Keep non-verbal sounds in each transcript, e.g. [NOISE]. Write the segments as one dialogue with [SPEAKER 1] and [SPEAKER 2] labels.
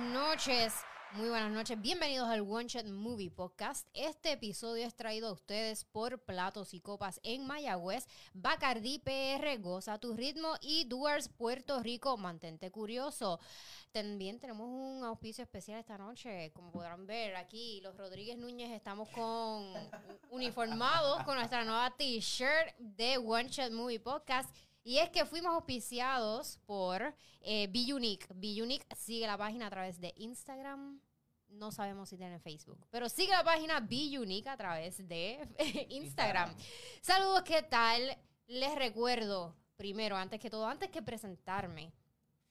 [SPEAKER 1] noches, muy buenas noches. Bienvenidos al One Shot Movie Podcast. Este episodio es traído a ustedes por Platos y Copas en Mayagüez, Bacardi PR, Goza tu ritmo y Duars Puerto Rico, mantente curioso. También tenemos un auspicio especial esta noche. Como podrán ver aquí, los Rodríguez Núñez estamos con uniformados con nuestra nueva t-shirt de One Shot Movie Podcast. Y es que fuimos auspiciados por eh, Be Unique. Be Unique sigue la página a través de Instagram. No sabemos si tienen Facebook, pero sigue la página Be Unique a través de [LAUGHS] Instagram. Saludos, ¿qué tal? Les recuerdo, primero, antes que todo, antes que presentarme,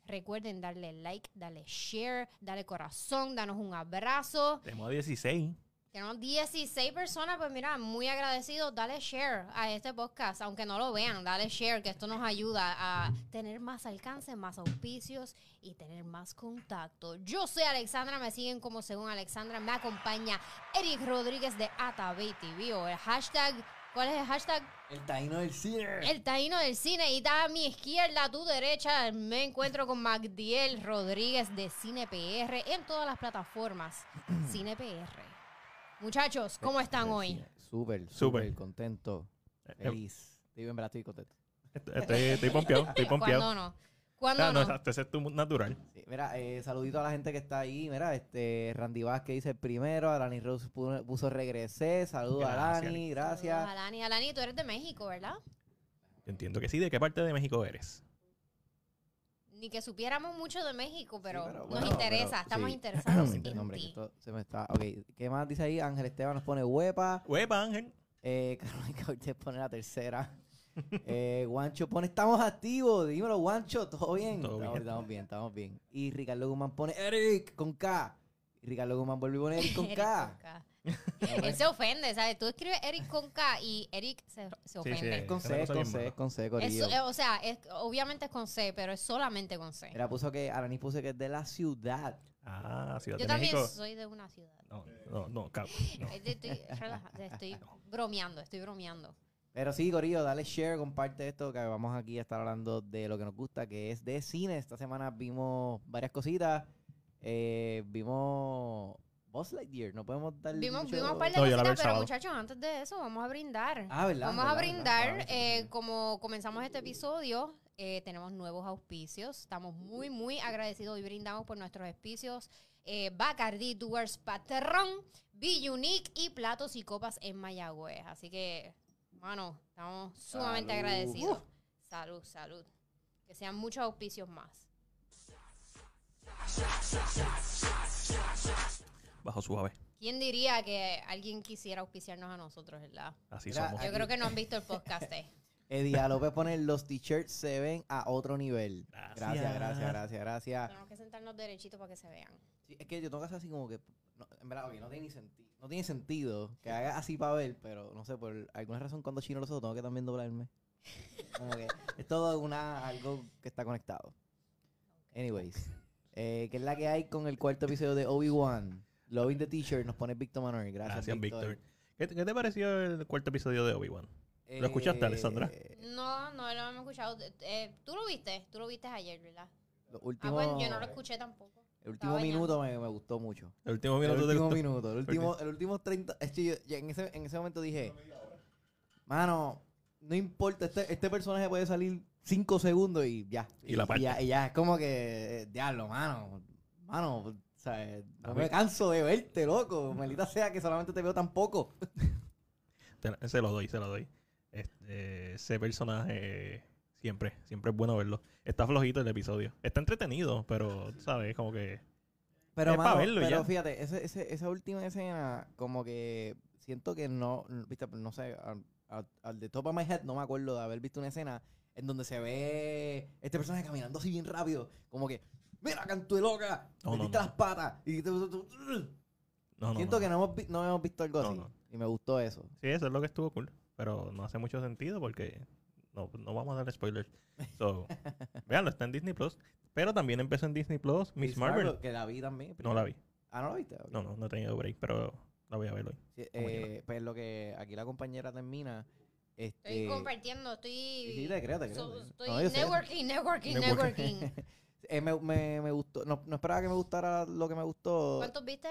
[SPEAKER 1] recuerden darle like, darle share, darle corazón, danos un abrazo.
[SPEAKER 2] Tenemos 16.
[SPEAKER 1] Tenemos 16 personas, pues mira, muy agradecidos. Dale share a este podcast, aunque no lo vean, dale share, que esto nos ayuda a tener más alcance, más auspicios y tener más contacto. Yo soy Alexandra, me siguen como según Alexandra, me acompaña Eric Rodríguez de Atabay TV o el hashtag, ¿cuál es el hashtag?
[SPEAKER 3] El taíno del cine.
[SPEAKER 1] El taíno del cine y está a mi izquierda, a tu derecha. Me encuentro con Magdiel Rodríguez de CinePR en todas las
[SPEAKER 2] [CLEARS THROAT]
[SPEAKER 1] plataformas. CinePR. Muchachos, ¿cómo están hoy?
[SPEAKER 3] Súper, súper
[SPEAKER 2] Súper. Eh,
[SPEAKER 3] contento. Feliz. Digo, en verdad estoy contento.
[SPEAKER 2] Estoy, estoy pompeado,
[SPEAKER 1] [LAUGHS]
[SPEAKER 2] estoy pompeado.
[SPEAKER 1] ¿Cuándo no?
[SPEAKER 2] Ah,
[SPEAKER 1] ¿Cuándo
[SPEAKER 2] no,
[SPEAKER 1] no?
[SPEAKER 2] esa- ese es tu natural.
[SPEAKER 3] Sí, mira, eh, saludito a la gente que está ahí. Mira, este Randy Vázquez dice el primero. Alani Rose puso, puso regresé. Saludos a
[SPEAKER 2] Gracias,
[SPEAKER 3] Alani,
[SPEAKER 2] Alani.
[SPEAKER 3] gracias.
[SPEAKER 1] Saludos, Alani, Alani, tú eres de México, ¿verdad?
[SPEAKER 2] Yo entiendo que sí. ¿De qué parte de México eres?
[SPEAKER 1] Ni que supiéramos mucho de México, pero,
[SPEAKER 3] Sí, pero
[SPEAKER 1] nos
[SPEAKER 3] bueno,
[SPEAKER 1] interesa,
[SPEAKER 3] pero
[SPEAKER 1] estamos
[SPEAKER 3] sí. [CLEARS THROAT]
[SPEAKER 1] interesados
[SPEAKER 2] [CLEARS THROAT]
[SPEAKER 1] en
[SPEAKER 3] Este nombre que
[SPEAKER 1] ti.
[SPEAKER 3] esto se me está. Ok, ¿qué más dice ahí? Ángel Esteban nos pone huepa.
[SPEAKER 2] Huepa, Pues, Ángel.
[SPEAKER 3] Eh, [LAUGHS] Carmen Cortés pone la tercera. Eh, Guancho pone estamos activos. Dímelo, Guancho, ¿todo bien?
[SPEAKER 2] Todo
[SPEAKER 3] estamos,
[SPEAKER 2] bien.
[SPEAKER 3] estamos bien, estamos bien. Y Ricardo Guzmán pone Eric con K. Y Ricardo Guzmán vuelve a poner
[SPEAKER 1] [LAUGHS]
[SPEAKER 3] Eric con
[SPEAKER 1] Eric
[SPEAKER 3] K. pues,
[SPEAKER 1] Él se ofende, ¿sabes? Tú escribes Eric con K y Eric se, se ofende.
[SPEAKER 2] sí.
[SPEAKER 3] Con
[SPEAKER 2] Es una
[SPEAKER 3] C,
[SPEAKER 2] cosa
[SPEAKER 3] con
[SPEAKER 2] bien
[SPEAKER 3] C,
[SPEAKER 2] mala.
[SPEAKER 3] con C,
[SPEAKER 1] Es-
[SPEAKER 3] corillo.
[SPEAKER 1] eh, o sea, es- obviamente es con C, pero es solamente con C.
[SPEAKER 3] Mira, puso que Aranis puso que es de la ciudad.
[SPEAKER 2] Ah, Ciudad
[SPEAKER 1] Yo
[SPEAKER 2] de
[SPEAKER 1] también
[SPEAKER 2] México.
[SPEAKER 1] soy de una ciudad.
[SPEAKER 2] No, no, no, cabrón. no.
[SPEAKER 1] Eh, Estoy, relaja- estoy bromeando, estoy bromeando.
[SPEAKER 3] Pero sí, Corillo, dale share, comparte esto, que vamos aquí a estar hablando de lo que nos gusta, que es de cine. Esta semana vimos varias cositas. Eh, vimos Buzz Lightyear, no podemos darle
[SPEAKER 1] Vimos,
[SPEAKER 3] mucho-
[SPEAKER 1] vimos un par de
[SPEAKER 2] No, yo la vi el
[SPEAKER 1] cositas, pero
[SPEAKER 2] sábado.
[SPEAKER 1] muchachos, antes de eso, vamos a brindar.
[SPEAKER 3] Ah, ¿verdad?
[SPEAKER 1] Vamos a
[SPEAKER 3] ¿verdad?
[SPEAKER 1] brindar,
[SPEAKER 3] ¿verdad?
[SPEAKER 1] eh, como comenzamos este episodio, eh, tenemos nuevos auspicios. Estamos muy, muy agradecidos y brindamos por nuestros auspicios. Eh, Bacardi, Duers, Paterrón, Be Unique y Platos y Copas en Mayagüez. Así que, mano, estamos sumamente
[SPEAKER 3] Salud.
[SPEAKER 1] agradecidos. Salud, salud. Que sean muchos auspicios más.
[SPEAKER 2] Bajo suave.
[SPEAKER 1] ¿Quién diría que alguien quisiera auspiciarnos a nosotros, verdad?
[SPEAKER 2] Así
[SPEAKER 3] Mira,
[SPEAKER 2] somos.
[SPEAKER 1] Yo
[SPEAKER 3] Aquí.
[SPEAKER 1] creo que no han visto el podcast. eh.
[SPEAKER 3] Edia López pone los t-shirts se ven a otro nivel.
[SPEAKER 2] Gracias.
[SPEAKER 3] Gracias, gracias, gracias, gracias.
[SPEAKER 1] [LAUGHS] Tenemos que sentarnos derechitos para que se vean.
[SPEAKER 3] Sí, es que yo tengo que hacer así como que. no, en verdad, ok, no tiene ni sentido. No tiene sentido que haga así para ver, pero no sé, por alguna razón cuando chino los ojos tengo que también doblarme. Como que [LAUGHS] es todo una, algo que está conectado. Anyways, eh, que es la que hay con el cuarto episodio de Obi-Wan. Loving the T-shirt nos pone Víctor Manuel. Gracias,
[SPEAKER 2] Gracias, Víctor. ¿Qué, te- qué te pareció el cuarto episodio de Obi-Wan?
[SPEAKER 3] Eh,
[SPEAKER 2] ¿Lo escuchaste, Alessandra?
[SPEAKER 1] No, no lo hemos escuchado. Eh, tú lo viste, tú lo viste ayer, ¿verdad?
[SPEAKER 3] Los
[SPEAKER 1] Ah,
[SPEAKER 3] últimos,
[SPEAKER 1] bueno, yo no lo escuché tampoco.
[SPEAKER 3] el último
[SPEAKER 1] Estaba bañando.
[SPEAKER 3] minuto me, me gustó mucho.
[SPEAKER 2] El
[SPEAKER 3] El
[SPEAKER 2] último minuto te
[SPEAKER 3] último
[SPEAKER 2] gustó?
[SPEAKER 3] minuto, el último, el último 30. Es que yo, yo en, ese, en ese momento dije, mano, no importa, este, este personaje puede salir 5 segundos y ya.
[SPEAKER 2] Y la parte.
[SPEAKER 3] ya, y ya, es como que, eh, diablo, mano, mano, o sea, eh,
[SPEAKER 2] A
[SPEAKER 3] no
[SPEAKER 2] mí-
[SPEAKER 3] me canso de verte, loco. Maldita sea que solamente te veo tan poco.
[SPEAKER 2] Te- se lo doy, se lo doy. Este, ese personaje eh, siempre, siempre es bueno verlo. Está flojito el episodio. Está entretenido, pero, ¿sabes? Como que...
[SPEAKER 3] Pero,
[SPEAKER 2] Es pa'
[SPEAKER 3] mano,
[SPEAKER 2] verlo y
[SPEAKER 3] pero
[SPEAKER 2] ya.
[SPEAKER 3] fíjate, ese- ese- esa última escena, como que siento que no, viste, no sé, al- al al de top of my head no me acuerdo de haber visto una escena en donde se ve este personaje caminando así bien rápido, como que, mira, canto de loca,
[SPEAKER 2] No, no,
[SPEAKER 3] metiste
[SPEAKER 2] no.
[SPEAKER 3] las patas, y te-
[SPEAKER 2] No, no,
[SPEAKER 3] siento
[SPEAKER 2] no.
[SPEAKER 3] que no hemos, vi- no hemos visto algo
[SPEAKER 2] No,
[SPEAKER 3] así,
[SPEAKER 2] no.
[SPEAKER 3] y me gustó eso.
[SPEAKER 2] Sí, eso es lo que estuvo cool. Pero no hace mucho sentido porque no, no vamos a dar spoilers.
[SPEAKER 3] [LAUGHS]
[SPEAKER 2] So, véanlo, está en Disney Plus. Pero también empezó en Disney Plus Miss, Marvel.
[SPEAKER 3] Que la vi también.
[SPEAKER 2] No la vi.
[SPEAKER 3] Ah, ¿no la viste? Ok.
[SPEAKER 2] No, no, no he tenido break, pero la voy a ver hoy.
[SPEAKER 3] Sí,
[SPEAKER 2] o mañana.
[SPEAKER 3] eh, pues lo que aquí la compañera termina,
[SPEAKER 1] Estoy
[SPEAKER 3] este...
[SPEAKER 1] compartiendo, estoy.
[SPEAKER 3] Sí, sí, te creo, te creo.
[SPEAKER 1] so-
[SPEAKER 3] No,
[SPEAKER 1] estoy
[SPEAKER 3] yo sé.
[SPEAKER 1] networking, networking, networking.
[SPEAKER 3] Sí,
[SPEAKER 2] Networking.
[SPEAKER 3] [LAUGHS] Eh, me, me, me gustó. No, no esperaba que me gustara lo que me gustó. Eh,
[SPEAKER 1] ¿Cuántos viste?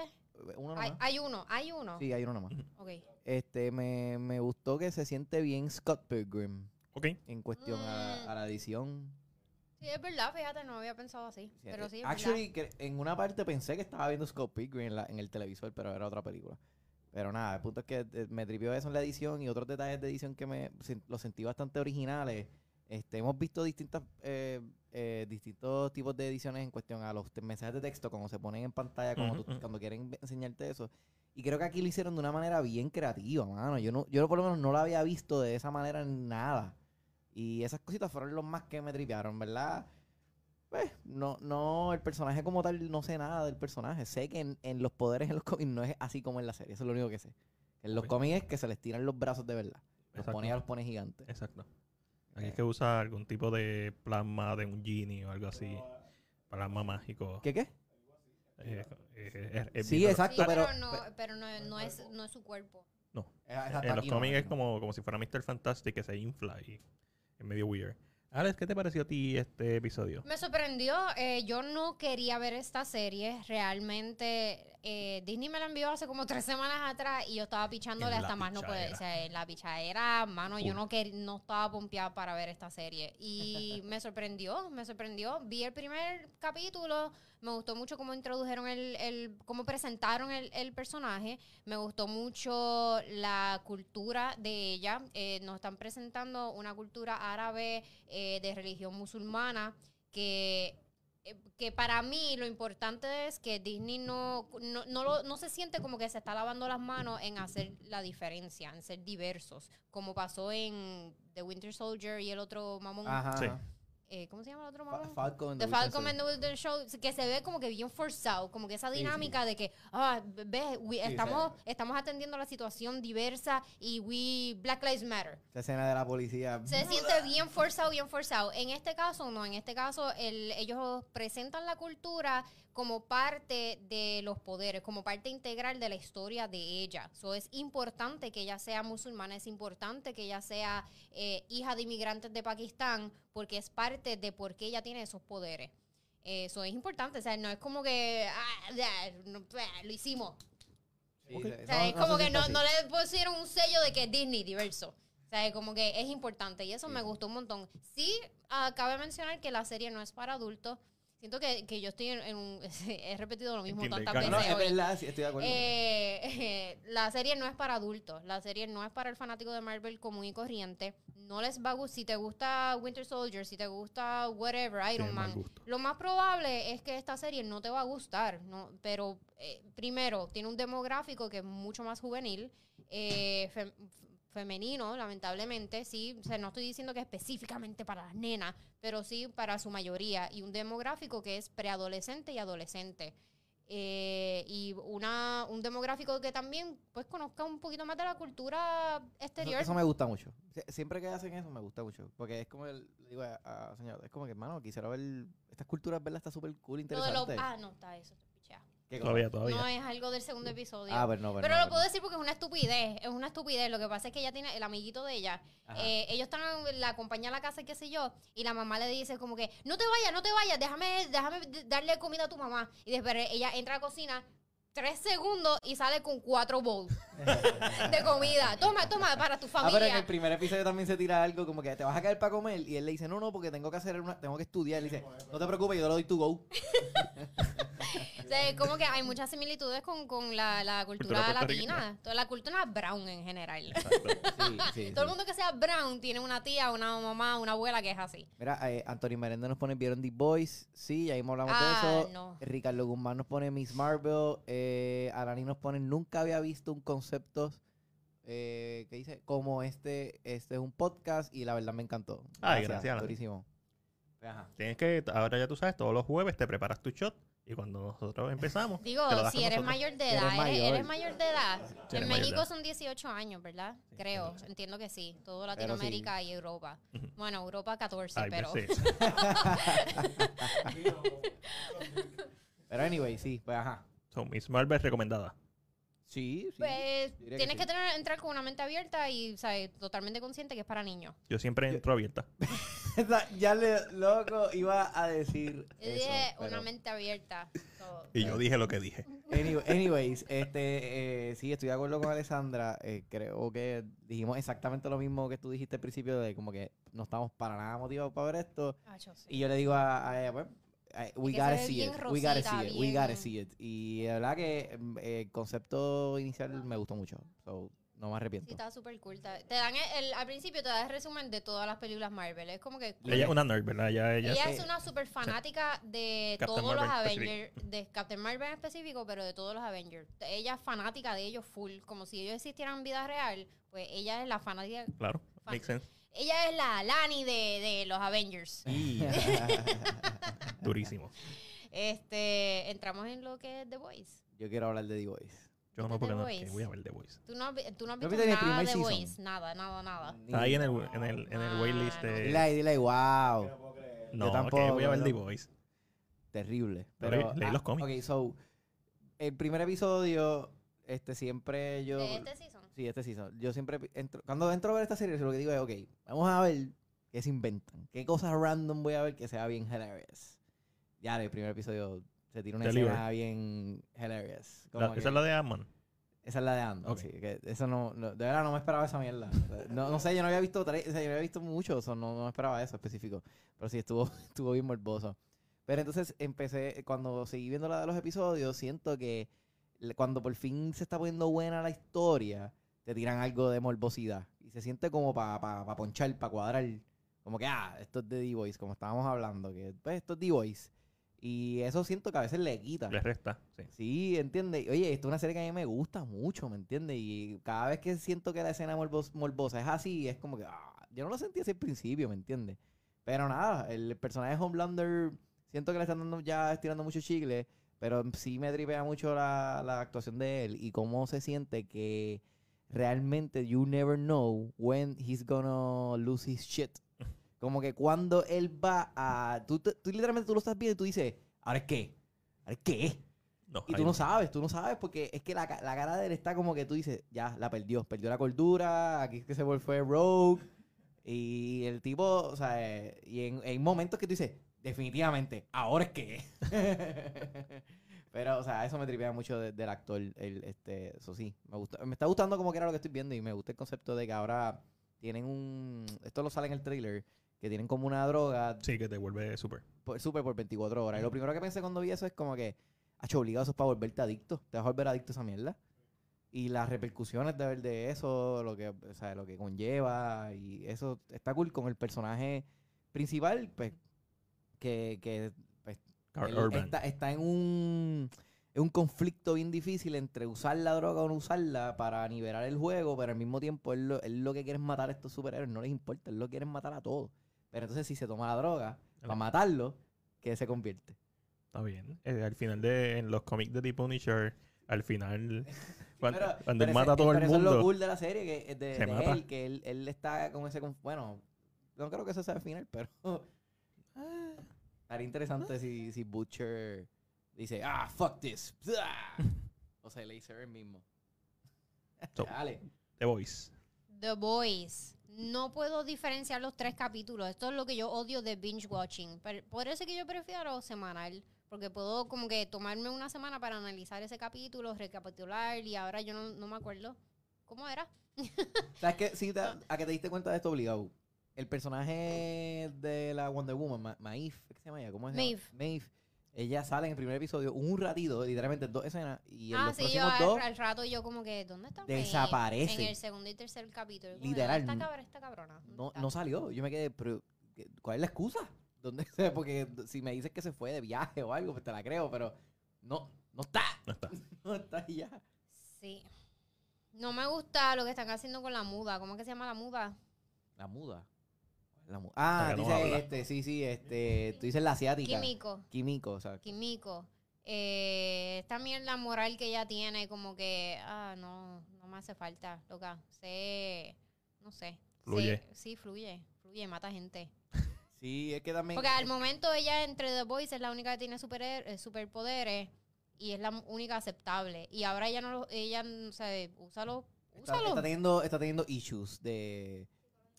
[SPEAKER 3] Uno
[SPEAKER 1] Hay,
[SPEAKER 3] nomás.
[SPEAKER 1] hay uno, hay uno.
[SPEAKER 3] Sí, hay uno nomás.
[SPEAKER 1] Ok.
[SPEAKER 3] Este, me, me gustó que se siente bien Scott Pilgrim
[SPEAKER 2] Ok.
[SPEAKER 3] en cuestión a,
[SPEAKER 1] Mm.
[SPEAKER 3] a la edición.
[SPEAKER 1] Sí, es verdad, fíjate, no había pensado así. Pero sí, es
[SPEAKER 3] eh, Actually, que en una parte pensé que estaba viendo Scott Pilgrim en, la- en el televisor, pero era otra película. Pero nada, el punto es que eh, me tripió eso en la edición y otros detalles de edición que me sen- los sentí bastante originales. Este, hemos visto distintas, eh, eh, distintos tipos de ediciones en cuestión a los te- mensajes de texto, como se ponen en pantalla, como
[SPEAKER 2] Ujú,
[SPEAKER 3] tú-
[SPEAKER 2] ujú.
[SPEAKER 3] cuando quieren ve- enseñarte eso. Y creo que aquí lo hicieron de una manera bien creativa, mano. Yo, no, yo por lo menos no lo había visto de esa manera en nada. Y esas cositas fueron los más que me tripearon, ¿verdad? Pues, no, no, el personaje como tal, no sé nada del personaje. Sé que en, en los poderes en los cómics no es así como en la serie, eso es lo único que sé. En los
[SPEAKER 2] Ok.
[SPEAKER 3] cómics es que se les tiran los brazos de verdad. Los
[SPEAKER 2] Exacto. Eh,
[SPEAKER 3] pone ya los pone gigantes.
[SPEAKER 2] Exacto. Aquí es que usa algún tipo de plasma de un genie o algo así. Plasma mágico.
[SPEAKER 3] ¿Qué qué?
[SPEAKER 2] Eh, eh, eh, es
[SPEAKER 3] Sí,
[SPEAKER 1] verdad.
[SPEAKER 2] bien raro.
[SPEAKER 3] exacto,
[SPEAKER 1] Sí, pero,
[SPEAKER 3] pero,
[SPEAKER 1] no,
[SPEAKER 3] pe-
[SPEAKER 1] pero no, no es, no es su cuerpo.
[SPEAKER 3] eh, exacto,
[SPEAKER 2] En los
[SPEAKER 3] aquí no,
[SPEAKER 2] cómics
[SPEAKER 3] aquí
[SPEAKER 2] es
[SPEAKER 3] no.
[SPEAKER 2] como, como si fuera Mr. Fantastic que se infla y es medio weird. Alex, ¿qué te pareció a ti este episodio?
[SPEAKER 1] Me sorprendió, eh, yo no quería ver esta serie, realmente eh, Disney me la envió hace como tres semanas atrás y yo estaba pichándole
[SPEAKER 2] En la
[SPEAKER 1] hasta más no poder, o
[SPEAKER 2] pichadera.
[SPEAKER 1] sea, en la pichadera, mano, yo
[SPEAKER 2] Full.
[SPEAKER 1] no, quer- no estaba pompeada para ver esta serie
[SPEAKER 2] [LAUGHS]
[SPEAKER 1] y me sorprendió, me sorprendió, vi el primer capítulo, me gustó mucho cómo introdujeron el, el cómo presentaron el, el personaje, me gustó mucho la cultura de ella, eh, nos están presentando una cultura árabe eh, de religión musulmana que, eh, que para mí lo importante es que Disney no, no, no, lo- no se siente como que se está lavando las manos en hacer la diferencia, en ser diversos, como pasó en The Winter Soldier y el otro mamón.
[SPEAKER 3] Ajá.
[SPEAKER 2] Sí.
[SPEAKER 3] ajá.
[SPEAKER 1] Eh, ¿Cómo se llama el otro
[SPEAKER 3] Fa-
[SPEAKER 1] mamón?
[SPEAKER 3] Falcon and
[SPEAKER 1] The
[SPEAKER 3] Winter
[SPEAKER 1] Falcon and
[SPEAKER 3] Soldier.
[SPEAKER 1] the Winter Show, que se ve como que bien forzado, como que esa
[SPEAKER 3] Sí, sí.
[SPEAKER 1] dinámica de que, ah, ves, we-
[SPEAKER 3] Sí,
[SPEAKER 1] estamos, estamos atendiendo la situación diversa y we, Black Lives Matter.
[SPEAKER 3] Esa escena de la policía.
[SPEAKER 1] Se siente bien forzado, bien forzado. En este caso, no. En este caso, el- ellos presentan la cultura como parte de los poderes, como parte integral de la historia de ella. So, es importante que ella sea musulmana, es importante que ella sea eh, hija de inmigrantes de Pakistán, porque es parte de por qué ella tiene esos poderes. Eh, Eso es importante, o sea, no es como que ah, ah, no, ah, lo hicimos.
[SPEAKER 3] Sí,
[SPEAKER 2] Ok.
[SPEAKER 3] se-
[SPEAKER 1] O sea, es
[SPEAKER 3] se
[SPEAKER 1] como que
[SPEAKER 3] siente
[SPEAKER 1] no,
[SPEAKER 3] así.
[SPEAKER 1] no le pusieron un sello de que es Disney diverso. O sea, es como que es importante y eso
[SPEAKER 3] Sí,
[SPEAKER 1] me
[SPEAKER 3] sí.
[SPEAKER 1] gustó un montón. Sí, ah, cabe mencionar que la serie no es para adultos. Siento que, que yo estoy en, en un... [LAUGHS] He repetido lo mismo tantas
[SPEAKER 2] kindergarten.
[SPEAKER 1] veces
[SPEAKER 3] No, es
[SPEAKER 1] hoy.
[SPEAKER 3] verdad, sí, estoy de acuerdo.
[SPEAKER 1] Eh, [LAUGHS] la serie no es para adultos. La serie no es para el fanático de Marvel común y corriente. No les va a gustar. Si te gusta Winter Soldier, si te gusta whatever, Iron
[SPEAKER 2] Tiene mal
[SPEAKER 1] Man,
[SPEAKER 2] gusto.
[SPEAKER 1] lo más probable es que esta serie no te va a gustar, ¿no? pero eh, primero, tiene un demográfico que es mucho más juvenil, eh, fem- femenino, lamentablemente, sí, o sea, no estoy diciendo que específicamente para las nenas, pero sí para su mayoría, y un demográfico que es preadolescente y adolescente. Eh, y una, un demográfico que también pues conozca un poquito más de la cultura
[SPEAKER 3] Eso,
[SPEAKER 1] exterior.
[SPEAKER 3] eso me gusta mucho. Sie- Siempre que hacen eso me gusta mucho. Porque es como el, le digo a, a señor, es como que hermano, quisiera ver estas culturas, verlas está súper cool,
[SPEAKER 1] Lo de los-
[SPEAKER 3] interesante.
[SPEAKER 1] ah, no, está eso. estoy pichada.
[SPEAKER 3] ¿Qué cosa?
[SPEAKER 2] Todavía, todavía.
[SPEAKER 1] No es algo del segundo episodio.
[SPEAKER 3] Ah, pero no, pero,
[SPEAKER 1] Pero
[SPEAKER 3] no,
[SPEAKER 1] lo puedo decir porque es una estupidez, es una estupidez. Lo que pasa es que ella tiene el amiguito de ella.
[SPEAKER 3] Ajá.
[SPEAKER 1] eh, ellos están, la acompaña a la casa, y qué sé yo, y la mamá le dice como que, no te vayas, no te vayas, déjame, déjame d- darle comida a tu mamá. Y después ella entra a la cocina tres segundos y sale con cuatro bowls de
[SPEAKER 3] [LAUGHS]
[SPEAKER 1] comida. Toma, toma, para tu
[SPEAKER 3] Ah, pero en
[SPEAKER 1] familia.
[SPEAKER 3] el primer episodio también se tira algo como que te vas a caer para comer y él le dice, no, no, porque tengo que hacer una, tengo que estudiar. Le dice, no te preocupes, yo te lo doy tu go.
[SPEAKER 1] O sea, es como que hay muchas similitudes con, con la, la cultura,
[SPEAKER 2] Cultura puertorriqueña.
[SPEAKER 1] latina, toda la cultura brown en general.
[SPEAKER 2] Exacto.
[SPEAKER 3] Sí, sí,
[SPEAKER 1] Todo el
[SPEAKER 3] sí.
[SPEAKER 1] mundo que sea brown tiene una tía, una mamá, una abuela que es así.
[SPEAKER 3] Mira, eh, Anthony Merenda nos pone Vieron The Boys. Sí, ahí mismo hablamos de
[SPEAKER 1] Ah,
[SPEAKER 3] eso.
[SPEAKER 1] no.
[SPEAKER 3] Ricardo Guzmán nos pone Miss Marvel. Eh, Arani nos pone Nunca había visto un concepto eh, que dice como este. Este es un podcast y la verdad me encantó.
[SPEAKER 2] Ay, gracias, Arani.
[SPEAKER 3] durísimo. Pues, Ajá.
[SPEAKER 2] Tienes que, ahora ya tú sabes, todos los jueves te preparas tu shot y cuando nosotros empezamos.
[SPEAKER 1] [LAUGHS] Digo,
[SPEAKER 2] te lo das
[SPEAKER 1] si
[SPEAKER 2] con
[SPEAKER 1] eres
[SPEAKER 2] nosotros.
[SPEAKER 1] mayor de
[SPEAKER 3] Si
[SPEAKER 1] edad,
[SPEAKER 3] eres
[SPEAKER 1] eres eres mayor,
[SPEAKER 3] mayor.
[SPEAKER 1] de edad.
[SPEAKER 2] Si
[SPEAKER 1] en
[SPEAKER 2] eres mayor de
[SPEAKER 1] México
[SPEAKER 2] edad.
[SPEAKER 1] son 18 años, ¿verdad?
[SPEAKER 2] Sí,
[SPEAKER 1] Creo,
[SPEAKER 2] entiendo que sí.
[SPEAKER 1] entiendo que sí. Todo
[SPEAKER 3] sí.
[SPEAKER 1] Latinoamérica y Europa. Bueno, Europa 14,
[SPEAKER 2] Ay,
[SPEAKER 1] pero...
[SPEAKER 2] pues sí.
[SPEAKER 1] [LAUGHS]
[SPEAKER 3] Pero anyway, sí, pues ajá.
[SPEAKER 2] So, Miss Marvel recomendada.
[SPEAKER 3] Sí, sí. [LAUGHS]
[SPEAKER 1] Pues
[SPEAKER 3] diría que
[SPEAKER 1] tienes que,
[SPEAKER 3] sí.
[SPEAKER 1] tener, entrar con una mente abierta y ¿sabes? totalmente consciente que es para niños.
[SPEAKER 2] Yo siempre entro abierta.
[SPEAKER 3] Esta- ya le, loco iba a decir
[SPEAKER 1] Yo
[SPEAKER 3] eso,
[SPEAKER 1] dije
[SPEAKER 3] pero-
[SPEAKER 1] Eh, una mente abierta. todo.
[SPEAKER 2] Y yo dije lo que dije.
[SPEAKER 3] Anyway- anyways, este, eh, sí, estoy de acuerdo con Alessandra. eh, creo que dijimos exactamente lo mismo que tú dijiste al principio, de como que no estamos para nada motivados para ver esto.
[SPEAKER 1] Ah, yo sí.
[SPEAKER 3] Y yo le digo a, a ella, pues, eh, we
[SPEAKER 1] que se
[SPEAKER 3] gotta
[SPEAKER 1] ve
[SPEAKER 3] see it,
[SPEAKER 1] bien
[SPEAKER 3] we gotta
[SPEAKER 1] rosita,
[SPEAKER 3] see it, we gotta
[SPEAKER 1] bien-
[SPEAKER 3] see it. Y la verdad que mm, eh, el concepto inicial me gustó mucho, so, no me
[SPEAKER 1] Sí,
[SPEAKER 3] arrepiento.
[SPEAKER 1] estaba súper cool. Te te dan el, el- al principio te da el resumen de todas las películas Marvel. Es como que
[SPEAKER 2] Ella es una nerd, ¿verdad? Ella, ella,
[SPEAKER 1] ella
[SPEAKER 3] sé.
[SPEAKER 1] es una súper fanática de
[SPEAKER 2] Captain
[SPEAKER 1] todos los
[SPEAKER 2] Marvel en
[SPEAKER 1] Avengers, de Captain Marvel en específico, pero de todos los Avengers. Ella es fanática de ellos full, como si ellos existieran en vida real, pues ella es la fanática,
[SPEAKER 2] claro. Makes sense.
[SPEAKER 1] ella es la Lani de, de los Avengers.
[SPEAKER 2] [LAUGHS] Durísimo.
[SPEAKER 1] Este, entramos en lo que es The Voice.
[SPEAKER 3] [LAUGHS] Yo quiero hablar de The Voice.
[SPEAKER 2] Yo
[SPEAKER 1] The
[SPEAKER 2] no, porque no,
[SPEAKER 1] Voice.
[SPEAKER 2] que voy a ver The Voice.
[SPEAKER 1] Tú no, has vi- tú no has
[SPEAKER 3] Yo
[SPEAKER 1] visto
[SPEAKER 3] vi el
[SPEAKER 1] nada
[SPEAKER 3] primer
[SPEAKER 1] de The
[SPEAKER 3] season.
[SPEAKER 1] Voy nada, nada, nada.
[SPEAKER 2] Está ahí en el, en el, en
[SPEAKER 1] Ah,
[SPEAKER 2] el waitlist de.
[SPEAKER 3] Dile ahí, dile ahí, wow. yo
[SPEAKER 2] no, que
[SPEAKER 3] tampoco,
[SPEAKER 2] voy a ver
[SPEAKER 3] yo
[SPEAKER 2] The
[SPEAKER 3] tampoco.
[SPEAKER 2] Voice.
[SPEAKER 3] terrible.
[SPEAKER 2] Pero
[SPEAKER 3] Pero, Ah,
[SPEAKER 2] leí- leí los cómics.
[SPEAKER 3] Ok, so, el primer episodio, este siempre yo...
[SPEAKER 1] De este season.
[SPEAKER 3] Sí, este season. Yo siempre, entro- cuando entro a ver esta serie, lo que digo es, ok, vamos a ver qué se inventan. ¿Qué cosas random voy a ver que sea bien hilarious? Ya, el primer episodio se tira una
[SPEAKER 2] Deliver.
[SPEAKER 3] escena bien hilarious.
[SPEAKER 2] La-
[SPEAKER 3] como que-
[SPEAKER 2] Esa es la de Ant-Man.
[SPEAKER 3] esa es la de Ando.
[SPEAKER 2] Ok.
[SPEAKER 3] sí, que eso no, no- de verdad no me esperaba esa mierda. No, no sé, yo no había visto tres- o sea, yo no había visto mucho, eso, no, no me esperaba eso específico. Pero sí, estuvo, [LAUGHS] estuvo bien morboso. Pero entonces empecé, cuando seguí viendo la de los episodios, siento que le- cuando por fin se está poniendo buena la historia, te tiran algo de morbosidad. Y se siente como para pa, pa ponchar, para cuadrar. Como que, ah, esto es de D-Boys, como estábamos hablando, que pues, esto es D-Boys. Y eso siento que a veces le quita.
[SPEAKER 2] Le resta. Sí.
[SPEAKER 3] Sí, entiende. Y, Oye, esto es una serie que a mí me gusta mucho, ¿me entiendes? Y cada vez que siento que la escena morbos- morbosa es así, es como que. ah, yo no lo sentí así al principio, ¿me entiendes? Pero nada, el personaje de Homelander, siento que le están dando ya estirando mucho chicle, pero sí me tripea mucho la, la actuación de él y cómo se siente que realmente you never know when he's gonna lose his shit. Como que cuando él va a. Tú, te- tú literalmente tú lo estás viendo y tú dices, ¿ahora es qué? ¿Ahora es qué?
[SPEAKER 2] No,
[SPEAKER 3] Y
[SPEAKER 2] ahí
[SPEAKER 3] tú no sabes, tú no sabes, porque es que la, ca- la cara de él está como que tú dices, ya, la perdió, perdió la cordura, aquí es que se vol- fue rogue. Y el tipo, o sea, eh, y en, hay momentos que tú dices, definitivamente, ahora es que. es". [LAUGHS] Pero, o sea, eso me tripea mucho de- del actor, el, este, eso sí, me gusta, me está gustando como que era lo que estoy viendo y me gusta el concepto de que ahora tienen un, esto lo sale en el trailer, que tienen como una droga
[SPEAKER 2] Sí, que te vuelve súper.
[SPEAKER 3] por, súper por 24 horas. Y lo primero que pensé cuando vi eso es como que, hecho obligado, eso es para volverte adicto. Te vas a volver adicto a esa mierda. Y las repercusiones de, de eso, lo que, o sea, lo que conlleva, y eso está cool con el personaje principal, pues, que, que pues,
[SPEAKER 2] Carl
[SPEAKER 3] él
[SPEAKER 2] Urban.
[SPEAKER 3] está, está en un, en un conflicto bien difícil entre usar la droga o no usarla para nivelar el juego, pero al mismo tiempo él lo, él lo que quiere es matar a estos superhéroes, no les importa, él lo quiere es matar a todos. Pero entonces si se toma la droga para matarlo, ¿qué se convierte?
[SPEAKER 2] Está bien. Eh, al final de en los cómics de The Punisher,
[SPEAKER 3] [LAUGHS]
[SPEAKER 2] al final. cuando
[SPEAKER 3] Pero- pero
[SPEAKER 2] cuando él
[SPEAKER 3] ese-
[SPEAKER 2] mata a todo el
[SPEAKER 3] pero Eso es lo
[SPEAKER 2] mundo.
[SPEAKER 3] cool de la serie, que es de,
[SPEAKER 2] Se
[SPEAKER 3] de
[SPEAKER 2] mata.
[SPEAKER 3] él, que él, él está con ese... conf- Bueno, no creo que eso sea el final, pero... [LAUGHS] ah, Estaría interesante si, si Butcher dice, ah, fuck this. [LAUGHS] o sea, le dice él mismo.
[SPEAKER 2] So.
[SPEAKER 3] [LAUGHS] Dale.
[SPEAKER 2] The Voice.
[SPEAKER 1] The Boys. No puedo diferenciar los tres capítulos. Esto es lo que yo odio de binge watching. Pero por eso es que yo prefiero semanal. Porque puedo como que tomarme una semana para analizar ese capítulo, recapitular y ahora yo no, no me acuerdo cómo era.
[SPEAKER 3] ¿Sabes qué? Sí, te- a que te diste cuenta de esto obligado. El personaje de la Wonder Woman, Ma Maeve, ¿qué se llama ella? ¿Cómo es?
[SPEAKER 1] Maeve.
[SPEAKER 3] Maeve. Ella sale en el primer episodio un ratito, literalmente dos escenas, y en
[SPEAKER 1] ah,
[SPEAKER 3] los
[SPEAKER 1] sí, yo
[SPEAKER 3] próximos
[SPEAKER 1] al,
[SPEAKER 3] dos...
[SPEAKER 1] al rato yo como que, ¿dónde está? Maeve?
[SPEAKER 3] Desaparece.
[SPEAKER 1] En el segundo y tercer capítulo. Yo como que,
[SPEAKER 3] Literal,
[SPEAKER 1] ¿Dónde
[SPEAKER 3] no-
[SPEAKER 1] está cabra- esta cabrona? ¿Dónde
[SPEAKER 3] No,
[SPEAKER 1] está?
[SPEAKER 3] no salió. Yo me quedé, pero ¿qué- ¿cuál es la excusa? ¿Dónde [LAUGHS] se- Porque si me dices que se fue de viaje o algo, pues te la creo, pero no, no está.
[SPEAKER 2] No está.
[SPEAKER 3] [LAUGHS] No está y ya.
[SPEAKER 1] Sí. No me gusta lo que están haciendo con la muda. ¿Cómo es que se llama la muda?
[SPEAKER 3] La muda. La mu- ah,
[SPEAKER 2] La que no
[SPEAKER 3] dice
[SPEAKER 2] habla.
[SPEAKER 3] este, sí, sí, este, tú dices la asiática.
[SPEAKER 1] Químico.
[SPEAKER 3] Químico, o sea.
[SPEAKER 1] Kimiko, eh, esta mierda moral que ella tiene, como que, ah, no, no me hace falta, loca. Sé, no sé.
[SPEAKER 2] Fluye.
[SPEAKER 1] Sé- sí, fluye, fluye, mata gente.
[SPEAKER 3] Sí, es que también.
[SPEAKER 1] Porque al momento ella entre The Boys es la única que tiene superher- eh, superpoderes y es la única aceptable. Y ahora ella no lo, ella, no sé, úsalo,
[SPEAKER 3] está,
[SPEAKER 1] úsalo.
[SPEAKER 3] está teniendo, está teniendo issues de.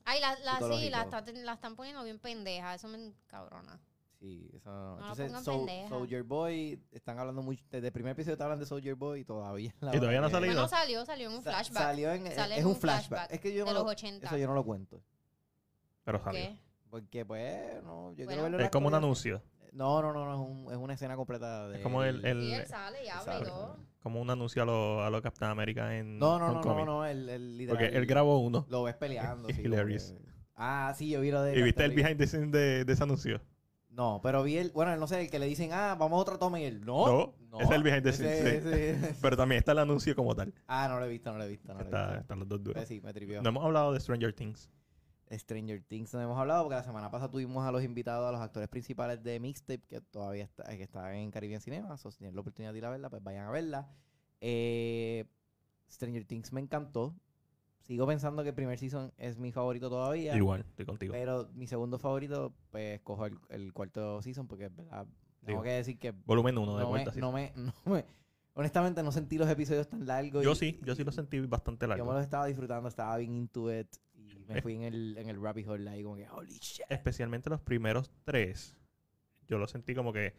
[SPEAKER 1] Ay, la, la- sí, la,
[SPEAKER 3] Psicológico.
[SPEAKER 1] está- la están poniendo bien pendeja. Eso me cabrona.
[SPEAKER 3] Sí, eso
[SPEAKER 1] No la
[SPEAKER 3] Entonces,
[SPEAKER 1] pongan
[SPEAKER 3] Soul-
[SPEAKER 1] pendeja.
[SPEAKER 3] Soldier Boy, están hablando mucho. Desde el primer episodio te hablan de Soldier Boy y todavía. la
[SPEAKER 2] Y todavía no ha
[SPEAKER 3] verdad que-
[SPEAKER 1] Bueno,
[SPEAKER 2] salido.
[SPEAKER 1] salió, salió en un
[SPEAKER 3] Sa-
[SPEAKER 1] flashback
[SPEAKER 3] Salió en, es,
[SPEAKER 1] Sale
[SPEAKER 3] es
[SPEAKER 1] en
[SPEAKER 3] un
[SPEAKER 1] un
[SPEAKER 3] flashback.
[SPEAKER 1] flashback
[SPEAKER 3] Es que
[SPEAKER 1] de
[SPEAKER 3] yo no
[SPEAKER 1] los
[SPEAKER 3] lo,
[SPEAKER 1] 80.
[SPEAKER 3] eso yo no lo cuento.
[SPEAKER 2] Pero
[SPEAKER 1] ¿Qué?
[SPEAKER 2] salió.
[SPEAKER 3] Porque, pues, no, yo
[SPEAKER 1] Bueno.
[SPEAKER 3] quiero verlo. en
[SPEAKER 2] Es
[SPEAKER 3] la
[SPEAKER 2] como un
[SPEAKER 3] actualidad.
[SPEAKER 2] anuncio.
[SPEAKER 3] No, no, no, no, es, un- es una escena completa de.
[SPEAKER 2] Es como el, el-
[SPEAKER 1] Sí, él sale y habla y
[SPEAKER 3] Sale.
[SPEAKER 1] todo.
[SPEAKER 2] como un anuncio a lo, a lo Captain America en
[SPEAKER 3] No, no,
[SPEAKER 2] Hong
[SPEAKER 3] no,
[SPEAKER 2] Kong.
[SPEAKER 3] no, no, el, el literal.
[SPEAKER 2] Porque él grabó uno.
[SPEAKER 3] Lo ves
[SPEAKER 2] [LAUGHS]
[SPEAKER 3] peleando. sí,
[SPEAKER 2] Hilarious.
[SPEAKER 3] como que- Ah, sí, yo vi lo de.
[SPEAKER 2] ¿Y viste el
[SPEAKER 3] Captain
[SPEAKER 2] behind the scenes de, de ese anuncio?
[SPEAKER 3] No, pero vi el. Bueno, no sé, el que le dicen, ah, vamos a otra toma y él. No.
[SPEAKER 2] No, ese es el behind the
[SPEAKER 3] Ese-
[SPEAKER 2] scenes, sí.
[SPEAKER 3] ese- ese- [LAUGHS]
[SPEAKER 2] Pero también está el anuncio como tal.
[SPEAKER 3] Ah, no lo he visto, no lo he visto. No lo he
[SPEAKER 2] Está-
[SPEAKER 3] visto.
[SPEAKER 2] están los dos duros.
[SPEAKER 3] Pues sí, me trivió.
[SPEAKER 2] No hemos hablado de Stranger Things.
[SPEAKER 3] Stranger Things no hemos hablado porque la semana pasada tuvimos a los invitados, a los actores principales de Mixtape que todavía está, que están en Caribbean Cinema. So, si tienen la oportunidad de ir a verla, pues vayan a verla. Eh, Stranger Things me encantó. Sigo pensando que el primer season es mi favorito todavía.
[SPEAKER 2] Igual, estoy contigo.
[SPEAKER 3] Pero mi segundo favorito, pues cojo el, el cuarto season porque ¿verdad?
[SPEAKER 2] Digo,
[SPEAKER 3] tengo que decir que
[SPEAKER 2] Volumen 1
[SPEAKER 3] no
[SPEAKER 2] de
[SPEAKER 3] me,
[SPEAKER 2] vuelta. sí.
[SPEAKER 3] no me- no me- honestamente no sentí los episodios tan largos.
[SPEAKER 2] yo
[SPEAKER 3] y-
[SPEAKER 2] sí, yo sí lo sentí bastante
[SPEAKER 3] Yo me los
[SPEAKER 2] largo.
[SPEAKER 3] estaba disfrutando, estaba bien into it. Y me
[SPEAKER 2] Es-
[SPEAKER 3] fui en el, en el rabbit hole ahí como que, holy shit.
[SPEAKER 2] Especialmente los primeros tres. Yo lo sentí como que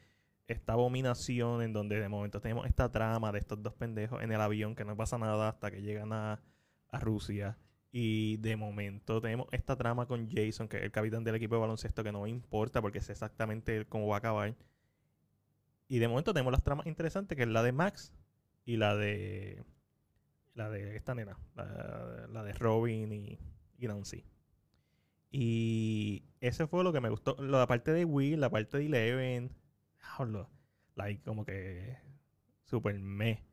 [SPEAKER 2] esta abominación en donde de momento tenemos esta trama de estos dos pendejos en el avión que no pasa nada hasta que llegan a, a Rusia. Y de momento tenemos esta trama con Jason, que es el capitán del equipo de baloncesto, que no me importa porque sé exactamente cómo va a acabar. Y de momento tenemos las tramas interesantes, que es la de Max y la de. La de esta nena. La, la de Robin y, y Nancy. Y eso fue lo que me gustó. Lo- La parte de Will, la parte de Eleven. Diablo. Like, como que. Super me.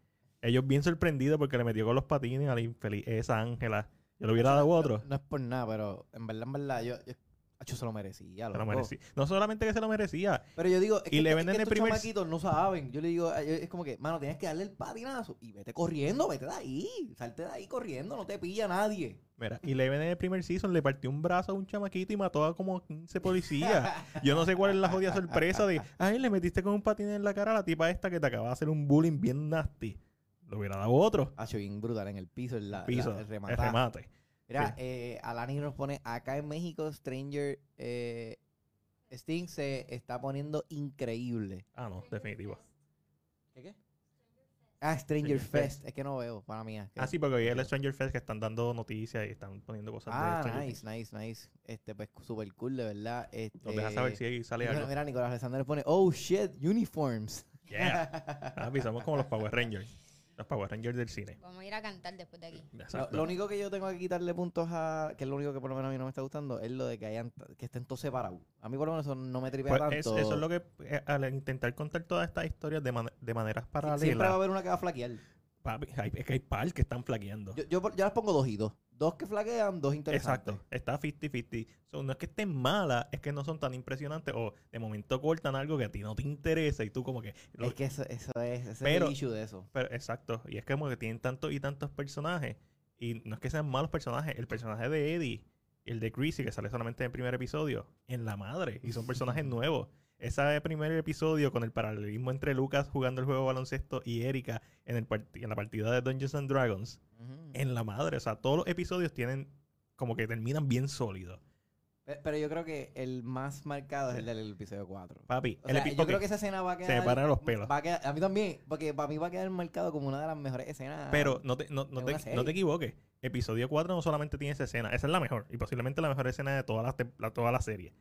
[SPEAKER 2] Ellos bien sorprendidos porque le metió con los patines a la infeliz esa Ángela. Yo le hubiera dado otro.
[SPEAKER 3] No, no es por nada, pero en verdad, en verdad, yo, yo, acho, se lo merecía.
[SPEAKER 2] Se lo
[SPEAKER 3] loco.
[SPEAKER 2] merecía. No solamente que se lo merecía,
[SPEAKER 3] Pero yo digo, es que,
[SPEAKER 2] le
[SPEAKER 3] es
[SPEAKER 2] venden
[SPEAKER 3] que
[SPEAKER 2] el
[SPEAKER 3] estos
[SPEAKER 2] primer-
[SPEAKER 3] chamaquitos no saben. Yo le digo, a- yo- es como que, mano, tienes que darle el patinazo y vete corriendo, vete de ahí. Salte de ahí corriendo, no te pilla nadie.
[SPEAKER 2] Mira, Eleven en el primer season le partió un brazo a un chamaquito y mató a como 15 policías. Yo no sé cuál es la jodida sorpresa de, ay, le metiste con un patín en la cara a la tipa esta que te acaba de hacer un bullying bien nasty. Lo hubiera dado otro.
[SPEAKER 3] Hacho, bien brutal en el piso, en Ah, la,
[SPEAKER 2] Piso,
[SPEAKER 3] la- el
[SPEAKER 2] el remate.
[SPEAKER 3] remate. Mira, eh, Alani nos pone, acá en México, Stranger eh, Sting se está poniendo increíble.
[SPEAKER 2] Ah, no, definitivo.
[SPEAKER 3] ¿Qué qué? Ah, Stranger
[SPEAKER 2] Stranger
[SPEAKER 3] Fest. Es que no veo, para mí.
[SPEAKER 2] Ah, sí, porque hoy es el Stranger Fest que están dando noticias y están poniendo cosas de
[SPEAKER 3] Ah,
[SPEAKER 2] Stranger
[SPEAKER 3] nice, nice, nice. Este, pues, super cool, de verdad. Este,
[SPEAKER 2] Nos deja saber si ahí sale
[SPEAKER 3] Mira, [LAUGHS]
[SPEAKER 2] algo.
[SPEAKER 3] mira, Nicolás Alexander pone, oh, shit,
[SPEAKER 2] [LAUGHS]
[SPEAKER 3] uniforms.
[SPEAKER 2] Yeah. Papi, somos como los Power Rangers. Los Power Rangers del cine.
[SPEAKER 1] Vamos a ir a cantar después de aquí.
[SPEAKER 3] Lo, lo único que yo tengo que quitarle puntos a... Que es lo único que por lo menos a mí no me está gustando es lo de que hayan... Que estén todos separados. A mí por lo menos eso no me tripea
[SPEAKER 2] Pues es-
[SPEAKER 3] tanto.
[SPEAKER 2] eso es lo que, eh, al intentar contar todas estas historias de, man- de maneras paralelas,
[SPEAKER 3] Siempre va a haber una que va a flaquear.
[SPEAKER 2] Papi, hay- es que hay par que están flaqueando.
[SPEAKER 3] Yo, yo, por- yo las pongo dos y dos. Dos que flaquean, dos interesantes.
[SPEAKER 2] Exacto, está 50-50. So, no es que estén malas, es que no son tan impresionantes o de momento cortan algo que a ti no te interesa y tú como que... lo-
[SPEAKER 3] Es que eso, eso es... Ese
[SPEAKER 2] Pero-
[SPEAKER 3] es el issue de eso.
[SPEAKER 2] pero- exacto, y es que como que tienen tantos y tantos personajes y no es que sean malos personajes, el personaje de Eddie, el de Chrissy que sale solamente en el primer episodio, en la madre, y son
[SPEAKER 3] [LAUGHS]
[SPEAKER 2] personajes nuevos. Ese primer episodio con el paralelismo entre Lucas jugando el juego de baloncesto y Erika en, el part- en la partida de Dungeons and Dragons,
[SPEAKER 3] Ujú.
[SPEAKER 2] en la madre, o sea, todos los episodios tienen como que terminan bien sólidos.
[SPEAKER 3] Pe- Pero yo creo que el más marcado es el del episodio 4.
[SPEAKER 2] Papi,
[SPEAKER 3] O
[SPEAKER 2] el
[SPEAKER 3] sea,
[SPEAKER 2] epi-
[SPEAKER 3] yo
[SPEAKER 2] ok,
[SPEAKER 3] creo que esa escena va a
[SPEAKER 2] me
[SPEAKER 3] quedar...
[SPEAKER 2] paran los pelos.
[SPEAKER 3] va a quedar- a mí también, porque para mí va a quedar marcado como una de las mejores escenas.
[SPEAKER 2] Pero no te, no, no
[SPEAKER 3] es
[SPEAKER 2] te-
[SPEAKER 3] una
[SPEAKER 2] no
[SPEAKER 3] serie.
[SPEAKER 2] te equivoques. Episodio 4 no solamente tiene esa escena. Esa es la mejor. Y posiblemente la mejor escena de toda la, tem- la- toda la serie.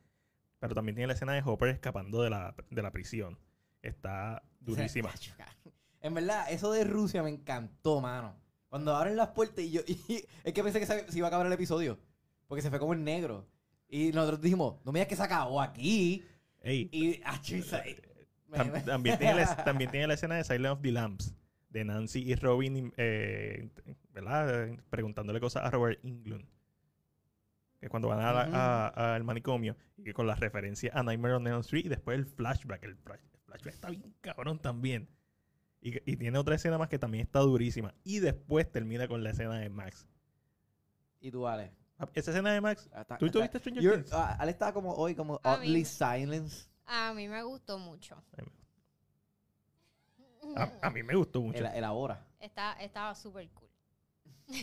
[SPEAKER 2] Pero también tiene la escena de Hopper escapando de la, de la prisión. Está durísima.
[SPEAKER 3] O sea, [LAUGHS] En verdad, eso de Rusia me encantó, mano. Cuando abren las puertas y yo... [LAUGHS] y- es que pensé que se, se iba a acabar el episodio. Porque se fue como en negro. Y nosotros dijimos, no me digas que se acabó aquí.
[SPEAKER 2] Ey,
[SPEAKER 3] Y... ah, [LAUGHS] chisa,
[SPEAKER 2] [LAUGHS]
[SPEAKER 3] y- me-
[SPEAKER 2] tam-
[SPEAKER 3] me-
[SPEAKER 2] también, tiene la, es- también tiene la escena de Silent of the Lambs. De Nancy y Robin, eh, ¿verdad? Eh, Preguntándole cosas a Robert Englund. Que cuando van a la-
[SPEAKER 3] Ujú.
[SPEAKER 2] a- al manicomio. Y que con la referencia a Nightmare on Elm Street. Y después el flashback. El, flash- el flashback está bien cabrón también. Y, que- y tiene otra escena más que también está durísima. Y después termina con la escena de Max.
[SPEAKER 3] [LAUGHS]
[SPEAKER 2] Ah,
[SPEAKER 3] Y tú, Ale.
[SPEAKER 2] Esa escena de Max.
[SPEAKER 3] hasta-
[SPEAKER 2] ¿Tú
[SPEAKER 3] hasta-
[SPEAKER 2] tuviste Stranger
[SPEAKER 3] You're-
[SPEAKER 2] Things?
[SPEAKER 3] ah, Ale estaba como hoy, como
[SPEAKER 1] A mí.
[SPEAKER 3] oddly silence.
[SPEAKER 1] A mí me gustó mucho.
[SPEAKER 2] A, a mí me gustó mucho.
[SPEAKER 1] [LAUGHS]
[SPEAKER 3] El, el ahora.
[SPEAKER 1] Está, estaba súper cool. [LAUGHS]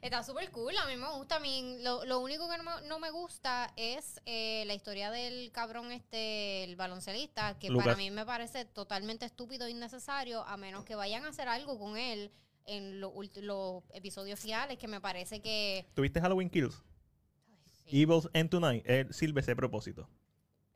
[SPEAKER 1] Está súper cool, a mí me gusta. A mí lo, lo único que no me, no me gusta es eh, la historia del cabrón, este, el baloncelista, que para
[SPEAKER 2] Lucas.
[SPEAKER 1] mí me parece totalmente estúpido e innecesario, a menos que vayan a hacer algo con él en lo ulti- los episodios finales, que me parece que...
[SPEAKER 2] ¿Tuviste Halloween Kills?
[SPEAKER 1] Ay, sí.
[SPEAKER 2] Evils End Tonight. Él sirve ese propósito.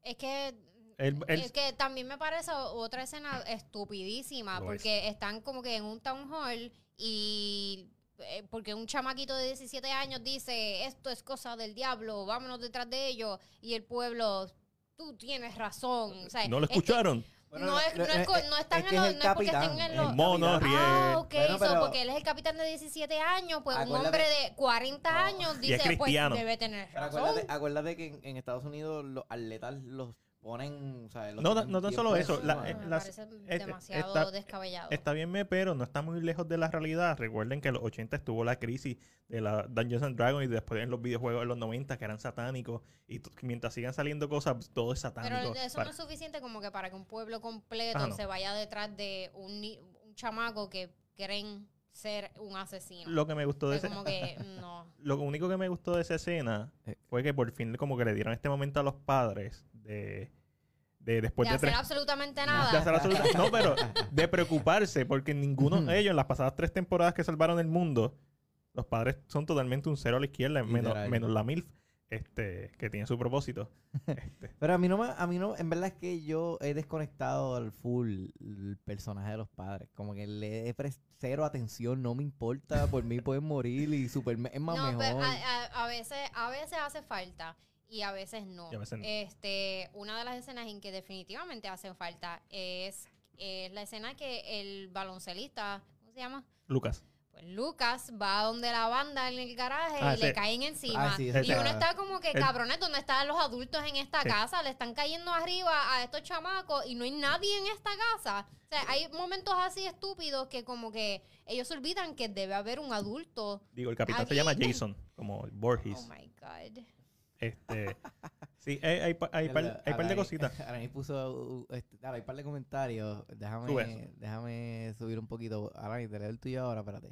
[SPEAKER 1] Es que.
[SPEAKER 2] Él- él-
[SPEAKER 1] es que también me parece otra escena estupidísima.
[SPEAKER 2] Lo es.
[SPEAKER 1] porque están como que en un town hall y. eh, Porque un chamaquito de 17 años dice: Esto es cosa del diablo, vámonos detrás de ellos. Y el pueblo, tú tienes razón. O sea,
[SPEAKER 2] ¿No lo
[SPEAKER 1] es que-
[SPEAKER 2] escucharon?
[SPEAKER 3] Bueno,
[SPEAKER 1] no, es, no, es, co- no están
[SPEAKER 3] es
[SPEAKER 1] en
[SPEAKER 3] que es
[SPEAKER 1] los-
[SPEAKER 3] el
[SPEAKER 1] no es porque estén
[SPEAKER 3] capitán,
[SPEAKER 1] en
[SPEAKER 3] es
[SPEAKER 1] los.
[SPEAKER 2] el mono,
[SPEAKER 3] capitán.
[SPEAKER 2] ríe.
[SPEAKER 1] Ah, ok,
[SPEAKER 3] Bueno,
[SPEAKER 1] so,
[SPEAKER 3] pero-
[SPEAKER 1] porque él es el capitán de 17 años, pues un
[SPEAKER 3] Acuérdate-
[SPEAKER 1] hombre de 40
[SPEAKER 3] No.
[SPEAKER 1] años
[SPEAKER 2] Y es
[SPEAKER 1] dice, pues
[SPEAKER 2] cristiano.
[SPEAKER 1] debe tener
[SPEAKER 3] Pero
[SPEAKER 1] razón.
[SPEAKER 3] acuérdate, acuérdate que en, en Estados Unidos los atletas los ponen. O sea, los
[SPEAKER 2] No,
[SPEAKER 3] tienen
[SPEAKER 2] no tan
[SPEAKER 3] bien
[SPEAKER 2] solo eso,
[SPEAKER 3] presos,
[SPEAKER 2] la-
[SPEAKER 3] ¿no?
[SPEAKER 2] eh,
[SPEAKER 1] me
[SPEAKER 2] las-
[SPEAKER 1] parece
[SPEAKER 2] eh,
[SPEAKER 1] demasiado
[SPEAKER 2] está-
[SPEAKER 1] descabellado.
[SPEAKER 2] Está bien, me, pero no está muy lejos de la realidad. Recuerden que en los 80 estuvo la crisis de la Dungeons and Dragons y después en los videojuegos en los 90 que eran satánicos. Y t- mientras sigan saliendo cosas, pues, todo es satánico.
[SPEAKER 1] Pero eso
[SPEAKER 2] Para-
[SPEAKER 1] no es suficiente como que para que un pueblo completo
[SPEAKER 2] Ah, no.
[SPEAKER 1] se vaya detrás de un, ni- un chamaco que creen ser un asesino.
[SPEAKER 2] Lo que me gustó de
[SPEAKER 1] O sea,
[SPEAKER 2] ese-
[SPEAKER 1] como que mm,
[SPEAKER 2] [LAUGHS]
[SPEAKER 1] no.
[SPEAKER 2] lo único que me gustó de esa escena
[SPEAKER 3] Eh.
[SPEAKER 2] fue que por fin como que le dieron este momento a los padres de, de después
[SPEAKER 1] De
[SPEAKER 2] de,
[SPEAKER 1] hacer
[SPEAKER 2] Pues tres
[SPEAKER 1] absolutamente
[SPEAKER 2] de
[SPEAKER 1] nada.
[SPEAKER 2] hacer absoluta- no [LAUGHS] pero de preocuparse porque ninguno de ellos en las pasadas tres temporadas que salvaron el mundo los padres son totalmente un cero a la izquierda menos,
[SPEAKER 3] Literal.
[SPEAKER 2] menos la milf este que tiene su propósito Este,
[SPEAKER 3] Pero a mí no me, a mí no, en verdad es que yo he desconectado al full el personaje de los padres. Como que le he pres- cero atención, no me importa, por mí pueden morir y super es más
[SPEAKER 1] No,
[SPEAKER 3] mejor.
[SPEAKER 1] pero ah, a, a- a veces, a veces hace falta y a veces no.
[SPEAKER 2] Y a veces no.
[SPEAKER 1] Este, una de las escenas en que definitivamente hacen falta es, es la escena que el baloncelista, ¿cómo se llama?
[SPEAKER 2] Lucas
[SPEAKER 1] Pues Lucas va a donde la banda en el garaje
[SPEAKER 2] Ah,
[SPEAKER 1] y le
[SPEAKER 2] sí.
[SPEAKER 1] caen encima.
[SPEAKER 3] Ah, sí,
[SPEAKER 1] y
[SPEAKER 3] ese
[SPEAKER 2] está-
[SPEAKER 1] uno está como que,
[SPEAKER 2] el-
[SPEAKER 1] cabrones, ¿dónde están los adultos en esta
[SPEAKER 2] Sí.
[SPEAKER 1] casa? Le están cayendo arriba a estos chamacos y no hay nadie en esta casa. O sea, hay momentos así estúpidos que como que ellos se olvidan que debe haber un adulto.
[SPEAKER 2] digo el capitán
[SPEAKER 1] Aquí.
[SPEAKER 2] se llama Jason como Borges
[SPEAKER 1] Oh my God.
[SPEAKER 2] este sí hay, hay, pa- hay par, hay par de
[SPEAKER 3] [LAUGHS]
[SPEAKER 2] cositas
[SPEAKER 3] Ahora ahí puso, uh, este, ahora hay par de comentarios. Déjame,
[SPEAKER 2] Sube eso.
[SPEAKER 3] déjame subir un poquito. Ahora te leo el tuyo ahora, espérate.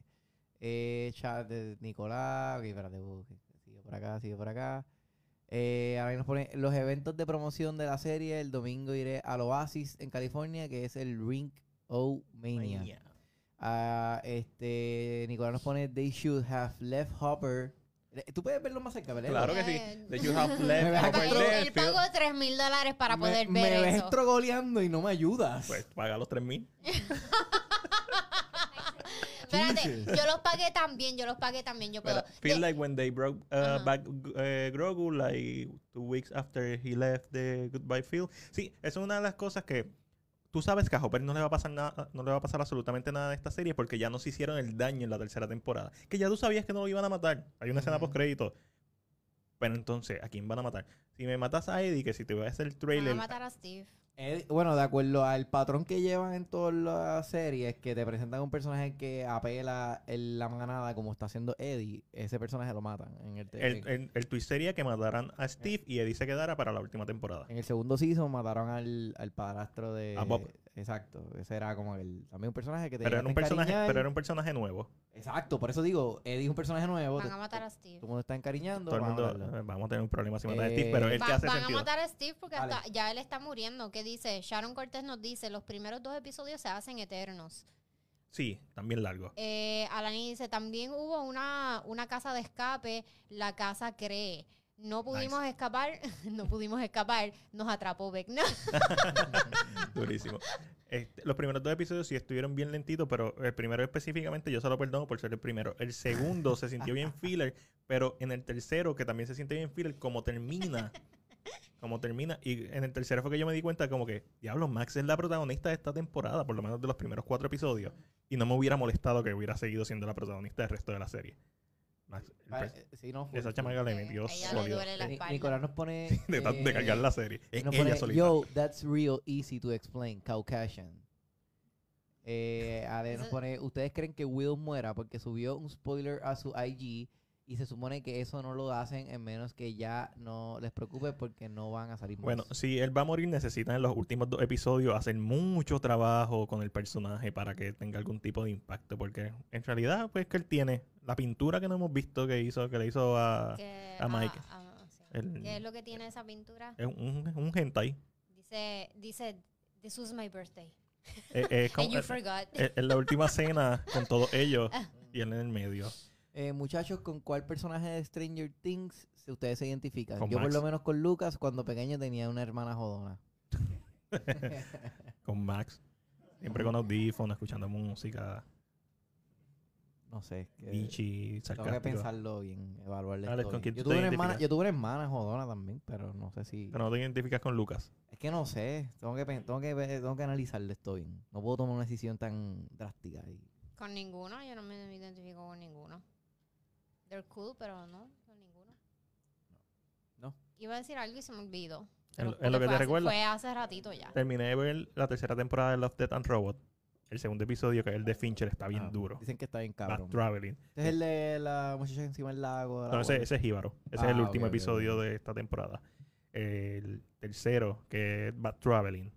[SPEAKER 3] Eh, chat de Nicolás. Ok, espérate, uh, que- que sigue por acá, sigue por acá. Eh, ahora ahí nos pone los eventos de promoción de la serie. El domingo iré al Oasis en California, que es el Rink O Mania. Ah, este, Nicolás nos pone They should have left Hopper. Eh, Tú puedes verlo más cerca, ¿verdad?
[SPEAKER 2] claro que sí
[SPEAKER 1] Eh,
[SPEAKER 2] That you
[SPEAKER 1] [LAUGHS]
[SPEAKER 2] have
[SPEAKER 3] Me
[SPEAKER 2] left
[SPEAKER 3] vas a
[SPEAKER 2] over
[SPEAKER 1] Pagó-
[SPEAKER 2] left
[SPEAKER 1] él
[SPEAKER 2] field.
[SPEAKER 1] pagó 3 mil dólares para
[SPEAKER 3] Me-
[SPEAKER 1] poder
[SPEAKER 3] me,
[SPEAKER 1] ver
[SPEAKER 3] ves
[SPEAKER 1] eso.
[SPEAKER 3] estrogoleando y no me ayudas.
[SPEAKER 2] pues paga los 3000
[SPEAKER 1] Espérate,
[SPEAKER 3] Jesus.
[SPEAKER 1] yo los pagué también, yo los pagué también, yo puedo.
[SPEAKER 2] Mira, feel
[SPEAKER 1] De-
[SPEAKER 2] like when they broke uh,
[SPEAKER 1] Ajá.
[SPEAKER 2] back uh, Grogu, like two weeks after he left the Goodbye Field. Sí, es una de las cosas que tú sabes que a Hopper no le va a pasar nada, no le va a pasar absolutamente nada en esta serie porque ya nos hicieron el daño en la tercera temporada. Que ya tú sabías que no lo iban a matar. Hay una escena
[SPEAKER 3] Ujú.
[SPEAKER 2] post crédito. Pero entonces, ¿a quién van a matar? Si me matas a Eddie, que si te voy a hacer el
[SPEAKER 1] Van a
[SPEAKER 2] trailer.
[SPEAKER 1] matar a Steve.
[SPEAKER 3] Eh, bueno, de acuerdo al patrón que llevan en todas las series, que te presentan un personaje que apela en la manada, como está haciendo Eddie, ese personaje lo matan en el, te-
[SPEAKER 2] El, el, el twist sería que mataran a Steve y Eddie se quedara para la última temporada.
[SPEAKER 3] en el segundo season mataron al, al padrastro de
[SPEAKER 2] A Bob.
[SPEAKER 3] Exacto, ese era como el también un personaje que te
[SPEAKER 2] Pero era,
[SPEAKER 3] llegaste
[SPEAKER 2] un
[SPEAKER 3] a
[SPEAKER 2] personaje,
[SPEAKER 3] encariñar.
[SPEAKER 2] pero era un personaje nuevo.
[SPEAKER 3] Exacto, por eso digo, Eddie es un personaje nuevo, te-
[SPEAKER 1] Van a matar a Steve.
[SPEAKER 3] todo el mundo está encariñando,
[SPEAKER 2] Todo el
[SPEAKER 3] van a
[SPEAKER 2] mundo,
[SPEAKER 3] matarlo.
[SPEAKER 2] eh, vamos a tener un problema si matan a Steve,
[SPEAKER 3] Eh,
[SPEAKER 2] pero Pues él que
[SPEAKER 1] Va-
[SPEAKER 2] hace
[SPEAKER 1] van
[SPEAKER 2] sentido.
[SPEAKER 1] a matar a Steve porque
[SPEAKER 3] Vale.
[SPEAKER 1] hasta ya él está muriendo. ¿Qué dice? Sharon Cortés nos dice, los primeros dos episodios se hacen eternos.
[SPEAKER 2] Sí, también largo. [LAUGHS]
[SPEAKER 1] Eh, Alani dice, también hubo una, una casa de escape, la casa cree. No pudimos escapar, [LAUGHS] no pudimos escapar, nos atrapó Beck. [LAUGHS] No,
[SPEAKER 2] Durísimo. Este, los primeros dos episodios sí estuvieron bien lentitos, pero el primero específicamente yo se lo perdono por ser el primero. El segundo se
[SPEAKER 3] [LAUGHS]
[SPEAKER 2] sintió bien filler, pero en el tercero, que también se siente bien filler, como termina. Como termina. Y en el tercero fue que yo me di cuenta como que, diablo, Max es la protagonista de esta temporada, por lo menos de los primeros cuatro episodios. Y no me hubiera molestado que hubiera seguido siendo la protagonista del resto de la serie. Max, el
[SPEAKER 3] Vale,
[SPEAKER 2] pers-
[SPEAKER 3] eh, sí, no, full,
[SPEAKER 2] pues, esa
[SPEAKER 3] full.
[SPEAKER 2] chamaca le
[SPEAKER 1] Eh,
[SPEAKER 2] metió
[SPEAKER 1] a ella le
[SPEAKER 2] sólido.
[SPEAKER 1] duele la
[SPEAKER 3] Ni-
[SPEAKER 1] espalda.
[SPEAKER 3] Nicolás nos pone
[SPEAKER 2] [LAUGHS] De, tan- de
[SPEAKER 3] eh,
[SPEAKER 2] cargar la serie. Es
[SPEAKER 3] Nos
[SPEAKER 2] ella
[SPEAKER 3] pone,
[SPEAKER 2] solita.
[SPEAKER 3] pues, Yo, that's real easy to explain, Caucasian. Eh, Ale nos
[SPEAKER 1] Eso-
[SPEAKER 3] pone, ¿ustedes creen que Will muera porque subió un spoiler a su IG Y se supone que eso no lo hacen en menos que ya no les preocupe porque no van a salir más.
[SPEAKER 2] Bueno, si él va a morir, necesitan en los últimos dos episodios hacer mucho trabajo con el personaje para que tenga algún tipo de impacto. Porque en realidad, pues que él tiene la pintura que no hemos visto que hizo, que le hizo a.
[SPEAKER 1] Que-
[SPEAKER 2] a Mike.
[SPEAKER 1] ah, sí.
[SPEAKER 2] El-
[SPEAKER 1] ¿Qué es lo que tiene esa pintura?
[SPEAKER 2] Es un, un hentai.
[SPEAKER 1] Dice, dice, this was my birthday.
[SPEAKER 2] Eh,
[SPEAKER 1] [LAUGHS]
[SPEAKER 2] eh, es como-
[SPEAKER 1] And you Ah.
[SPEAKER 2] eh,
[SPEAKER 1] forgot.
[SPEAKER 2] eh, es la última cena con todos ellos y él en el medio.
[SPEAKER 3] Eh, muchachos, ¿con cuál personaje de Stranger Things se- ustedes se identifican?
[SPEAKER 2] Con
[SPEAKER 3] Yo por
[SPEAKER 2] Max.
[SPEAKER 3] lo menos con Lucas, cuando pequeño tenía una hermana jodona.
[SPEAKER 2] Con Max. Siempre con audífonos, escuchando música,
[SPEAKER 3] No sé. que-
[SPEAKER 2] bichi,
[SPEAKER 3] Eh, tengo que
[SPEAKER 2] sarcástico.
[SPEAKER 3] pensarlo bien, evaluarlo.
[SPEAKER 2] Alex, ¿con quién
[SPEAKER 3] Yo,
[SPEAKER 2] tú
[SPEAKER 3] tuve
[SPEAKER 2] te
[SPEAKER 3] una hermana-
[SPEAKER 2] identificas?
[SPEAKER 3] yo tuve una hermana jodona también, pero no sé si...
[SPEAKER 2] Pero no te identificas con Lucas.
[SPEAKER 3] Es que no sé. Tengo que, pen- tengo que, ver- tengo que analizarlo esto bien. No puedo tomar una decisión tan drástica. Y...
[SPEAKER 1] Con ninguno, yo no me identifico con ninguno. They're cool, pero no, con ninguno.
[SPEAKER 3] No.
[SPEAKER 1] Iba a decir algo y se me olvidó.
[SPEAKER 2] Es
[SPEAKER 1] Pero
[SPEAKER 2] lo- es
[SPEAKER 1] porque
[SPEAKER 2] lo que
[SPEAKER 1] fue
[SPEAKER 2] te
[SPEAKER 1] hace-
[SPEAKER 2] recuerda.
[SPEAKER 1] Fue hace ratito ya.
[SPEAKER 2] Terminé de ver la tercera temporada de Love, Death and Robot. El segundo episodio, que es el de Fincher, está bien
[SPEAKER 3] Ah,
[SPEAKER 2] duro.
[SPEAKER 3] Dicen que está bien
[SPEAKER 2] Bad
[SPEAKER 3] cabrón.
[SPEAKER 2] Traveling.
[SPEAKER 3] Este es el de la muchacha encima del lago. de la
[SPEAKER 2] No, ese,
[SPEAKER 3] abuela.
[SPEAKER 2] ese es Jíbaro. Ese
[SPEAKER 3] Ah,
[SPEAKER 2] es el
[SPEAKER 3] ok,
[SPEAKER 2] último
[SPEAKER 3] ok, ok.
[SPEAKER 2] episodio de esta temporada. El tercero, que es Bad Traveling.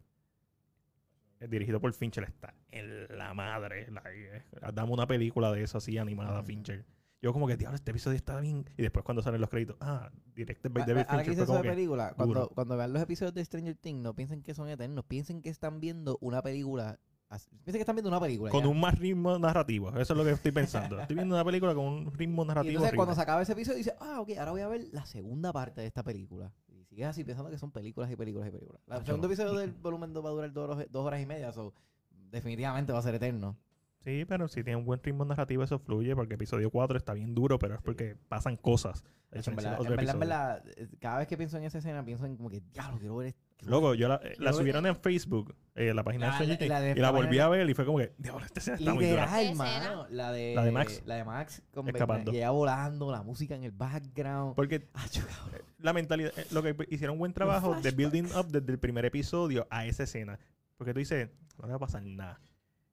[SPEAKER 2] Es dirigido por Fincher. Está en la madre. la- eh, dame una película de eso así animada,
[SPEAKER 3] Mm.
[SPEAKER 2] Fincher. Yo como que, diablo, este episodio está bien. Y después cuando salen los créditos, ah, directed by
[SPEAKER 3] Ah,
[SPEAKER 2] David
[SPEAKER 3] ah, Ahora que
[SPEAKER 2] Fincher. fue
[SPEAKER 3] dices eso
[SPEAKER 2] como
[SPEAKER 3] de
[SPEAKER 2] que,
[SPEAKER 3] película, cuando,
[SPEAKER 2] duro.
[SPEAKER 3] cuando vean los episodios de Stranger Things, no piensen que son eternos, piensen que están viendo una película. así- Piensen que están viendo una película.
[SPEAKER 2] con
[SPEAKER 3] ya.
[SPEAKER 2] un más ritmo narrativo. Eso es lo que estoy pensando. estoy viendo una película con un
[SPEAKER 3] [LAUGHS]
[SPEAKER 2] ritmo
[SPEAKER 3] y
[SPEAKER 2] narrativo.
[SPEAKER 3] entonces cuando
[SPEAKER 2] horrible.
[SPEAKER 3] se acaba ese episodio, dice, ah, ok, ahora voy a ver la segunda parte de esta película. Y sigues así pensando que son películas y películas y películas.
[SPEAKER 2] Ah,
[SPEAKER 3] El
[SPEAKER 2] yo
[SPEAKER 3] segundo
[SPEAKER 2] no.
[SPEAKER 3] episodio del volumen dos va a durar dos, horas- dos horas y media, so, definitivamente va a ser eterno.
[SPEAKER 2] Sí, pero si tiene un buen ritmo narrativo, eso fluye. Porque episodio 4 está bien duro, pero es porque pasan cosas. a
[SPEAKER 3] Nacho, en
[SPEAKER 2] diferencia de
[SPEAKER 3] verdad,
[SPEAKER 2] otros
[SPEAKER 3] en verdad, en
[SPEAKER 2] episodios.
[SPEAKER 3] verdad, eh, cada vez que pienso en esa escena, pienso en como que, diablo, quiero ver este esto.
[SPEAKER 2] Loco, yo la, eh, la
[SPEAKER 3] Yo-
[SPEAKER 2] subieron en Facebook, eh, la página
[SPEAKER 3] La-
[SPEAKER 2] de Facebook,
[SPEAKER 3] la de
[SPEAKER 2] y la
[SPEAKER 3] esta
[SPEAKER 2] volví
[SPEAKER 3] manera.
[SPEAKER 2] a ver y fue como que, diablo, esta escena está muy dura.
[SPEAKER 3] Literal,
[SPEAKER 1] ¿Qué escena?
[SPEAKER 3] mano. La de,
[SPEAKER 2] La de Max.
[SPEAKER 3] La de Max. Con Batman,
[SPEAKER 2] Escapando. Pues,
[SPEAKER 3] Y ella volando, la música en el background.
[SPEAKER 2] Porque
[SPEAKER 3] Ah, yo, cabrón.
[SPEAKER 2] la mentalidad, eh, lo que p- hicieron un buen trabajo de
[SPEAKER 3] flashbacks.
[SPEAKER 2] building up desde el primer episodio a esa escena. Porque tú dices, no le va a pasar nada.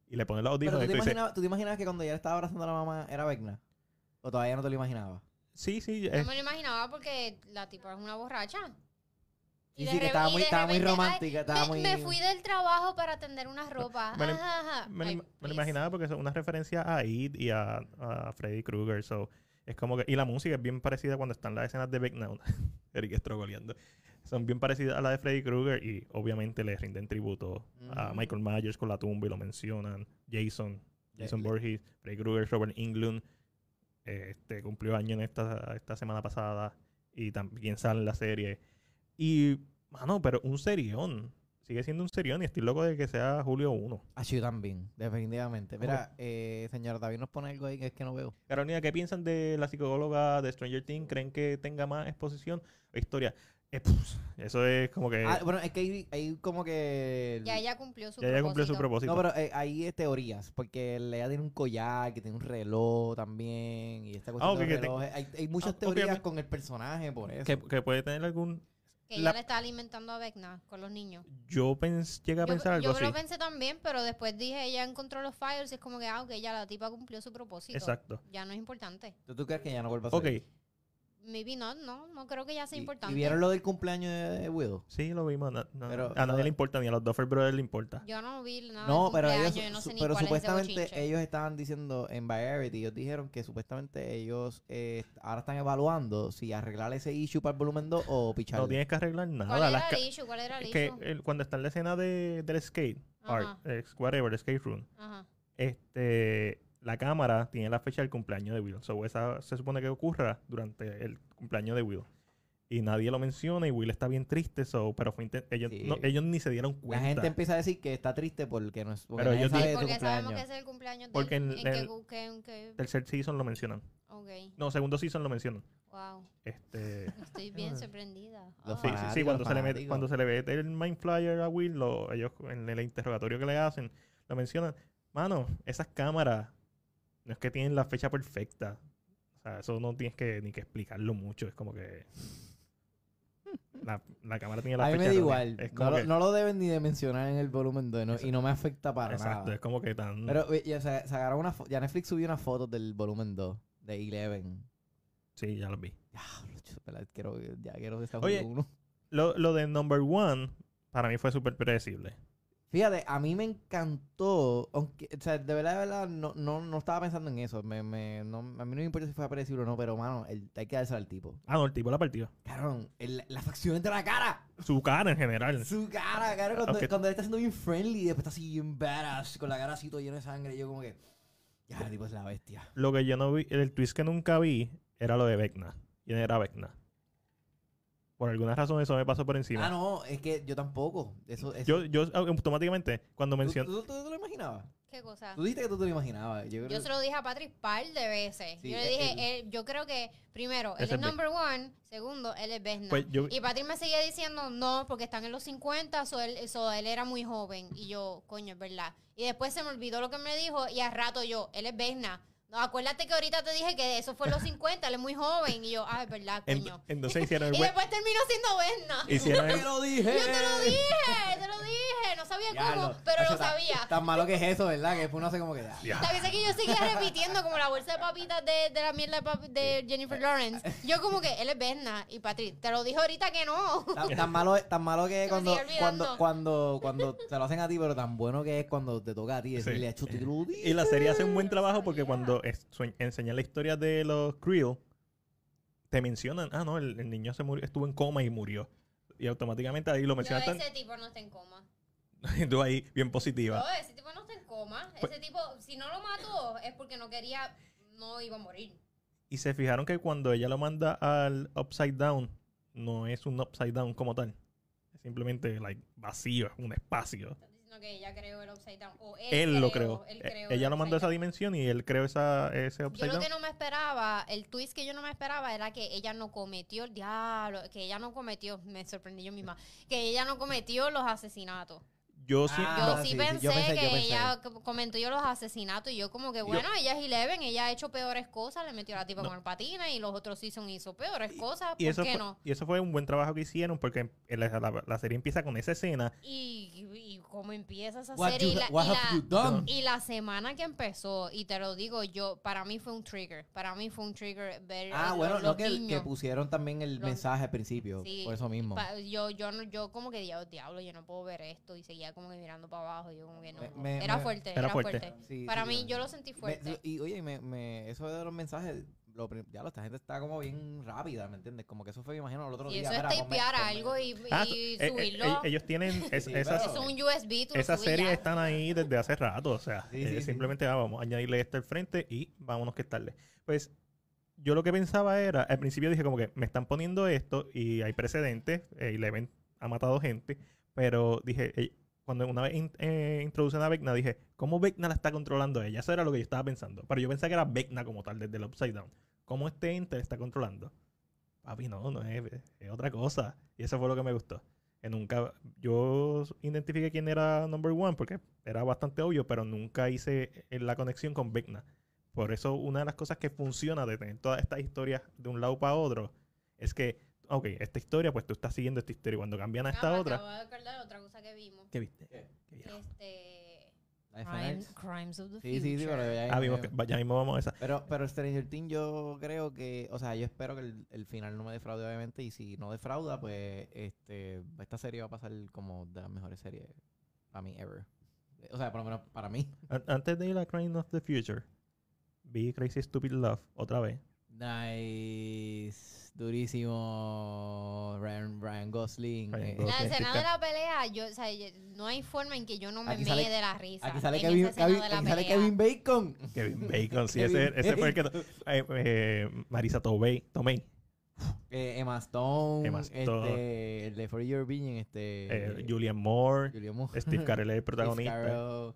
[SPEAKER 2] Y le pones los
[SPEAKER 3] Pero
[SPEAKER 2] audífonos
[SPEAKER 3] ¿tú
[SPEAKER 2] y
[SPEAKER 3] te,
[SPEAKER 2] tú dices,
[SPEAKER 3] imaginabas, tú te imaginabas que cuando ella estaba abrazando a la mamá era Vecna? ¿O todavía no te lo imaginabas?
[SPEAKER 2] sí, sí,
[SPEAKER 1] No
[SPEAKER 2] es-
[SPEAKER 1] me lo imaginaba porque la tipa es una borracha.
[SPEAKER 3] Sí,
[SPEAKER 1] de
[SPEAKER 3] sí,
[SPEAKER 1] re-
[SPEAKER 3] que estaba
[SPEAKER 1] y
[SPEAKER 3] muy,
[SPEAKER 1] de
[SPEAKER 3] estaba muy
[SPEAKER 1] repente, ay,
[SPEAKER 3] romántica. estaba
[SPEAKER 1] me,
[SPEAKER 3] muy...
[SPEAKER 1] me fui del trabajo para atender unas ropas.
[SPEAKER 2] me lo-
[SPEAKER 1] Ajá, ajá.
[SPEAKER 2] me, lo
[SPEAKER 1] Ay,
[SPEAKER 2] im- me lo
[SPEAKER 1] please.
[SPEAKER 2] imaginaba porque es una referencia a It y a, a Freddy Krueger. So, es como que, y la música es bien parecida cuando están las escenas de Becknow. [LAUGHS] Eric estrogoleando. Son bien parecidas a la de Freddy Krueger y obviamente le rinden tributo a
[SPEAKER 1] Mm.
[SPEAKER 3] Ujú.
[SPEAKER 2] Michael Myers con la tumba y lo mencionan. Jason,
[SPEAKER 3] Le-
[SPEAKER 2] Jason
[SPEAKER 3] le-
[SPEAKER 2] Borges, Freddy Krueger, Robert Englund. eh, Este cumplió año en esta, esta semana pasada y también sale en la serie. Y, mano, pero un serión. Sigue siendo un serión y estoy loco de que sea Julio 1.
[SPEAKER 3] Ah, yo también, definitivamente. Mira, eh, señor David nos pone algo ahí que es que no veo.
[SPEAKER 2] Carolina, ¿qué piensan de la psicóloga de Stranger Things? ¿Creen que tenga más exposición o historia? Eh, pff, eso es como que
[SPEAKER 3] Ah, bueno, es que hay, hay como que... el-
[SPEAKER 1] Ya ella cumplió su
[SPEAKER 2] ya ella cumplió su
[SPEAKER 1] propósito.
[SPEAKER 3] No,
[SPEAKER 2] propósito.
[SPEAKER 3] pero eh, hay eh, teorías, porque Leia tiene un collar, que tiene un reloj también, y esta cuestión
[SPEAKER 2] Ah, ok,
[SPEAKER 3] de los
[SPEAKER 2] que te-
[SPEAKER 3] relojes. Hay, hay muchas
[SPEAKER 2] Ah, ok,
[SPEAKER 3] teorías
[SPEAKER 2] ok.
[SPEAKER 3] con el personaje, por eso.
[SPEAKER 2] que, que puede tener algún...
[SPEAKER 1] Que ella
[SPEAKER 2] La-
[SPEAKER 1] le está alimentando a Vecna con los niños.
[SPEAKER 2] Yo pens- llegué a
[SPEAKER 1] Yo,
[SPEAKER 2] pensar
[SPEAKER 1] yo
[SPEAKER 2] algo
[SPEAKER 1] lo
[SPEAKER 2] así.
[SPEAKER 1] pensé también, pero después dije, ella encontró los files y es como que, ah, ok, ya la tipa cumplió su propósito.
[SPEAKER 2] Exacto.
[SPEAKER 1] Ya no es importante.
[SPEAKER 3] ¿Tú, tú crees que ya no vuelva a ser?
[SPEAKER 2] Ok,
[SPEAKER 1] Maybe no, no, no creo que ya sea
[SPEAKER 3] Y-
[SPEAKER 1] importante.
[SPEAKER 3] Y, vieron lo del cumpleaños de, de Widow?
[SPEAKER 2] sí, lo vimos. na- na-
[SPEAKER 3] Pero-
[SPEAKER 2] a nadie
[SPEAKER 3] pero-
[SPEAKER 2] le importa, ni a los Duffer Brothers le importa.
[SPEAKER 1] Yo no vi nada
[SPEAKER 3] No,
[SPEAKER 1] del
[SPEAKER 3] pero
[SPEAKER 1] cumpleaños,
[SPEAKER 3] ellos,
[SPEAKER 1] yo no sé
[SPEAKER 3] su-
[SPEAKER 1] ni
[SPEAKER 3] pero
[SPEAKER 1] cuál es ese
[SPEAKER 3] supuestamente
[SPEAKER 1] bochinche.
[SPEAKER 3] ellos estaban diciendo en Variety, ellos dijeron que supuestamente ellos eh, ahora están evaluando si arreglar ese issue para el volumen 2 o picharlo.
[SPEAKER 2] No tienes que arreglar nada.
[SPEAKER 1] ¿Cuál
[SPEAKER 2] Las
[SPEAKER 1] era
[SPEAKER 2] ca-
[SPEAKER 1] el issue? ¿Cuál era el
[SPEAKER 2] es que
[SPEAKER 1] issue?
[SPEAKER 2] el- cuando está en la escena de, del skate,
[SPEAKER 1] Ajá.
[SPEAKER 2] art, eh, whatever, skate room,
[SPEAKER 1] Ajá.
[SPEAKER 2] este, la cámara tiene la fecha del cumpleaños de Will. So, esa se supone que ocurra durante el cumpleaños de Will. Y nadie lo menciona y Will está bien triste, so, pero fue inten- ellos,
[SPEAKER 3] Sí.
[SPEAKER 2] no- ellos ni se dieron
[SPEAKER 3] La
[SPEAKER 2] cuenta.
[SPEAKER 3] gente empieza a decir que está triste porque no es porque
[SPEAKER 2] Pero
[SPEAKER 3] nadie
[SPEAKER 2] ellos
[SPEAKER 3] sabe
[SPEAKER 2] di-
[SPEAKER 3] de su
[SPEAKER 1] Porque sabemos que
[SPEAKER 3] cumpleaños.
[SPEAKER 1] ese es el cumpleaños de
[SPEAKER 2] Porque en
[SPEAKER 1] en que-
[SPEAKER 2] el-
[SPEAKER 1] que- que-
[SPEAKER 2] Tercer season lo mencionan.
[SPEAKER 1] Ok,
[SPEAKER 2] No, segundo season lo mencionan.
[SPEAKER 1] wow.
[SPEAKER 2] Este,
[SPEAKER 1] Estoy
[SPEAKER 2] [LAUGHS]
[SPEAKER 1] bien sorprendida. Ah.
[SPEAKER 3] Los
[SPEAKER 2] sí, sí, sí,
[SPEAKER 3] fanáticos,
[SPEAKER 2] cuando,
[SPEAKER 3] los
[SPEAKER 2] se le mete,
[SPEAKER 3] fanáticos.
[SPEAKER 2] cuando se le ve el Mind Flyer a Will, lo- ellos en el interrogatorio que le hacen, lo mencionan. Mano, esas cámaras no es que tienen la fecha perfecta. O sea, eso no tienes que ni que explicarlo mucho. Es como que. La, la cámara tiene la
[SPEAKER 3] A mí
[SPEAKER 2] fecha.
[SPEAKER 3] me da
[SPEAKER 2] pero
[SPEAKER 3] igual.
[SPEAKER 2] Es como
[SPEAKER 3] No, lo-
[SPEAKER 2] que-
[SPEAKER 3] no lo deben ni de mencionar en el volumen 2 no- y no me afecta para
[SPEAKER 2] Exacto,
[SPEAKER 3] nada.
[SPEAKER 2] es como que tan.
[SPEAKER 3] Pero eh, ya, se, se agarró una fo- ya Netflix subió una foto del volumen 2 de Eleven.
[SPEAKER 2] Sí, ya los vi.
[SPEAKER 3] ¿verdad? Quiero, ya quiero esa
[SPEAKER 2] Oye.
[SPEAKER 3] uno.
[SPEAKER 2] Lo, lo de Number One, para mí fue súper predecible.
[SPEAKER 3] Fíjate, a mí me encantó, aunque, o sea, de verdad, de verdad, no, no, no estaba pensando en eso. Me, me, no, a mí no me importa si fue predecible o no, pero, mano, el, hay que dárselo al tipo.
[SPEAKER 2] Ah, no, el tipo la partió.
[SPEAKER 3] Cabrón, el- la facción de la cara.
[SPEAKER 2] Su cara en general.
[SPEAKER 3] Su cara, cara, cuando,
[SPEAKER 2] Ok.
[SPEAKER 3] cuando él está siendo bien friendly y después está así bien badass, con la cara así todo lleno de sangre, yo como que, ya, el tipo es la bestia.
[SPEAKER 2] Lo que yo no vi, el twist que nunca vi era lo de Vecna. ¿Quién era Vecna? Por alguna razón eso me pasó por encima.
[SPEAKER 3] Ah, no, es que yo tampoco. Eso, eso-
[SPEAKER 2] Yo, yo automáticamente, cuando
[SPEAKER 3] ¿Tú-
[SPEAKER 2] mencioné...
[SPEAKER 3] tú, tú- tú te lo imaginabas?
[SPEAKER 1] ¿Qué cosa?
[SPEAKER 3] Tú dijiste que tú te lo imaginabas. Yo, creo
[SPEAKER 1] Yo se lo dije a Patrick par de veces.
[SPEAKER 3] Sí,
[SPEAKER 1] yo le
[SPEAKER 3] eh,
[SPEAKER 1] dije,
[SPEAKER 3] él-
[SPEAKER 1] él- yo creo que, primero, él
[SPEAKER 2] Ese
[SPEAKER 1] es
[SPEAKER 2] es B.
[SPEAKER 1] number one, segundo, él es Vesna.
[SPEAKER 2] Pues yo-
[SPEAKER 1] Y Patrick me seguía diciendo, no, porque están en los 50, so él, so él era muy joven. Y yo, coño, es verdad. Y después se me olvidó lo que me dijo y a rato yo, él es Vesna. No, acuérdate que ahorita te dije que eso fue en los 50, él es muy joven. Y yo, ah, es verdad,
[SPEAKER 2] en-
[SPEAKER 1] coño.
[SPEAKER 3] [LAUGHS]
[SPEAKER 2] entonces hicieron
[SPEAKER 1] Y
[SPEAKER 2] el... we-
[SPEAKER 1] después terminó siendo Vesna.
[SPEAKER 2] Hicieron
[SPEAKER 3] ¡Yo [LAUGHS]
[SPEAKER 2] el-
[SPEAKER 3] te lo dije!
[SPEAKER 1] Yo te lo dije, te lo dije. No sabía cómo, pero lo sabía.
[SPEAKER 3] Tan malo que es eso, ¿verdad? Que después uno hace como que, ya.
[SPEAKER 2] Ya.
[SPEAKER 1] La vez es que yo seguía repitiendo como la bolsa de papitas de, de la mierda de, pap- de Jennifer Lawrence. Yo como que, él es Berna. Y Patrick, te lo dije ahorita que no.
[SPEAKER 3] Tan, tan malo, es- tan malo que es
[SPEAKER 1] Se me
[SPEAKER 3] cuando,
[SPEAKER 1] sigue
[SPEAKER 3] cuando,
[SPEAKER 1] olvidando.
[SPEAKER 3] cuando, cuando te lo hacen a ti, pero tan bueno que es cuando te toca a ti decirle,
[SPEAKER 2] Sí.
[SPEAKER 3] a te lo dije".
[SPEAKER 2] Y la serie hace un buen trabajo porque cuando es- sue- enseñan la historia de los Creel, te mencionan, ah, no, el, el niño se murió, estuvo en coma y murió. Y automáticamente ahí lo
[SPEAKER 1] No,
[SPEAKER 2] mencionan [LAUGHS]
[SPEAKER 1] ese tipo no está en coma.
[SPEAKER 2] tan- tú ahí bien positiva.
[SPEAKER 1] No, ese tipo no está en coma.
[SPEAKER 2] Pues-
[SPEAKER 1] Ese tipo, si no lo mató, es porque no quería, no iba a morir.
[SPEAKER 2] Y se fijaron que cuando ella lo manda al Upside Down, no es un Upside Down como tal. Es simplemente, like, vacío, es un espacio.
[SPEAKER 1] Estás diciendo que ella creó el Upside Down. O él,
[SPEAKER 2] Él, lo creó.
[SPEAKER 1] él
[SPEAKER 2] Eh,
[SPEAKER 1] creó
[SPEAKER 2] ella
[SPEAKER 1] el
[SPEAKER 2] lo mandó
[SPEAKER 1] Upside
[SPEAKER 2] a esa
[SPEAKER 1] Down.
[SPEAKER 2] dimensión y él creó esa, ese
[SPEAKER 1] Yo
[SPEAKER 2] Upside
[SPEAKER 1] lo
[SPEAKER 2] Down.
[SPEAKER 1] que no me esperaba, el twist que yo no me esperaba era que ella no cometió el diablo, que ella no cometió, me sorprendí yo misma, que ella no cometió los asesinatos.
[SPEAKER 2] Yo sí-
[SPEAKER 3] Ah,
[SPEAKER 1] Yo
[SPEAKER 2] no,
[SPEAKER 1] sí,
[SPEAKER 3] sí, sí,
[SPEAKER 1] pensé,
[SPEAKER 3] yo pensé,
[SPEAKER 1] que
[SPEAKER 3] yo pensé.
[SPEAKER 1] ella co- comentó yo los asesinatos y yo como que, bueno, ella es Eleven, ella ha hecho peores cosas, le metió a la tipa con el patina y los otros season hizo peores cosas,
[SPEAKER 2] y,
[SPEAKER 1] ¿por
[SPEAKER 2] eso
[SPEAKER 1] qué
[SPEAKER 2] fue,
[SPEAKER 1] no?
[SPEAKER 2] y eso fue un buen trabajo que hicieron porque la- la- la serie empieza con esa escena
[SPEAKER 1] Y, y cómo empieza esa
[SPEAKER 3] What,
[SPEAKER 1] serie y
[SPEAKER 3] you-
[SPEAKER 1] la,
[SPEAKER 3] what
[SPEAKER 1] y
[SPEAKER 3] have
[SPEAKER 1] la-
[SPEAKER 3] you done?
[SPEAKER 1] y la semana que empezó, y te lo digo yo, para mí fue un trigger, para mí fue un trigger ver
[SPEAKER 3] Ah,
[SPEAKER 1] los-
[SPEAKER 3] bueno,
[SPEAKER 1] los
[SPEAKER 3] no, que,
[SPEAKER 1] guiños.
[SPEAKER 3] que pusieron también el
[SPEAKER 1] Los-
[SPEAKER 3] mensaje al principio,
[SPEAKER 1] Sí,
[SPEAKER 3] por eso mismo.
[SPEAKER 1] Pa- yo, yo, no- yo como que diablo, diablo, yo no puedo ver esto. Y seguía como que mirando para abajo. y yo como que no.
[SPEAKER 3] Me-
[SPEAKER 1] no.
[SPEAKER 3] me-
[SPEAKER 1] era
[SPEAKER 3] me-
[SPEAKER 1] fuerte,
[SPEAKER 2] Era
[SPEAKER 1] era,
[SPEAKER 2] fuerte.
[SPEAKER 1] fuerte.
[SPEAKER 3] Sí,
[SPEAKER 1] Para
[SPEAKER 3] sí,
[SPEAKER 1] mí,
[SPEAKER 3] sí.
[SPEAKER 1] yo lo sentí
[SPEAKER 3] Me-
[SPEAKER 1] fuerte.
[SPEAKER 3] y oye, me, me- eso de los mensajes, lo prim- ya lo, esta gente está como bien rápida, ¿me entiendes? Como que eso fue, me imagino, el otro
[SPEAKER 1] y
[SPEAKER 3] día.
[SPEAKER 1] eso es
[SPEAKER 3] "Mira, ponme-
[SPEAKER 1] tapear
[SPEAKER 3] ponme
[SPEAKER 1] algo y,
[SPEAKER 2] Ah,
[SPEAKER 1] y
[SPEAKER 2] eh, eh,
[SPEAKER 1] subirlo.
[SPEAKER 2] eh, ellos tienen es-
[SPEAKER 3] Sí,
[SPEAKER 2] esas,
[SPEAKER 1] es un USB, tú lo
[SPEAKER 2] esas
[SPEAKER 1] subes
[SPEAKER 2] series
[SPEAKER 1] ya.
[SPEAKER 2] están ahí desde hace rato. O sea,
[SPEAKER 3] Sí,
[SPEAKER 2] eh,
[SPEAKER 3] sí, sí.
[SPEAKER 2] simplemente ah, vamos a añadirle esto al frente y vámonos que es tarde. Pues yo lo que pensaba era, al principio dije como que me están poniendo esto y hay precedentes, eh, Eleven ha matado gente, pero dije, eh, cuando una vez in- eh, introducen a Vecna, dije, ¿cómo Vecna la está controlando ella? Eso era lo que yo estaba pensando. Pero yo pensaba que era Vecna como tal, desde el Upside Down. ¿Cómo este ente la está controlando? Papi, no, no es, es otra cosa. Y eso fue lo que me gustó. Que nunca, yo identifiqué quién era number one porque era bastante obvio, pero nunca hice eh, la conexión con Vecna. Por eso una de las cosas que funciona de tener todas estas historias de un lado para otro es que, ok, esta historia, pues tú estás siguiendo esta historia y cuando cambian a
[SPEAKER 1] Ah,
[SPEAKER 2] esta
[SPEAKER 1] me
[SPEAKER 2] otra...
[SPEAKER 1] acabo de acordar de otra cosa que vimos.
[SPEAKER 2] ¿Qué viste?
[SPEAKER 3] ¿Qué?
[SPEAKER 2] Qué viejo.
[SPEAKER 1] Este.
[SPEAKER 3] Life
[SPEAKER 1] Crime-
[SPEAKER 3] and X".
[SPEAKER 1] Crimes of the
[SPEAKER 3] ¿eh? Sí, sí, sí, pero
[SPEAKER 1] Future.
[SPEAKER 3] ya,
[SPEAKER 2] Ah, vimos que,
[SPEAKER 3] ya-
[SPEAKER 2] ya mismo vamos a esa.
[SPEAKER 3] Pero, pero Stranger Things yo creo que, o sea, yo espero que el, el final no me defraude obviamente y si no defrauda, pues este esta serie va a pasar como de las mejores series para mí ever. O sea, por lo menos para mí.
[SPEAKER 2] An- Antes de ir a Crime of the Future, vi Crazy Stupid Love otra vez.
[SPEAKER 3] Nice, durísimo Ryan, Ryan Gosling.
[SPEAKER 2] Ryan
[SPEAKER 3] eh,
[SPEAKER 2] Gosling.
[SPEAKER 1] La
[SPEAKER 2] Ok,
[SPEAKER 1] escena
[SPEAKER 2] chica.
[SPEAKER 1] de la pelea, yo, o sea, yo- no hay forma en que yo no me
[SPEAKER 3] Aquí
[SPEAKER 1] mee
[SPEAKER 3] sale-
[SPEAKER 1] de la risa.
[SPEAKER 3] Aquí sale,
[SPEAKER 1] en esa
[SPEAKER 3] Kevin,
[SPEAKER 1] escena
[SPEAKER 3] Kevin-
[SPEAKER 1] de la
[SPEAKER 3] aquí sale
[SPEAKER 1] pelea.
[SPEAKER 3] Kevin Bacon.
[SPEAKER 1] Mm.
[SPEAKER 2] Kevin Bacon, sí,
[SPEAKER 3] Kevin
[SPEAKER 2] ese, ese fue el que. to- eh, eh, Marisa Tomei, Tomei
[SPEAKER 3] [LAUGHS] Eh, Emma Stone,
[SPEAKER 2] Emma Stone.
[SPEAKER 3] Este, el de For Your Being, este,
[SPEAKER 2] eh, Julian Moore,
[SPEAKER 3] Julia Moore,
[SPEAKER 2] Steve Carell es el
[SPEAKER 3] Steve
[SPEAKER 2] protagonista.
[SPEAKER 3] Carell.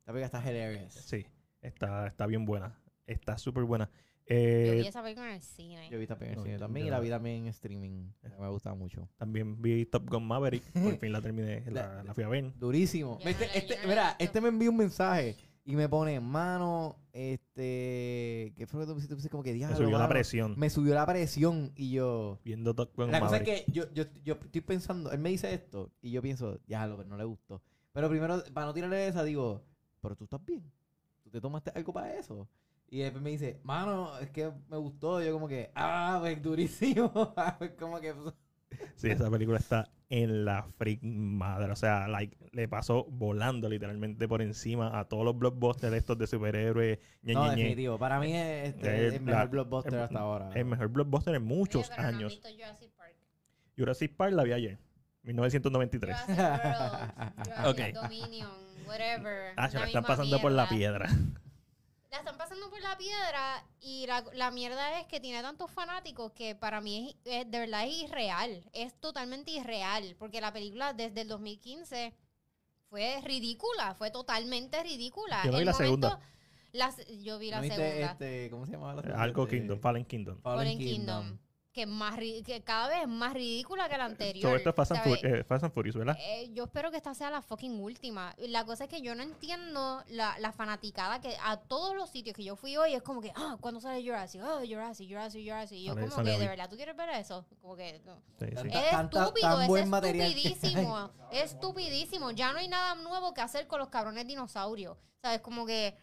[SPEAKER 3] Esta película está hilarious.
[SPEAKER 2] Sí, está, está bien buena. Está súper buena.
[SPEAKER 1] Yo
[SPEAKER 2] Eh,
[SPEAKER 1] vi esa película en el cine.
[SPEAKER 3] Yo vi también en
[SPEAKER 2] No, Eh.
[SPEAKER 3] el cine
[SPEAKER 2] yo-
[SPEAKER 3] también
[SPEAKER 2] yo
[SPEAKER 3] y la
[SPEAKER 2] no.
[SPEAKER 3] vi también en streaming. Me gustaba mucho.
[SPEAKER 2] también vi Top Gun Maverick. Por fin la terminé, la,
[SPEAKER 3] La-
[SPEAKER 2] la fui a ver.
[SPEAKER 3] Durísimo.
[SPEAKER 1] Yo no
[SPEAKER 3] Este,
[SPEAKER 1] la- yo
[SPEAKER 3] este,
[SPEAKER 1] no la he
[SPEAKER 3] mira,
[SPEAKER 1] visto.
[SPEAKER 3] este me envió un mensaje y me pone, mano, este, ¿qué fue lo que tú pusiste? Tú pusiste como que
[SPEAKER 2] Me
[SPEAKER 3] diablo.
[SPEAKER 2] subió la
[SPEAKER 3] mano".
[SPEAKER 2] presión
[SPEAKER 3] Me subió la presión y yo.
[SPEAKER 2] viendo Top Gun
[SPEAKER 3] La cosa es
[SPEAKER 2] Maverick.
[SPEAKER 3] que yo, yo, yo estoy pensando, él me dice esto y yo pienso, diablo, pero no le gustó. Pero primero, para no tirarle esa, digo, pero tú estás bien. Tú te tomaste algo para eso. Y después me dice, mano, es que me gustó. Yo como que, ah, pues durísimo. [LAUGHS] Pues como que...
[SPEAKER 2] Sí, esa película está en la freak madre. O sea, like, le pasó volando literalmente por encima a todos los blockbusters estos de superhéroes. ñe,
[SPEAKER 3] No,
[SPEAKER 2] ñe, ñe.
[SPEAKER 3] definitivo. Para mí es este,
[SPEAKER 2] Es
[SPEAKER 3] el mejor
[SPEAKER 2] la- em,
[SPEAKER 3] blockbuster
[SPEAKER 2] el-
[SPEAKER 3] hasta ahora.
[SPEAKER 2] El mejor blockbuster en muchos
[SPEAKER 1] Oye, pero no han
[SPEAKER 2] años.
[SPEAKER 1] visto Jurassic Park.
[SPEAKER 2] Jurassic Park la vi ayer, 1993.
[SPEAKER 1] Jurassic
[SPEAKER 3] [LAUGHS]
[SPEAKER 1] World, Jurassic
[SPEAKER 2] Ok.
[SPEAKER 1] Dominion, whatever.
[SPEAKER 2] Ah, se
[SPEAKER 1] la
[SPEAKER 2] la
[SPEAKER 1] misma
[SPEAKER 2] están pasando por la
[SPEAKER 1] mierda.
[SPEAKER 2] piedra. [LAUGHS]
[SPEAKER 1] La están pasando por la piedra y la, la mierda es que tiene tantos fanáticos que para mí es, es- de verdad es irreal. Es totalmente irreal. Porque la película desde el 2015 fue ridícula, fue totalmente ridícula.
[SPEAKER 2] Yo no vi
[SPEAKER 1] El
[SPEAKER 2] la segunda.
[SPEAKER 1] las- yo vi
[SPEAKER 3] ¿No
[SPEAKER 1] la
[SPEAKER 3] viste
[SPEAKER 1] segunda.
[SPEAKER 3] este, ¿Cómo se llamaba la segunda?
[SPEAKER 2] Algo
[SPEAKER 3] Este,
[SPEAKER 2] Kingdom, Fallen Kingdom.
[SPEAKER 3] Fallen
[SPEAKER 1] Fallen Kingdom. Que, es más, ri- que cada vez es más ridícula que la anterior.
[SPEAKER 2] Todo esto es Fast and,
[SPEAKER 1] ¿sabes?
[SPEAKER 2] Fur- eh, Fast and Furious, ¿verdad?
[SPEAKER 1] Eh, yo espero que esta sea la fucking última. La cosa es que yo no entiendo la, la fanaticada que a todos los sitios que yo fui hoy es como que, ah, cuando sale Jurassic, ah, Jurassic, Jurassic, Jurassic. Y yo
[SPEAKER 2] Sale-
[SPEAKER 1] como
[SPEAKER 2] sale
[SPEAKER 1] que, de
[SPEAKER 2] hoy.
[SPEAKER 1] verdad, ¿tú quieres ver eso? Como que, no.
[SPEAKER 2] Sí, sí.
[SPEAKER 3] Ta-
[SPEAKER 1] Es
[SPEAKER 3] tanta-
[SPEAKER 1] estúpido,
[SPEAKER 3] tan
[SPEAKER 1] es
[SPEAKER 3] buen material que hay.
[SPEAKER 1] estupidísimo. [LAUGHS] Es estupidísimo. Ya no hay nada nuevo que hacer con los cabrones dinosaurios. ¿Sabes? Como que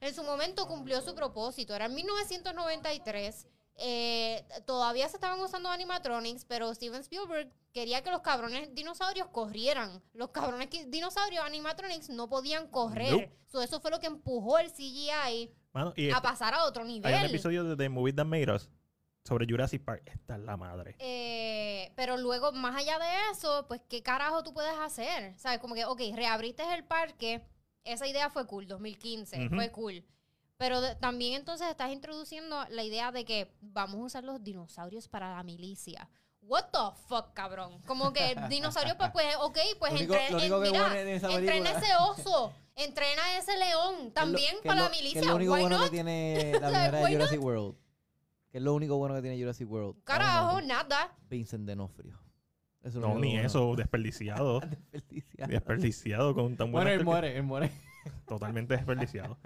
[SPEAKER 1] en su momento cumplió su propósito. Era en 1993. eh, todavía se estaban usando animatronics, pero Steven Spielberg quería que los cabrones dinosaurios corrieran. Los cabrones que- dinosaurios animatronics no podían correr.
[SPEAKER 2] Nope.
[SPEAKER 1] So, eso fue lo que empujó el CGI
[SPEAKER 2] Mano, y
[SPEAKER 1] a
[SPEAKER 2] este-
[SPEAKER 1] pasar a otro nivel.
[SPEAKER 2] hay un episodio de The Movie That Made Us sobre Jurassic Park. Esta es la madre.
[SPEAKER 1] Eh, pero luego, más allá de eso, pues, ¿qué carajo tú puedes hacer? ¿Sabes? Como que, ok, reabriste el parque. Esa idea fue cool, 2015,
[SPEAKER 2] Ujú.
[SPEAKER 1] fue cool. Pero de- también entonces estás introduciendo la idea de que vamos a usar los dinosaurios para la milicia. What the fuck, cabrón. Como
[SPEAKER 3] [LAUGHS]
[SPEAKER 1] que dinosaurios, pues, pues, ok, pues
[SPEAKER 3] Lo único-
[SPEAKER 1] entre-
[SPEAKER 3] lo único
[SPEAKER 1] en-
[SPEAKER 3] que
[SPEAKER 1] mira,
[SPEAKER 3] bueno en esa
[SPEAKER 1] entrena
[SPEAKER 3] película.
[SPEAKER 1] ese
[SPEAKER 3] [LAUGHS]
[SPEAKER 1] oso, entrena ese león, también
[SPEAKER 3] Que es
[SPEAKER 1] para
[SPEAKER 3] lo-
[SPEAKER 1] la
[SPEAKER 3] que es
[SPEAKER 1] milicia.
[SPEAKER 3] lo único
[SPEAKER 1] Why
[SPEAKER 3] bueno
[SPEAKER 1] not? [LAUGHS]
[SPEAKER 3] que tiene la primera de
[SPEAKER 1] why
[SPEAKER 3] Jurassic World. Que es lo único bueno que Ah, tiene Jurassic World.
[SPEAKER 1] Carajo,
[SPEAKER 3] Vamos,
[SPEAKER 1] nada.
[SPEAKER 3] Vincent D'Onofrio. Eso es lo
[SPEAKER 2] No,
[SPEAKER 3] único
[SPEAKER 2] ni
[SPEAKER 3] bueno. [LAUGHS]
[SPEAKER 2] eso, [LAUGHS] desperdiciado.
[SPEAKER 3] Desperdiciado.
[SPEAKER 2] desperdiciado con tan buen
[SPEAKER 3] Bueno, él
[SPEAKER 2] actor que-
[SPEAKER 3] muere, él muere.
[SPEAKER 2] Totalmente desperdiciado.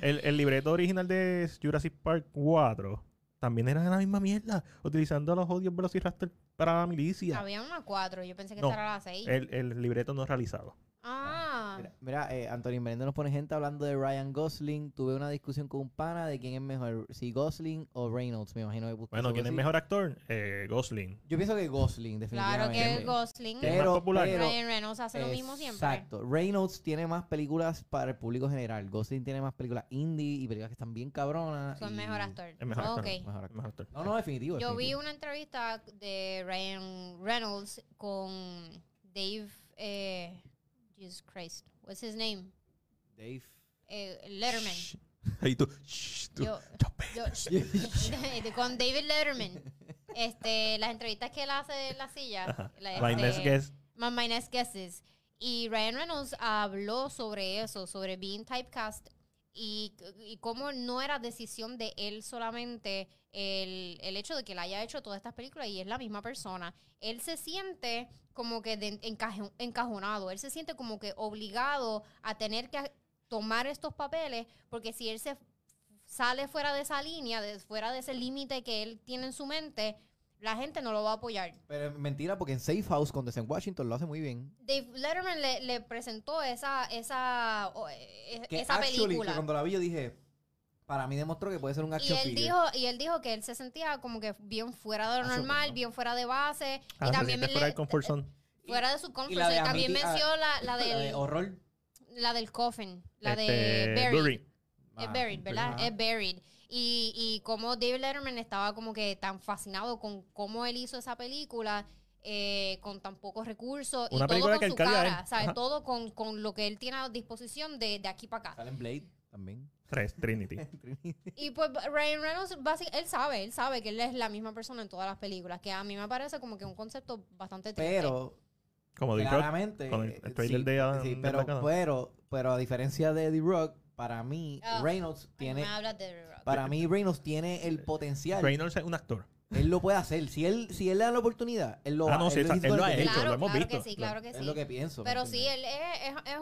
[SPEAKER 2] El, el libreto original de Jurassic Park 4 también era de la misma mierda, utilizando a los odios Velociraptor para la milicia.
[SPEAKER 1] Había una cuatro, yo pensé que
[SPEAKER 2] No,
[SPEAKER 1] esta era la seis.
[SPEAKER 3] Eh,
[SPEAKER 2] El, el libreto no realizado.
[SPEAKER 1] ah.
[SPEAKER 3] [LAUGHS] Mira, mira eh, Anthony Merendo nos pone gente hablando de Ryan Gosling. Tuve una discusión con un pana de quién es mejor, si Gosling o Reynolds. Me imagino que buscó
[SPEAKER 2] Bueno,
[SPEAKER 3] algo
[SPEAKER 2] ¿quién es
[SPEAKER 3] así.
[SPEAKER 2] mejor actor? Eh, Gosling.
[SPEAKER 3] Yo pienso que Gosling,
[SPEAKER 1] Claro
[SPEAKER 3] definitivamente.
[SPEAKER 1] que
[SPEAKER 2] Obviamente.
[SPEAKER 1] el Gosling.
[SPEAKER 2] Que es más
[SPEAKER 3] Pero,
[SPEAKER 2] popular.
[SPEAKER 3] pero-
[SPEAKER 1] Ryan Reynolds hace lo mismo siempre.
[SPEAKER 3] Exacto. Reynolds tiene más películas para el público general. Gosling tiene más películas indie y películas que están bien cabronas.
[SPEAKER 1] Son
[SPEAKER 3] y-
[SPEAKER 1] mejor actor.
[SPEAKER 2] Es mejor actor.
[SPEAKER 1] Ok.
[SPEAKER 3] mejor actor.
[SPEAKER 2] Mejor actor.
[SPEAKER 3] No, no, definitivo.
[SPEAKER 1] Yo vi
[SPEAKER 3] definitivo.
[SPEAKER 1] una entrevista de Ryan Reynolds con Dave. Eh, Jesus Christ. What's his name?
[SPEAKER 3] Dave.
[SPEAKER 1] Eh, Letterman.
[SPEAKER 2] Shh. Ahí tú. shh, tú.
[SPEAKER 1] Yo,
[SPEAKER 2] Chope.
[SPEAKER 1] yo, [LAUGHS] de- con David Letterman. Este, las entrevistas que él hace en la silla.
[SPEAKER 2] Ajá.
[SPEAKER 1] la-
[SPEAKER 2] My
[SPEAKER 1] este,
[SPEAKER 2] next guess.
[SPEAKER 1] My, my next guesses. Y Ryan Reynolds habló sobre eso, sobre being typecast y, y cómo no era decisión de él solamente el, el hecho de que él haya hecho todas estas películas y es la misma persona. Él se siente como que de- encaje- encajonado, él se siente como que obligado a tener que a- tomar estos papeles porque si él se f- sale fuera de esa línea, de, fuera de ese límite que él tiene en su mente, la gente no lo va a apoyar.
[SPEAKER 3] [LAUGHS] Pero es mentira, porque en Safe House, cuando está en Washington, lo hace muy bien.
[SPEAKER 1] Dave Letterman le, le presentó esa esa o- eh,
[SPEAKER 3] Que
[SPEAKER 1] esa
[SPEAKER 3] actually, que
[SPEAKER 1] película
[SPEAKER 3] cuando la vi, yo dije. Para mí demostró que puede ser un
[SPEAKER 1] y
[SPEAKER 3] action
[SPEAKER 1] él
[SPEAKER 3] figure.
[SPEAKER 1] dijo y él dijo que él se sentía como que bien fuera de lo
[SPEAKER 3] Ah, sí,
[SPEAKER 1] normal
[SPEAKER 3] ¿no?
[SPEAKER 1] bien fuera de base
[SPEAKER 2] Ah,
[SPEAKER 1] y
[SPEAKER 2] se
[SPEAKER 1] también
[SPEAKER 2] siente
[SPEAKER 1] le- eh,
[SPEAKER 2] fuera del comfort zone.
[SPEAKER 1] fuera de su
[SPEAKER 3] y
[SPEAKER 1] comfort
[SPEAKER 3] la de
[SPEAKER 1] zone. también
[SPEAKER 3] Amity- ah,
[SPEAKER 1] mencionó la, la
[SPEAKER 3] La
[SPEAKER 1] del
[SPEAKER 3] de horror.
[SPEAKER 1] la del coffin la de
[SPEAKER 2] Este,
[SPEAKER 1] Barry
[SPEAKER 2] Bury.
[SPEAKER 1] Es Buried, ¿verdad?
[SPEAKER 3] ah, ajá.
[SPEAKER 1] Es Buried. Y, y como David Letterman estaba como que tan fascinado con cómo él hizo esa película, eh, con tan pocos recursos,
[SPEAKER 2] Una
[SPEAKER 1] y todo
[SPEAKER 2] película
[SPEAKER 1] con
[SPEAKER 2] que
[SPEAKER 1] su
[SPEAKER 2] él carga
[SPEAKER 1] cara,
[SPEAKER 2] él.
[SPEAKER 1] ¿sabes?
[SPEAKER 2] Ajá.
[SPEAKER 1] Todo con, con lo que él tiene a disposición de, de aquí para acá.
[SPEAKER 3] Sale en Blade también.
[SPEAKER 2] Tres, Trinity.
[SPEAKER 1] Y pues Ryan Reynolds, básica- él sabe, él sabe que él es la misma persona en todas las películas, que a mí me parece como que un concepto bastante triste.
[SPEAKER 3] Pero
[SPEAKER 2] Como dijo.
[SPEAKER 3] Claramente.
[SPEAKER 2] con el-
[SPEAKER 3] eh,
[SPEAKER 2] el trailer
[SPEAKER 3] sí,
[SPEAKER 2] de Adam-
[SPEAKER 3] sí,
[SPEAKER 2] de
[SPEAKER 3] pero,
[SPEAKER 2] Black Adam.
[SPEAKER 3] pero, pero a diferencia de The Rock, para mí,
[SPEAKER 1] Ah,
[SPEAKER 3] Reynolds
[SPEAKER 1] Ay, no
[SPEAKER 3] tiene.
[SPEAKER 1] me hablas de The Rock.
[SPEAKER 3] Para mí, Reynolds tiene el potencial.
[SPEAKER 2] Reynolds es un actor.
[SPEAKER 3] Él lo puede hacer. Si él, si él le da la oportunidad, él lo
[SPEAKER 2] Ah,
[SPEAKER 3] va-
[SPEAKER 2] no, sí, esa-
[SPEAKER 3] hizo
[SPEAKER 2] él lo ha
[SPEAKER 3] desde el
[SPEAKER 2] hecho,
[SPEAKER 1] claro,
[SPEAKER 2] lo hemos
[SPEAKER 1] claro
[SPEAKER 2] visto.
[SPEAKER 1] que sí, claro que
[SPEAKER 3] principio.
[SPEAKER 1] sí.
[SPEAKER 3] Es lo que pienso. ¿me
[SPEAKER 1] Pero sí,
[SPEAKER 3] entiendes?
[SPEAKER 1] él es, es- es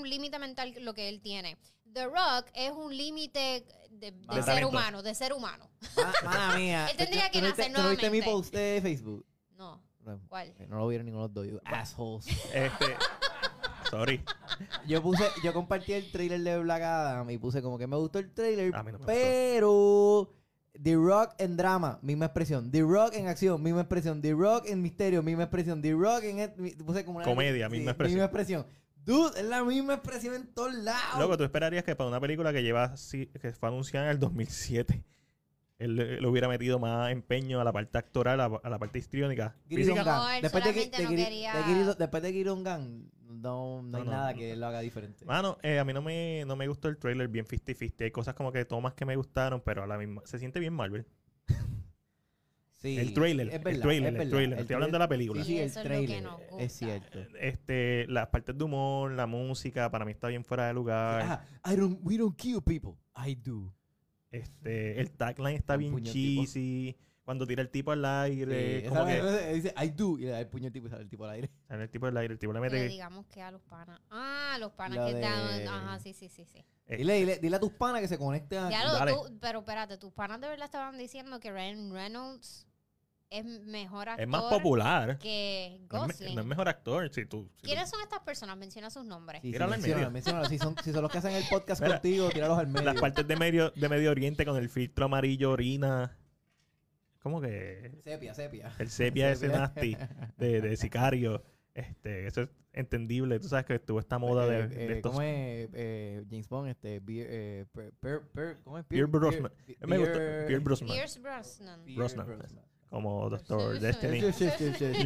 [SPEAKER 1] un límite mental lo que él tiene. The Rock es un límite de, de
[SPEAKER 3] De
[SPEAKER 1] ser
[SPEAKER 2] talento.
[SPEAKER 1] humano, de ser humano. [LAUGHS]
[SPEAKER 3] Ma- Mala mía.
[SPEAKER 1] Él tendría
[SPEAKER 3] ¿Tú-
[SPEAKER 1] que
[SPEAKER 3] tú no viste-
[SPEAKER 1] nacer
[SPEAKER 3] ¿Tú no viste mi
[SPEAKER 1] nuevamente.
[SPEAKER 3] post de Facebook?
[SPEAKER 1] No,
[SPEAKER 3] No,
[SPEAKER 1] ¿cuál? [LAUGHS]
[SPEAKER 3] no lo vieron ninguno de los dos. you Assholes.
[SPEAKER 2] Este, Sorry.
[SPEAKER 3] Yo puse, yo compartí el trailer de Black Adam y puse como que me gustó el trailer,
[SPEAKER 2] A mí no me
[SPEAKER 3] pero The Rock en drama, misma expresión. The Rock en acción, misma expresión. The Rock en misterio, misma expresión. The Rock en et- mi- puse como una
[SPEAKER 2] Comedia, misma expresión.
[SPEAKER 3] misma expresión. Dude, es la misma expresión en todos lados.
[SPEAKER 2] Loco, tú esperarías que para una película que lleva si- que fue anunciada en el 2007, él le, le hubiera metido más empeño a la parte actoral, a, a la parte histriónica.
[SPEAKER 3] Gridon
[SPEAKER 2] Física-
[SPEAKER 3] Gun.
[SPEAKER 1] No, él
[SPEAKER 3] Después de, que-
[SPEAKER 1] solamente
[SPEAKER 3] de
[SPEAKER 1] no
[SPEAKER 3] Gri-
[SPEAKER 1] quería-
[SPEAKER 3] de Gridon- después de Gridon Gun, no, no hay
[SPEAKER 2] No, no,
[SPEAKER 3] nada
[SPEAKER 2] no.
[SPEAKER 3] que lo haga diferente.
[SPEAKER 2] Mano, eh, a mí no me, no me gustó el trailer bien 50-50. Hay cosas como que tomas que me gustaron, pero a la misma. Se siente bien Marvel.
[SPEAKER 3] Sí,
[SPEAKER 2] el trailer,
[SPEAKER 3] es
[SPEAKER 2] el
[SPEAKER 3] verdad,
[SPEAKER 2] trailer,
[SPEAKER 3] es
[SPEAKER 2] el
[SPEAKER 3] verdad.
[SPEAKER 2] trailer. Estoy hablando de la película.
[SPEAKER 3] Sí, sí, el
[SPEAKER 1] Eso es lo que
[SPEAKER 3] trailer.
[SPEAKER 1] nos
[SPEAKER 3] eh,
[SPEAKER 1] gusta.
[SPEAKER 3] Es cierto.
[SPEAKER 2] Este, las partes de humor, la música, para mí está bien fuera de lugar.
[SPEAKER 3] Ajá, I don't, we don't kill people. I do.
[SPEAKER 2] Este, el tagline está
[SPEAKER 3] Un
[SPEAKER 2] bien
[SPEAKER 3] puño tipo.
[SPEAKER 2] cheesy. Cuando tira el tipo al
[SPEAKER 3] Eh,
[SPEAKER 2] aire, como
[SPEAKER 3] esa-
[SPEAKER 2] que
[SPEAKER 3] esa- dice I do y le da el puño al tipo y sale el tipo al aire.
[SPEAKER 2] sale el tipo al aire, el tipo le
[SPEAKER 1] Pero
[SPEAKER 2] mete.
[SPEAKER 1] digamos que a los panas. Ah, los panas
[SPEAKER 3] Lo
[SPEAKER 1] que
[SPEAKER 3] de-
[SPEAKER 1] dan. Ajá, sí, sí, sí, sí.
[SPEAKER 2] [LAUGHS] Eh,
[SPEAKER 3] Dile, dile, dile a tus panas que se conecten. a-
[SPEAKER 1] Ya lo-
[SPEAKER 2] Ah, dale.
[SPEAKER 1] tú- pero espérate, tus panas de verdad estaban diciendo que Ryan Reynolds es mejor actor
[SPEAKER 2] Es más popular.
[SPEAKER 1] que
[SPEAKER 2] No es me-
[SPEAKER 1] Gosling.
[SPEAKER 2] No es mejor actor. Si tú, si tú-
[SPEAKER 1] ¿Quiénes son estas personas? Menciona sus nombres.
[SPEAKER 3] Sí, sí,
[SPEAKER 2] Tíralo al
[SPEAKER 3] menciónalo,
[SPEAKER 2] medio.
[SPEAKER 3] menciónalo. Si, son, si son los que hacen el podcast
[SPEAKER 2] Mira,
[SPEAKER 3] contigo, tíralos al
[SPEAKER 2] [LAUGHS]
[SPEAKER 3] medio.
[SPEAKER 2] Las partes de medio, de medio Oriente con el filtro amarillo, orina. ¿Cómo que?
[SPEAKER 3] Sepia, sepia.
[SPEAKER 2] El sepia ese
[SPEAKER 3] Sepia.
[SPEAKER 2] nasty
[SPEAKER 3] [LAUGHS]
[SPEAKER 2] de, de sicario. Este, eso es entendible. Tú sabes que estuvo esta moda de,
[SPEAKER 3] Eh,
[SPEAKER 2] de
[SPEAKER 3] eh,
[SPEAKER 2] estos.
[SPEAKER 3] ¿Cómo es eh, James Bond? Este, Beer, eh, per, per, per- ¿Cómo es?
[SPEAKER 2] Pierre Brosnan.
[SPEAKER 3] Beer-
[SPEAKER 2] Eh, Me gusta.
[SPEAKER 3] Beer-
[SPEAKER 2] Pierce Brosnan.
[SPEAKER 1] Pierce Brosnan.
[SPEAKER 3] Beer
[SPEAKER 2] Brosnan.
[SPEAKER 3] Brosnan.
[SPEAKER 2] Como Doctor
[SPEAKER 1] Sí, sí.
[SPEAKER 2] Destiny.
[SPEAKER 3] Sí, sí, sí, sí, sí, sí,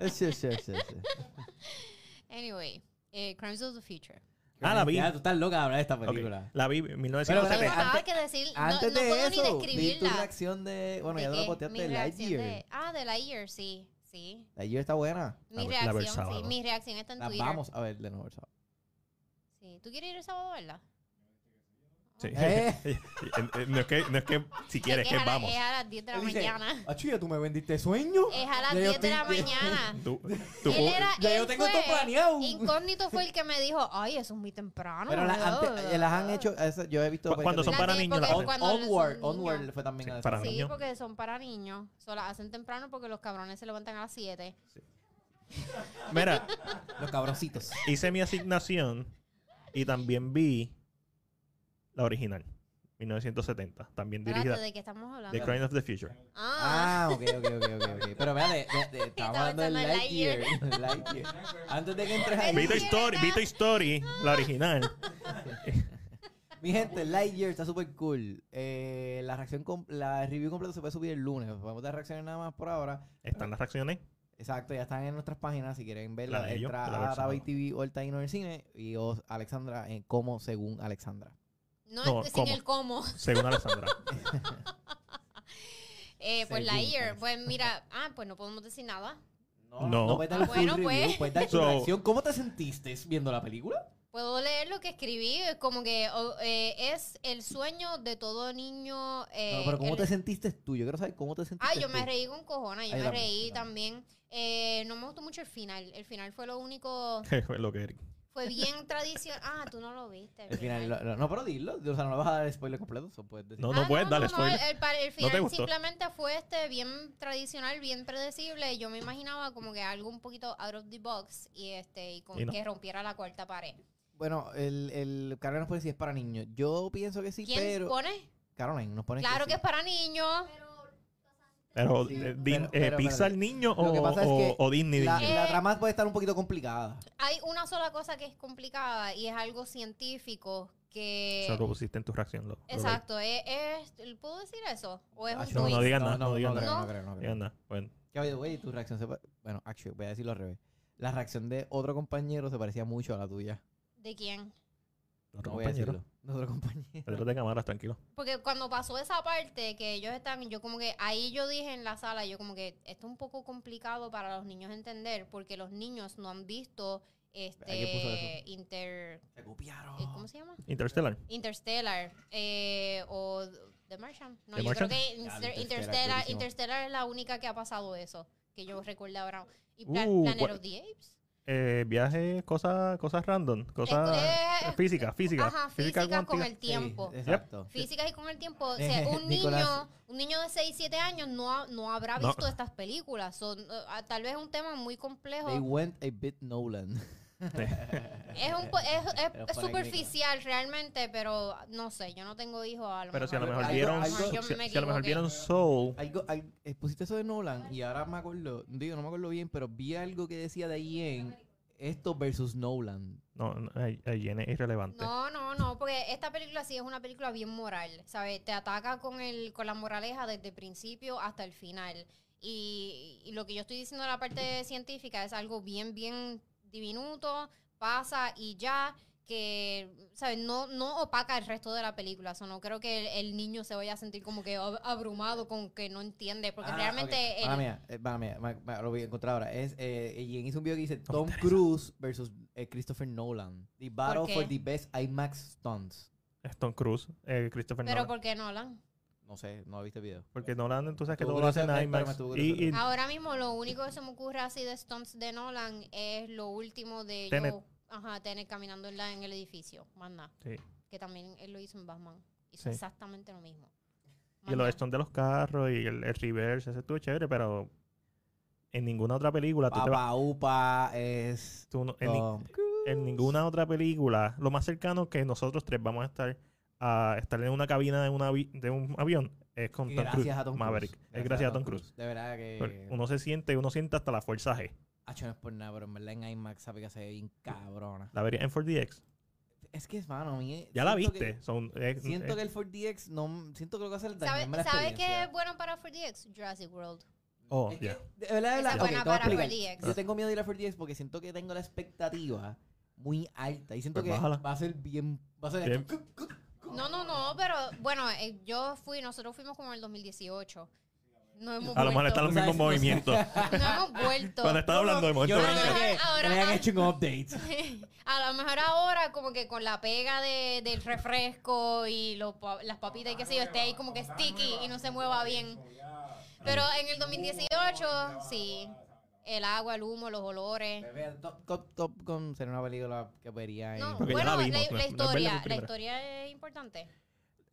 [SPEAKER 3] sí, sí, sí, sí.
[SPEAKER 1] Anyway, eh, Crimes of the Future.
[SPEAKER 2] Ah, la vi.
[SPEAKER 3] Ya, tú estás loca de hablar de esta
[SPEAKER 2] Ok,
[SPEAKER 3] película.
[SPEAKER 2] La vi en
[SPEAKER 1] No tengo
[SPEAKER 2] 1970.
[SPEAKER 3] antes-
[SPEAKER 1] nada que decir. No,
[SPEAKER 3] Antes
[SPEAKER 1] no
[SPEAKER 3] de
[SPEAKER 1] puedo
[SPEAKER 3] eso,
[SPEAKER 1] ni
[SPEAKER 3] vi tu
[SPEAKER 1] describirla.
[SPEAKER 3] reacción de... Bueno,
[SPEAKER 1] ¿De
[SPEAKER 3] ya tú la
[SPEAKER 1] qué?
[SPEAKER 3] posteaste
[SPEAKER 1] Mi
[SPEAKER 3] de
[SPEAKER 1] reacción
[SPEAKER 3] Lightyear.
[SPEAKER 1] de- ah, de Lightyear, sí. Sí.
[SPEAKER 3] Lightyear está buena.
[SPEAKER 1] Mi
[SPEAKER 2] ver- la ver
[SPEAKER 1] reacción, sí.
[SPEAKER 2] sábado.
[SPEAKER 1] Mi reacción está en
[SPEAKER 3] La
[SPEAKER 1] Twitter.
[SPEAKER 3] Ah, vamos a ver de nuevo. ¿sabes?
[SPEAKER 1] Sí. ¿Tú quieres ir el sábado, verdad?
[SPEAKER 2] Sí.
[SPEAKER 3] ¿Eh?
[SPEAKER 2] [LAUGHS] Eh, no, es que, no es que si quieres,
[SPEAKER 1] es
[SPEAKER 2] que
[SPEAKER 1] a la-
[SPEAKER 2] vamos.
[SPEAKER 1] Es a las 10 de la
[SPEAKER 3] Él dice,
[SPEAKER 1] mañana. Eh,
[SPEAKER 3] Achu, ya tú me vendiste sueño.
[SPEAKER 1] Es a las
[SPEAKER 3] ya yo
[SPEAKER 1] 10 de la
[SPEAKER 3] estoy-
[SPEAKER 1] mañana.
[SPEAKER 2] Tú- [LAUGHS] tú-
[SPEAKER 1] él era,
[SPEAKER 3] Ya yo
[SPEAKER 1] él
[SPEAKER 3] tengo todo
[SPEAKER 1] fue-
[SPEAKER 3] planeado.
[SPEAKER 1] Incógnito fue el que me dijo, ay, eso es muy temprano.
[SPEAKER 3] Pero las,
[SPEAKER 1] bla, bla,
[SPEAKER 3] antes-
[SPEAKER 1] bla,
[SPEAKER 3] las han
[SPEAKER 1] bla".
[SPEAKER 3] hecho... esas- yo he visto... pues,
[SPEAKER 2] Cu- cuando son
[SPEAKER 1] La
[SPEAKER 2] para
[SPEAKER 1] de-
[SPEAKER 2] niños,
[SPEAKER 1] porque
[SPEAKER 2] las hacen.
[SPEAKER 1] cuando son
[SPEAKER 3] Onward.
[SPEAKER 1] niños.
[SPEAKER 3] Onward fue también
[SPEAKER 2] Sí,
[SPEAKER 3] a
[SPEAKER 2] para
[SPEAKER 1] Sí,
[SPEAKER 2] niños.
[SPEAKER 1] porque son para niños. So, las hacen temprano porque los cabrones se levantan a las 7.
[SPEAKER 2] Mira,
[SPEAKER 3] Los cabroncitos.
[SPEAKER 2] hice mi asignación y también vi la original, 1970, también dirigida
[SPEAKER 1] Espérate, Ah, ¿de qué estamos hablando?
[SPEAKER 2] The Crime of the Future.
[SPEAKER 1] Ah,
[SPEAKER 3] Ah, ok, ok, ok, ok. ok. Pero
[SPEAKER 1] [LAUGHS]
[SPEAKER 3] vea, de, de, de, estamos
[SPEAKER 1] Estaba
[SPEAKER 3] hablando
[SPEAKER 1] pensando
[SPEAKER 3] de
[SPEAKER 1] en
[SPEAKER 3] Lightyear. [LAUGHS] Lightyear. Antes de que entres
[SPEAKER 2] Vi
[SPEAKER 3] ahí.
[SPEAKER 2] Toy Story, vi Toy Story, la original.
[SPEAKER 3] Mi gente, Lightyear está súper cool. Eh, la reacción, com- la review completa se puede subir el lunes. Vamos a dar reacciones nada más por ahora.
[SPEAKER 2] Están las reacciones.
[SPEAKER 3] Exacto, ya están en nuestras páginas. Si quieren
[SPEAKER 2] La
[SPEAKER 3] verla,
[SPEAKER 2] de ellos,
[SPEAKER 3] entra
[SPEAKER 2] la del
[SPEAKER 3] a Tabai
[SPEAKER 2] sábado.
[SPEAKER 3] TV o el Taino del Cine y os- Alexandra en Como Según Alexandra.
[SPEAKER 1] no,
[SPEAKER 2] No,
[SPEAKER 1] sin
[SPEAKER 2] ¿cómo?
[SPEAKER 1] el cómo.
[SPEAKER 2] Según Alessandra. [LAUGHS]
[SPEAKER 1] Eh, pues
[SPEAKER 3] Según,
[SPEAKER 1] la year.
[SPEAKER 3] parece.
[SPEAKER 1] Pues mira, ah, pues no podemos decir nada.
[SPEAKER 3] No,
[SPEAKER 2] No.
[SPEAKER 3] no puedes dar
[SPEAKER 1] Ah,
[SPEAKER 3] full
[SPEAKER 1] bueno,
[SPEAKER 3] review,
[SPEAKER 1] pues.
[SPEAKER 3] puedes dar tu
[SPEAKER 2] [LAUGHS] So-
[SPEAKER 3] reacción. ¿Cómo te sentiste viendo la película?
[SPEAKER 1] Puedo leer lo que escribí, es como que oh, eh, es el sueño de todo niño. eh,
[SPEAKER 3] no, pero ¿cómo
[SPEAKER 1] el-
[SPEAKER 3] te sentiste tú? Yo quiero saber cómo te sentiste
[SPEAKER 1] Ah, yo
[SPEAKER 3] tú.
[SPEAKER 1] me reí con cojones, yo
[SPEAKER 3] Ahí
[SPEAKER 1] me
[SPEAKER 3] también,
[SPEAKER 1] reí
[SPEAKER 3] ahí también.
[SPEAKER 1] también. Eh, no me gustó mucho el final, el final fue lo único,
[SPEAKER 2] Este Fue lo que Eric.
[SPEAKER 1] fue bien tradicional. Ah, tú no lo viste. el
[SPEAKER 3] Al final,
[SPEAKER 1] final.
[SPEAKER 3] lo- lo- no, pero dilo. O sea, no le vas a dar spoiler completo. Eso puedes decir.
[SPEAKER 2] No, no
[SPEAKER 1] Ah,
[SPEAKER 2] puedes darle
[SPEAKER 1] no,
[SPEAKER 2] spoiler.
[SPEAKER 1] el, pa- el final
[SPEAKER 2] te gustó?
[SPEAKER 1] simplemente fue este bien tradicional, bien predecible. Yo me imaginaba como que algo un poquito out of the box y este y con-
[SPEAKER 2] Y no.
[SPEAKER 1] que rompiera la cuarta pared.
[SPEAKER 3] Bueno, el, el Carolina nos puede decir es para niños. Yo pienso que sí,
[SPEAKER 1] ¿Quién
[SPEAKER 3] pero.
[SPEAKER 1] pone?
[SPEAKER 3] Caroline nos pone.
[SPEAKER 1] Claro que
[SPEAKER 3] sí.
[SPEAKER 1] es para niños.
[SPEAKER 2] Pero,
[SPEAKER 3] Sí,
[SPEAKER 2] eh,
[SPEAKER 3] pero-
[SPEAKER 2] Din-
[SPEAKER 3] pero,
[SPEAKER 2] eh, Pixar
[SPEAKER 3] pero-
[SPEAKER 2] niño
[SPEAKER 3] Lo que
[SPEAKER 2] o,
[SPEAKER 3] pasa es
[SPEAKER 2] o-
[SPEAKER 3] que
[SPEAKER 2] o Disney
[SPEAKER 3] La,
[SPEAKER 2] niño.
[SPEAKER 3] la
[SPEAKER 1] Eh.
[SPEAKER 3] trama puede estar un poquito complicada.
[SPEAKER 1] Hay una sola cosa que es complicada y es algo científico que
[SPEAKER 2] Eso lo pusiste en tu reacción. lo- lo-
[SPEAKER 1] Exacto, es, es- ¿puedo decir eso? ¿O es
[SPEAKER 3] Ah,
[SPEAKER 1] Pues, un
[SPEAKER 3] yo
[SPEAKER 2] no
[SPEAKER 1] tweet?
[SPEAKER 2] lo digas nada, no
[SPEAKER 3] No,
[SPEAKER 2] digas
[SPEAKER 3] creo,
[SPEAKER 1] nada.
[SPEAKER 3] no creo, no
[SPEAKER 2] lo-
[SPEAKER 3] creo.
[SPEAKER 2] Ya anda, bueno.
[SPEAKER 3] Que, by the way, tu reacción se pa- Bueno, actually, voy a decirlo al revés. La reacción de otro compañero se parecía mucho a la tuya.
[SPEAKER 1] ¿De quién?
[SPEAKER 2] Otro
[SPEAKER 3] no voy a
[SPEAKER 2] compañero.
[SPEAKER 3] decirlo. De [LAUGHS] otro compañero.
[SPEAKER 2] Detrás de cámaras, tranquilo.
[SPEAKER 1] Porque cuando pasó esa parte que ellos están, yo como que ahí yo dije en la sala, yo como que esto es un poco complicado para los niños entender porque los niños no han visto
[SPEAKER 3] puso
[SPEAKER 1] este
[SPEAKER 3] eso?
[SPEAKER 1] inter
[SPEAKER 3] Se copiaron.
[SPEAKER 1] eh, ¿cómo se llama?
[SPEAKER 2] Interstellar.
[SPEAKER 1] Interstellar eh, o The Martian. No,
[SPEAKER 2] The
[SPEAKER 1] yo
[SPEAKER 2] Martian.
[SPEAKER 1] creo que Inter-
[SPEAKER 3] Ah, Interstellar,
[SPEAKER 1] Interstellar,
[SPEAKER 3] durísimo.
[SPEAKER 1] Interstellar es la única que ha pasado eso, que yo recuerdo ahora. Y
[SPEAKER 2] Uh,
[SPEAKER 1] Pla- Planet
[SPEAKER 2] ¿cuál-
[SPEAKER 1] of the Apes.
[SPEAKER 2] Eh, viajes, cosas cosas random, cosas
[SPEAKER 1] Eh, eh,
[SPEAKER 2] físicas, físicas.
[SPEAKER 1] Ajá, física, con
[SPEAKER 2] cuántica.
[SPEAKER 1] el tiempo.
[SPEAKER 3] exacto.
[SPEAKER 1] físicas y con el tiempo.
[SPEAKER 3] [LAUGHS]
[SPEAKER 1] O sea,
[SPEAKER 3] Eh,
[SPEAKER 1] un
[SPEAKER 3] Nicolás.
[SPEAKER 1] niño, un niño de 6, 7 años no, ha- no habrá
[SPEAKER 2] No.
[SPEAKER 1] visto estas películas. Son, eh, ah, tal vez es un tema muy complejo.
[SPEAKER 3] They went a bit Nolan.
[SPEAKER 1] Es,
[SPEAKER 3] [LAUGHS]
[SPEAKER 1] un, po- es, es-
[SPEAKER 3] Pero
[SPEAKER 1] es
[SPEAKER 3] polémico.
[SPEAKER 1] superficial realmente, pero no sé, yo no tengo hijos. A lo
[SPEAKER 2] Pero si a lo
[SPEAKER 3] Algo-
[SPEAKER 2] mejor
[SPEAKER 3] algo-
[SPEAKER 2] vieron,
[SPEAKER 3] algo-
[SPEAKER 2] si,
[SPEAKER 1] yo me
[SPEAKER 2] si a lo mejor
[SPEAKER 1] equivoqué.
[SPEAKER 2] vieron Soul,
[SPEAKER 3] Algo, al- expusiste eso de Nolan y ahora me acuerdo, digo, no me acuerdo bien, pero vi algo que decía de ahí en esto versus Nolan.
[SPEAKER 2] no, no, ahí- ahí es irrelevante.
[SPEAKER 1] No, no, no, porque esta película sí es una película bien moral, ¿sabes? Te ataca con el con la moraleja desde el principio hasta el final. Y, y lo que yo estoy diciendo de la parte científica es algo bien, bien diminuto, pasa y ya, que, ¿sabes? No, no opaca el resto de la película. O sea, no creo que el, el niño se vaya a sentir como que ab- abrumado con que no entiende, porque
[SPEAKER 3] Ah,
[SPEAKER 1] realmente...
[SPEAKER 3] ok.
[SPEAKER 1] el-
[SPEAKER 3] Mala mía, eh, mala mía, ma- ma- lo voy a encontrar ahora. Es, eh, Jen hizo un video que dice
[SPEAKER 2] me
[SPEAKER 3] Tom
[SPEAKER 2] interesa.
[SPEAKER 3] Cruise versus eh, Christopher Nolan. The battle
[SPEAKER 1] qué?
[SPEAKER 3] for the best IMAX stunts.
[SPEAKER 2] Stone Cruz, eh, Christopher
[SPEAKER 1] pero
[SPEAKER 2] Nolan.
[SPEAKER 1] ¿por qué Nolan?
[SPEAKER 3] No sé, no viste el video.
[SPEAKER 2] Porque Nolan, entonces, que
[SPEAKER 3] Estuvo
[SPEAKER 2] todo lo
[SPEAKER 3] grueso,
[SPEAKER 2] hacen
[SPEAKER 3] pero- pero me
[SPEAKER 2] IMAX.
[SPEAKER 3] estuvo
[SPEAKER 2] Y, y
[SPEAKER 3] grueso.
[SPEAKER 1] Ahora mismo lo único que se me ocurre así de Stunts de Nolan es lo último de
[SPEAKER 2] Tenet.
[SPEAKER 1] yo, ajá, tener caminando en, la- en el edificio, más nada,
[SPEAKER 2] sí.
[SPEAKER 1] que también él lo hizo en Batman. Hizo
[SPEAKER 2] Sí.
[SPEAKER 1] exactamente lo mismo.
[SPEAKER 2] Y
[SPEAKER 1] Más
[SPEAKER 2] los
[SPEAKER 1] nada.
[SPEAKER 2] Stones de los carros y el, el reverse, ese estuvo chévere, pero en ninguna otra película tú te vas-
[SPEAKER 3] Papa Upa es
[SPEAKER 2] tú no- en, ni-
[SPEAKER 3] Tom
[SPEAKER 2] en ninguna otra película, lo más cercano que nosotros tres vamos a estar a estar en una cabina de, un avi- de un avión es con
[SPEAKER 3] Y
[SPEAKER 2] Tom Cruise,
[SPEAKER 3] gracias a Eh. Tom Cruise.
[SPEAKER 2] Maverick. Es gracias a Tom Cruise.
[SPEAKER 3] De verdad que.
[SPEAKER 2] Uno se siente, uno siente hasta la fuerza G.
[SPEAKER 3] Hacho no es por nada, pero en verdad en IMAX sabe que se ve bien cabrona.
[SPEAKER 2] La vería en 4DX.
[SPEAKER 3] Es que, mano, a mí.
[SPEAKER 2] Ya la
[SPEAKER 3] siento que-
[SPEAKER 2] viste. son- es-
[SPEAKER 3] siento
[SPEAKER 2] es-
[SPEAKER 3] que el 4DX no. Siento que lo que hace el
[SPEAKER 1] ¿Sabe-
[SPEAKER 3] dañarme la
[SPEAKER 1] ¿Sabes qué
[SPEAKER 3] experiencia.
[SPEAKER 1] es bueno para 4DX? Jurassic World.
[SPEAKER 2] Oh,
[SPEAKER 3] Es que,
[SPEAKER 2] ya.
[SPEAKER 3] De verdad, de
[SPEAKER 1] Esa
[SPEAKER 3] verdad.
[SPEAKER 1] es buena
[SPEAKER 3] ok, te voy a
[SPEAKER 1] para
[SPEAKER 3] explicar.
[SPEAKER 1] 4DX.
[SPEAKER 3] Yo tengo miedo de ir a 4DX porque siento que tengo la expectativa muy alta. Y siento
[SPEAKER 2] Pues
[SPEAKER 3] que
[SPEAKER 2] bájala.
[SPEAKER 3] va a ser bien. Va a ser.
[SPEAKER 2] Bien.
[SPEAKER 1] No, no, no, pero bueno, eh, yo fui, nosotros fuimos como en el 2018. No hemos
[SPEAKER 2] A lo mejor
[SPEAKER 1] vuelto.
[SPEAKER 2] están los
[SPEAKER 3] Tú sabes,
[SPEAKER 2] mismos
[SPEAKER 3] tú sabes. pues,
[SPEAKER 2] movimientos.
[SPEAKER 1] No hemos vuelto.
[SPEAKER 2] [LAUGHS] Cuando estaba hablando de
[SPEAKER 3] Yo
[SPEAKER 2] momento.
[SPEAKER 1] ahora-
[SPEAKER 3] creo que
[SPEAKER 1] ahora-
[SPEAKER 3] le han hecho
[SPEAKER 1] [LAUGHS]
[SPEAKER 3] un update.
[SPEAKER 1] A lo mejor ahora, como que con la pega de, del refresco y lo pa- las papitas y qué sé yo, esté ahí como que sticky y no se mueva bien. Pero en el 2018, sí. El agua, el humo, los olores.
[SPEAKER 3] Bebé, Top, top, top Gun sería una película que vería en.
[SPEAKER 1] No,
[SPEAKER 2] Porque ya la
[SPEAKER 1] bueno, la,
[SPEAKER 2] vimos, pues,
[SPEAKER 1] la
[SPEAKER 2] no es- no es verla
[SPEAKER 1] historia,
[SPEAKER 2] por
[SPEAKER 1] la
[SPEAKER 2] primera.
[SPEAKER 1] historia es importante.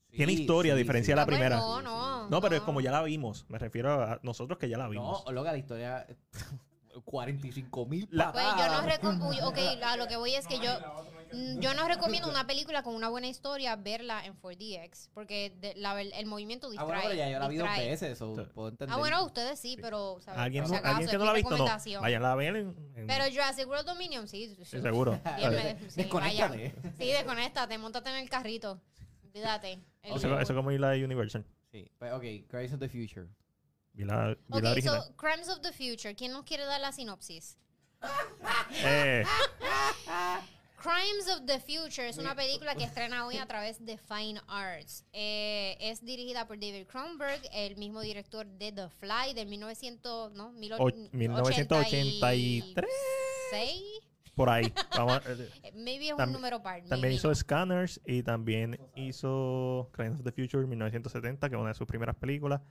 [SPEAKER 2] Tiene historia, a diferencia de la
[SPEAKER 1] Ah, pues
[SPEAKER 2] primera.
[SPEAKER 1] No, no.
[SPEAKER 2] No, pero es como ya la vimos. Me refiero a nosotros que ya la
[SPEAKER 3] No, oh,
[SPEAKER 2] vimos.
[SPEAKER 3] loca, la historia. [LAUGHS] 45 mil Ah,
[SPEAKER 2] La-
[SPEAKER 1] Pues yo no recomiendo, ok, a lo que voy es que yo, mm, yo no recomiendo una película con una buena historia verla en 4DX, porque de- la ver- el movimiento
[SPEAKER 3] Ah,
[SPEAKER 1] distrae.
[SPEAKER 3] bueno, pero ya yo la vi dos
[SPEAKER 1] distrae.
[SPEAKER 3] veces, eso
[SPEAKER 2] Sí.
[SPEAKER 3] puedo entender.
[SPEAKER 1] Ah,
[SPEAKER 3] [LAUGHS]
[SPEAKER 1] bueno, ustedes sí, pero ¿sabes?
[SPEAKER 2] ¿Alguien,
[SPEAKER 1] Por si
[SPEAKER 2] alguien
[SPEAKER 1] acaso, es
[SPEAKER 2] que no
[SPEAKER 1] mi
[SPEAKER 2] la ha visto, no.
[SPEAKER 1] recomendación.
[SPEAKER 2] Vayan a ver en, en-
[SPEAKER 1] Pero Jurassic World Dominion, sí. sí, sí.
[SPEAKER 2] en seguro.
[SPEAKER 1] [LAUGHS] Bien,
[SPEAKER 2] Vale.
[SPEAKER 1] me- sí,
[SPEAKER 3] [LAUGHS] Desconéctate.
[SPEAKER 1] vayan. Sí, desconéctate, montate en el carrito.
[SPEAKER 2] [LAUGHS]
[SPEAKER 1] Olvídate. El-
[SPEAKER 2] Eso, eso como vi la de Universal.
[SPEAKER 3] Sí, pero ok, Crimes of the Future.
[SPEAKER 2] Vi la, vi la
[SPEAKER 1] Ok, [LAUGHS]
[SPEAKER 2] original.
[SPEAKER 1] so, Crimes of the Future. ¿Quién nos quiere dar la sinopsis?
[SPEAKER 2] Eh,
[SPEAKER 1] Crimes of the Future es una película
[SPEAKER 2] [LAUGHS]
[SPEAKER 1] que estrena hoy a través de Fine Arts. Eh, es dirigida por David Cronenberg, el mismo director de The Fly del 1900, no, Mil-
[SPEAKER 2] och- 1983,
[SPEAKER 1] 86.
[SPEAKER 2] por ahí. Vamos
[SPEAKER 1] [LAUGHS]
[SPEAKER 2] a- eh,
[SPEAKER 1] Eh, Maybe es un
[SPEAKER 2] También-
[SPEAKER 1] número par.
[SPEAKER 2] también
[SPEAKER 1] maybe
[SPEAKER 2] hizo
[SPEAKER 1] no.
[SPEAKER 2] Scanners y también hizo Crimes of the Future 1970, que es una de sus primeras películas.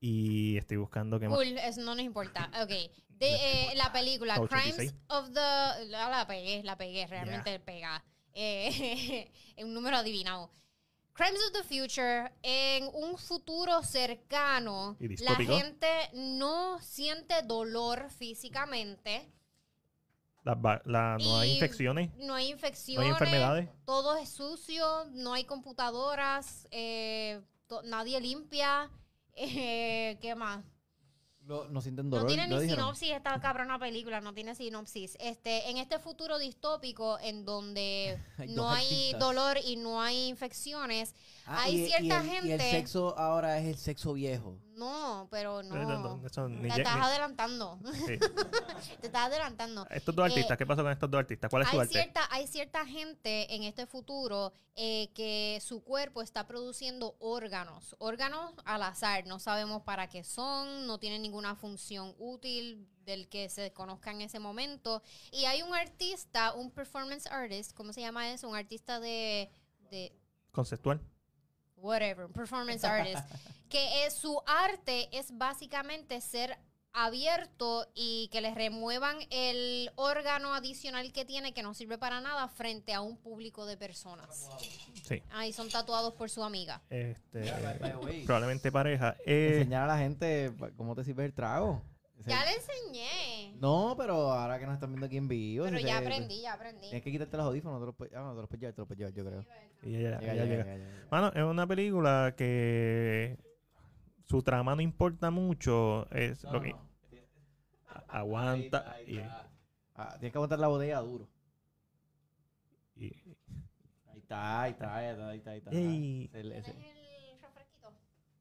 [SPEAKER 2] Y estoy buscando que más.
[SPEAKER 1] Cool, eso no nos importa. Ok. De, eh, la película
[SPEAKER 2] Está
[SPEAKER 1] Crimes
[SPEAKER 2] 86.
[SPEAKER 1] of the... La, la pegué, la pegué, realmente pega. Eh, [LAUGHS] un número adivinado. Crimes of the Future, en un futuro cercano, la
[SPEAKER 2] Y distópico.
[SPEAKER 1] gente no siente dolor físicamente,
[SPEAKER 2] Las va- la- no hay
[SPEAKER 1] Y-
[SPEAKER 2] infecciones,
[SPEAKER 1] no hay
[SPEAKER 2] no
[SPEAKER 1] infecciones,
[SPEAKER 2] hay enfermedades. Eh,
[SPEAKER 1] todo es sucio, no hay computadoras, eh, to- nadie limpia. [LAUGHS] Eh, ¿Qué más?
[SPEAKER 3] Lo- no sienten
[SPEAKER 1] No
[SPEAKER 3] dolor.
[SPEAKER 1] tiene
[SPEAKER 3] ¿lo
[SPEAKER 1] ni
[SPEAKER 3] dijeron?
[SPEAKER 1] sinopsis esta cabrona película, no tiene sinopsis. Este, en este futuro distópico en donde
[SPEAKER 3] [LAUGHS] Hay
[SPEAKER 1] no
[SPEAKER 3] dos
[SPEAKER 1] hay
[SPEAKER 3] artistas.
[SPEAKER 1] dolor y no hay infecciones,
[SPEAKER 3] Ah,
[SPEAKER 1] Hay
[SPEAKER 3] y- y
[SPEAKER 1] cierta
[SPEAKER 3] el- Y el
[SPEAKER 1] gente-
[SPEAKER 3] sexo ahora es el sexo viejo.
[SPEAKER 1] no, pero
[SPEAKER 2] Eh, no,
[SPEAKER 1] no.
[SPEAKER 2] no, eso
[SPEAKER 1] Te
[SPEAKER 2] ni ye-
[SPEAKER 1] estás
[SPEAKER 2] ni-
[SPEAKER 1] adelantando,
[SPEAKER 2] sí.
[SPEAKER 1] [LAUGHS] te estás adelantando.
[SPEAKER 2] Estos
[SPEAKER 1] Eh,
[SPEAKER 2] dos artistas, ¿qué pasó con estos dos artistas? ¿Cuál es su
[SPEAKER 1] Hay
[SPEAKER 2] arte?
[SPEAKER 1] cierta, hay cierta gente en este futuro eh, que su cuerpo está produciendo órganos, órganos al azar, no sabemos para qué son, no tienen ninguna función útil del que se conozca en ese momento. Y hay un artista, un performance artist, ¿cómo se llama eso? Un artista de- de,
[SPEAKER 2] Conceptual.
[SPEAKER 1] whatever, performance artist, que es, su arte es básicamente ser abierto y que les remuevan el órgano adicional que tiene que no sirve para nada frente a un público de personas.
[SPEAKER 2] Sí.
[SPEAKER 1] Ah, y son tatuados por su amiga.
[SPEAKER 2] Este,
[SPEAKER 3] by the way.
[SPEAKER 2] probablemente pareja. Eh,
[SPEAKER 3] Enseñar a la gente pa- cómo te sirve el trago. Ese-
[SPEAKER 1] Ya le enseñé.
[SPEAKER 3] No, pero ahora que nos están viendo aquí en vivo.
[SPEAKER 1] Pero
[SPEAKER 3] ese-
[SPEAKER 1] ya aprendí, ya
[SPEAKER 3] Tienes
[SPEAKER 1] aprendí.
[SPEAKER 3] que quitarte los audífonos, te los puedes, ah, no, te los puedes llevar, te los puedes llevar, yo creo.
[SPEAKER 2] Y ya llega,
[SPEAKER 3] Llega,
[SPEAKER 2] ya
[SPEAKER 3] llega,
[SPEAKER 2] llega.
[SPEAKER 3] llega, llega.
[SPEAKER 2] Bueno, es una película que su trama no importa mucho. Es lo que aguanta y-
[SPEAKER 3] Ah, tienes que aguantar la botella duro.
[SPEAKER 2] y,
[SPEAKER 3] Ahí está, ahí está, ahí está, ahí está. Ahí está.
[SPEAKER 2] Ey.
[SPEAKER 3] El,
[SPEAKER 1] ¿Tienes
[SPEAKER 3] ese-
[SPEAKER 1] el refresquito?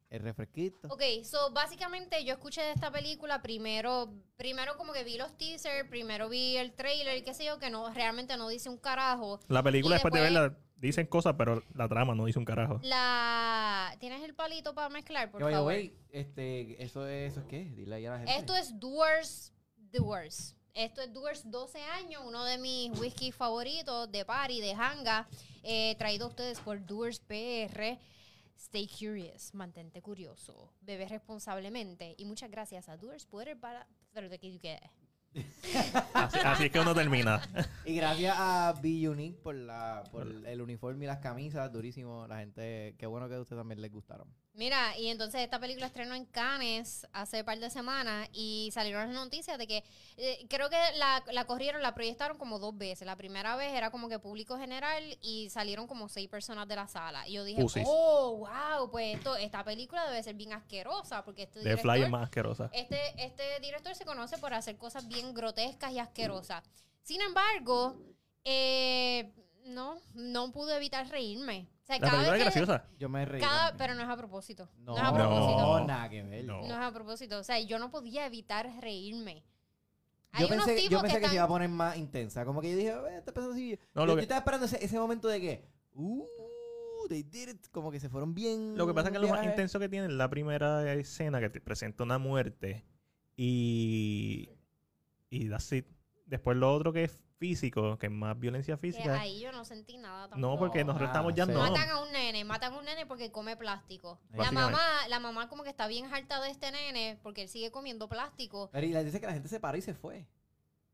[SPEAKER 3] el refresquito.
[SPEAKER 1] Ok, so básicamente yo escuché de esta película primero, primero como que vi los teasers, primero vi el trailer y qué sé yo, que no realmente no dice un carajo.
[SPEAKER 2] La
[SPEAKER 1] Y
[SPEAKER 2] película después, de
[SPEAKER 1] después-
[SPEAKER 2] verla dicen cosas, pero la trama no dice un carajo.
[SPEAKER 1] La ¿Tienes el palito para mezclar, por
[SPEAKER 3] Que vaya,
[SPEAKER 1] favor?
[SPEAKER 3] güey, este, ¿eso, es- ¿eso es qué? Dile ahí a la gente.
[SPEAKER 1] Esto es Doers, Doers. Esto es Doers 12 años, uno de mis whisky favoritos de party, de hanga, eh, traído a ustedes por Doers PR. Stay curious, mantente curioso, bebe responsablemente y muchas gracias a Doers PR para... Pero de que you get.
[SPEAKER 2] Así, así es que
[SPEAKER 1] [LAUGHS]
[SPEAKER 2] uno termina.
[SPEAKER 3] Y gracias a Billunique por, la, por el, el uniforme y las camisas, durísimo. La gente, qué bueno que a ustedes también les gustaron.
[SPEAKER 1] Mira, y entonces esta película estrenó en Cannes hace par de semanas y salieron las noticias de que eh, creo que la, la corrieron, la proyectaron como dos veces. La primera vez era como que público general y salieron como seis personas de la sala. Y yo dije,
[SPEAKER 2] Pusis.
[SPEAKER 1] oh, wow, pues esto, esta película debe ser bien asquerosa porque este
[SPEAKER 2] De
[SPEAKER 1] director-
[SPEAKER 2] Fly es más asquerosa.
[SPEAKER 1] este, este director se conoce por hacer cosas bien grotescas y asquerosas. Sin embargo, eh, no, no pude evitar reírme. O sea,
[SPEAKER 2] La
[SPEAKER 1] cada vez
[SPEAKER 2] película es
[SPEAKER 1] que-
[SPEAKER 2] graciosa.
[SPEAKER 3] Yo me reí.
[SPEAKER 1] cada-
[SPEAKER 3] también.
[SPEAKER 1] pero no es a propósito. No,
[SPEAKER 3] no,
[SPEAKER 1] es a
[SPEAKER 2] no.
[SPEAKER 1] propósito.
[SPEAKER 2] propósito.
[SPEAKER 3] nada que ver.
[SPEAKER 2] No.
[SPEAKER 1] No es a propósito. O sea, yo no podía evitar reírme. Hay
[SPEAKER 3] Yo
[SPEAKER 1] unos
[SPEAKER 3] pensé,
[SPEAKER 1] tipos
[SPEAKER 3] yo pensé que,
[SPEAKER 1] están...
[SPEAKER 3] se iba a poner más intensa. Como que yo dije, "Eh, está empezando así.
[SPEAKER 2] No,
[SPEAKER 3] yo,
[SPEAKER 2] lo
[SPEAKER 3] yo
[SPEAKER 2] que-
[SPEAKER 3] estaba esperando ese, ese momento de que, uh, they did it. Como que se fueron bien.
[SPEAKER 2] Lo que pasa es que lo más
[SPEAKER 3] viaje.
[SPEAKER 2] intenso que tiene es la primera escena que te presenta una muerte y. Y that's it. Después lo otro que es físico, que es más violencia
[SPEAKER 1] que
[SPEAKER 2] física.
[SPEAKER 1] ahí yo no sentí nada tampoco.
[SPEAKER 2] No, porque
[SPEAKER 3] No,
[SPEAKER 2] nosotros
[SPEAKER 3] nada,
[SPEAKER 2] estamos ya
[SPEAKER 3] sí.
[SPEAKER 2] no.
[SPEAKER 1] Matan a un nene, matan a un nene porque come plástico. La
[SPEAKER 2] Básicamente.
[SPEAKER 1] mamá, la mamá como que está bien harta de este nene porque él sigue comiendo plástico.
[SPEAKER 3] Pero y la- dice que la gente se paró y se fue.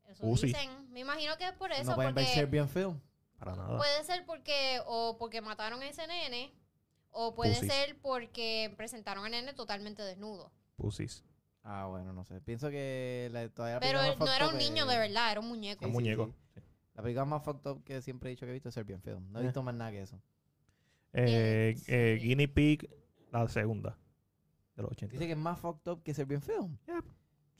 [SPEAKER 1] Eso
[SPEAKER 2] Uh, sí.
[SPEAKER 1] dicen. Me imagino que es por eso,
[SPEAKER 3] no pueden ver
[SPEAKER 1] porque
[SPEAKER 3] Serbian Film.
[SPEAKER 2] Para nada.
[SPEAKER 1] puede ser porque o porque mataron a ese nene o puede
[SPEAKER 2] Pussies.
[SPEAKER 1] ser porque presentaron al nene totalmente desnudo.
[SPEAKER 2] Pussies.
[SPEAKER 3] Ah, bueno, no sé. Pienso que la, todavía la
[SPEAKER 1] Pero
[SPEAKER 3] película
[SPEAKER 1] él
[SPEAKER 3] más
[SPEAKER 1] no
[SPEAKER 3] fucked
[SPEAKER 1] era
[SPEAKER 3] up
[SPEAKER 1] un
[SPEAKER 3] es-
[SPEAKER 1] niño de verdad, era un muñeco.
[SPEAKER 2] Un
[SPEAKER 3] sí,
[SPEAKER 2] muñeco.
[SPEAKER 3] La película más fucked up que siempre he dicho que he visto es Serbian Film. No he
[SPEAKER 2] Eh.
[SPEAKER 3] visto más nada que eso.
[SPEAKER 2] Eh,
[SPEAKER 1] Sí.
[SPEAKER 2] eh, Guinea Pig, la segunda. De los 80.
[SPEAKER 3] Dice que es más fucked up que Serbian Film.
[SPEAKER 2] Yep.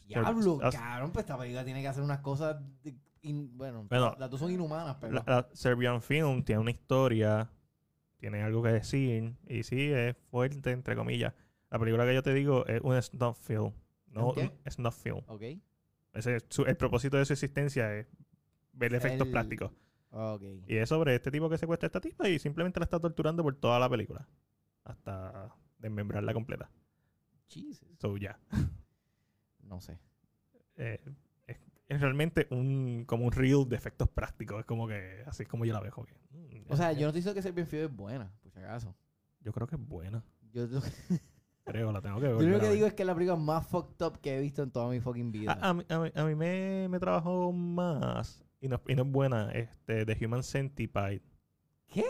[SPEAKER 3] Diablo,
[SPEAKER 2] As-
[SPEAKER 3] cabrón, pues esta película tiene que hacer unas cosas. de- in- bueno,
[SPEAKER 2] Bueno,
[SPEAKER 3] las dos son inhumanas, pero.
[SPEAKER 2] la, la Serbian Film tiene una historia, tiene algo que decir, y sí, es fuerte, entre comillas. La película que yo te digo es un snuff film. No,
[SPEAKER 3] ¿Un qué?
[SPEAKER 2] un snuff film.
[SPEAKER 3] Ok.
[SPEAKER 2] Ese es su- el propósito de su existencia es ver efectos
[SPEAKER 3] El-
[SPEAKER 2] plásticos.
[SPEAKER 3] Ok.
[SPEAKER 2] Y es sobre este tipo que secuestra a esta tipa y simplemente la está torturando por toda la película. Hasta desmembrarla completa.
[SPEAKER 3] Jesus.
[SPEAKER 2] So, ya.
[SPEAKER 3] No sé.
[SPEAKER 2] Eh, es, es realmente un como un reel de efectos prácticos. Es como que así es como yo la veo. como que, mm,
[SPEAKER 3] O sea,
[SPEAKER 2] eh,
[SPEAKER 3] yo no te digo que Serbian Film es buena, por si acaso.
[SPEAKER 2] yo creo que es buena.
[SPEAKER 3] Yo lo, [LAUGHS] yo
[SPEAKER 2] Creo, la tengo que ver.
[SPEAKER 3] lo que digo es que es la película más fucked up que he visto en toda mi fucking vida.
[SPEAKER 2] A, a mí, a mí- a mí me, me trabajó más y no, y no es buena este The Human Centipede.
[SPEAKER 3] ¿De